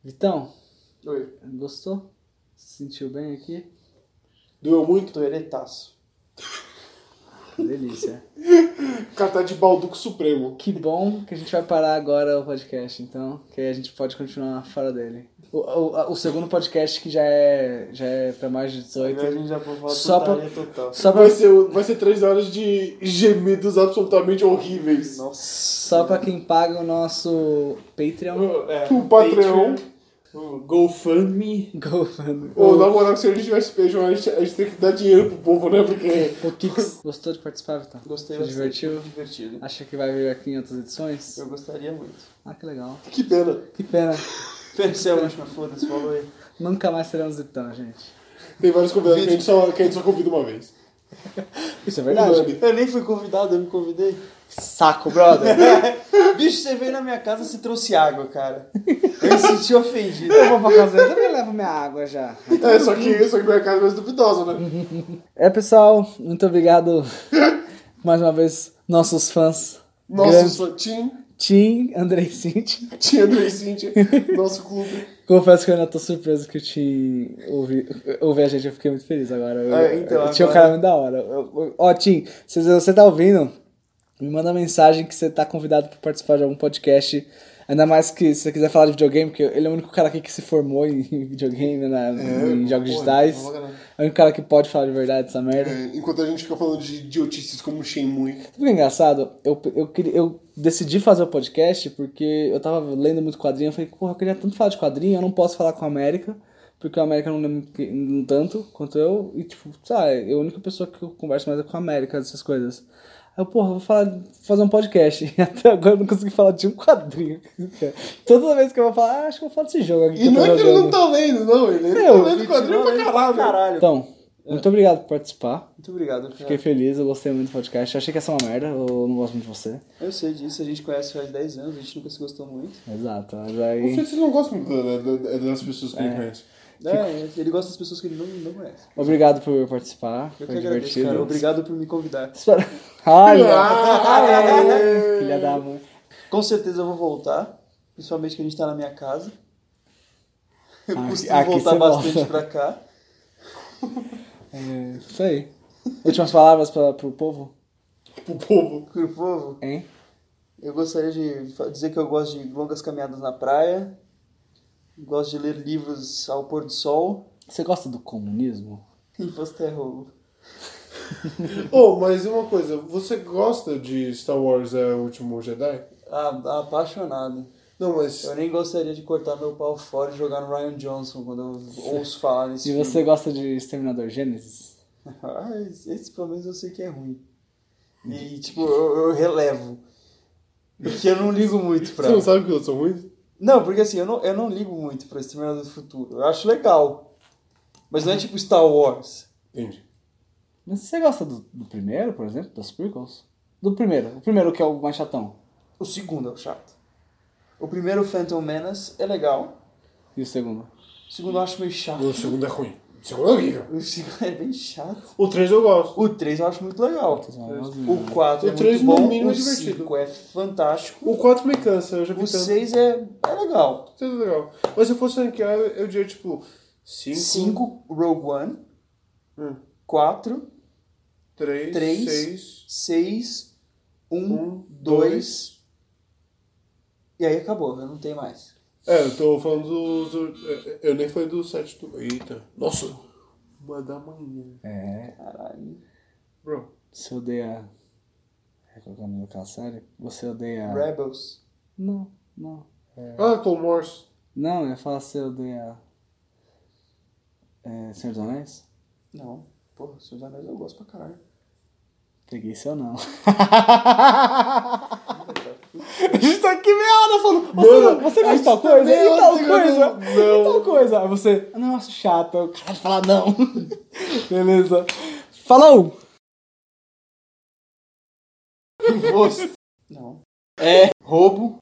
S3: Vitão,
S5: Oi,
S3: gostou? Se sentiu bem aqui?
S4: Doeu muito?
S5: tô eretaço.
S3: Delícia.
S4: Catar tá de Balduco Supremo.
S3: Que bom que a gente vai parar agora o podcast, então, que aí a gente pode continuar fora dele. O, o, o segundo podcast que já é, já é pra mais de
S5: Agora a
S3: 18.
S5: gente já pode falar
S3: Só pra-
S5: putaria total.
S3: Só pra,
S4: Vai ser, vai ser três horas de gemidos absolutamente horríveis.
S5: Nossa.
S3: só pra quem paga o nosso Patreon.
S5: É,
S4: O Patreon.
S5: o GoFundMe.
S3: GoFundMe.
S4: Ô, na moral, se a gente tivesse Patreon, a gente, a gente tem que dar dinheiro pro povo, né? Porque.
S3: O Kix. Gostou de participar, Vitão?
S5: Gostei
S3: Se
S5: bastante.
S3: divertiu?
S5: Divertido.
S3: Acha que vai vir aqui em outras edições?
S5: Eu gostaria muito.
S3: Ah, que legal.
S4: Que pena.
S3: Que pena.
S5: Pensei a última, foda-se, falou aí.
S3: Nunca mais teremos Vitão, gente.
S4: Tem vários convidados que a gente só, que a gente só convida uma vez.
S3: Isso é
S4: Um
S3: verdade.
S4: ano.
S5: Eu nem fui convidado, eu me convidei.
S3: Saco, brother.
S5: Bicho, você veio na minha casa e se trouxe água, cara. Eu me senti ofendido.
S3: Eu vou pra casa, eu também levo minha água já.
S4: É, só que, só que minha casa é mais duvidosa, né?
S3: É, pessoal, muito obrigado mais uma vez, nossos fãs.
S4: Nosso
S3: Grande.
S4: só-
S5: Uhum.
S4: Tim,
S3: Tim, Andrei Cinti.
S4: Tim, André e Cintia, nosso clube.
S3: Confesso que eu ainda tô surpreso que o Tim ouvi, ouvi a gente, eu fiquei muito feliz agora. Eu,
S5: Ah, então,
S3: eu tinha um
S5: agora-
S3: cara muito da hora. Eu- eu- Ó, Tim, se você tá ouvindo, me manda mensagem que você tá convidado pra participar de algum podcast. Ainda mais que se você quiser falar de videogame, porque ele é o único cara aqui que se formou em videogame, né, em jogos digitais. É o único cara que pode falar de verdade essa merda.
S4: É, enquanto a gente fica falando de idiotices como Shenmue.
S3: Sabe o que é engraçado? Eu, eu, queria- eu decidi fazer o podcast porque eu tava lendo muito quadrinho. Eu falei, porra, eu queria tanto falar de quadrinho, eu não posso falar com a América, porque a América não lembra que- não tanto quanto eu. E, tipo, sabe, eu, a única pessoa que eu converso mais é com a América dessas coisas. Aí eu, porra, vou falar, fazer um podcast. E até agora eu não consegui falar de um quadrinho. Toda vez que eu vou falar, ah, acho que eu vou falar desse jogo aqui. que
S4: E
S3: eu tô
S4: não é que ele não
S3: jogando.
S4: tá lendo, não. Ele,
S5: É,
S4: ele
S3: Meu,
S4: tá lendo quadrinho pra caralho.
S5: Caralho.
S3: Então,
S4: É.
S3: muito obrigado por participar.
S5: Muito obrigado, cara.
S3: Fiquei feliz, eu gostei muito do podcast. Eu achei que ia ser uma merda, eu não gosto muito de você.
S5: Eu sei disso, a gente conhece faz 10 anos, a gente nunca se gostou muito.
S3: Exato, mas
S4: O
S3: aí.
S4: Fritz não gosta muito da- da- da- das pessoas que ele conhece.
S5: É, ele gosta das pessoas que ele não, não conhece.
S3: Obrigado por participar. foi
S5: Eu que agradeço,
S3: divertido.
S5: cara. Obrigado por me convidar.
S3: Espero- Olha!
S4: Ah,
S3: Filha da mãe.
S5: Com certeza eu vou voltar, principalmente que a gente tá na minha casa. Eu
S3: Aqui-
S5: costumo
S3: Ah, aqui
S5: voltar
S3: você
S5: bastante
S3: volta.
S5: pra cá.
S3: É, isso aí. Últimas palavras pra, pro povo?
S4: pro povo.
S5: Pro povo,
S3: Hein?
S5: eu gostaria de fa- dizer que eu gosto de longas caminhadas na praia, gosto de ler livros ao pôr do sol
S3: Você gosta do comunismo?
S5: e posto é roubo.
S4: Oh, mas uma coisa, você gosta de Star Wars é, O Último Jedi?
S5: Ah, apaixonado.
S4: Não, mas.
S5: Eu nem gostaria de cortar meu pau fora e jogar no Ryan Johnson quando eu ouço falar nesse
S3: Se você gosta de Exterminador Gênesis?
S5: filme. Ah, esse esse pelo menos eu sei que é ruim. E, tipo, eu, eu relevo. Porque eu não ligo muito pra.
S4: Você não sabe que eu sou ruim?
S5: Não, porque assim, eu não, eu não ligo muito pra Exterminador do Futuro. Eu acho legal. Mas não é tipo Star Wars.
S4: Entendi.
S3: Mas você gosta do, do primeiro, por exemplo, das prequels? Do primeiro, o primeiro que é o mais chatão.
S5: O segundo é o chato. O primeiro Phantom Menace é legal.
S3: E o segundo?
S5: O segundo eu acho meio chato.
S4: O segundo é ruim. O segundo é horrível.
S5: O segundo é bem chato.
S4: O 3 eu gosto.
S5: O 3 eu acho muito legal.
S4: é
S5: O 4
S4: O
S5: é
S4: três,
S5: muito
S4: no
S5: bom.
S4: mínimo, é
S5: O
S4: divertido.
S5: 5 é fantástico.
S4: O 4 me cansa, eu já vi
S5: O
S4: tanto.
S5: 6 é, é legal.
S4: Seis é legal. Mas se eu fosse ranquear, eu diria tipo 5,
S5: 5, Rogue One.
S4: Hum.
S5: 4,
S4: 3,
S5: Três.
S4: 6.
S5: 6, 1,
S4: Um,
S5: 2. E aí acabou, eu não tenho mais.
S4: É, eu tô falando dos. do- é, Eu nem falei do 7 do. Eita. Nossa! Uma da manhã.
S5: Caralho.
S4: Bro.
S3: Você odeia. É qual que é o nome daquela série? Você
S4: É.
S3: odeia.
S5: Rebels.
S3: Não, não.
S4: Ah, Clone Wars.
S3: Não, eu ia falar você odeia. É, Senhor dos Anéis?
S5: Não. Porra, Senhor dos Anéis eu gosto pra caralho.
S3: Peguei seu não. A gente tá aqui meia hora falando, você, não- você gosta de
S4: tá
S3: tal coisa? E tal coisa? E tal coisa? Aí você, "Ah, não, eu acho chato. Eu, Caralho, falar não. Beleza. um. Falou!
S5: Não. É roubo.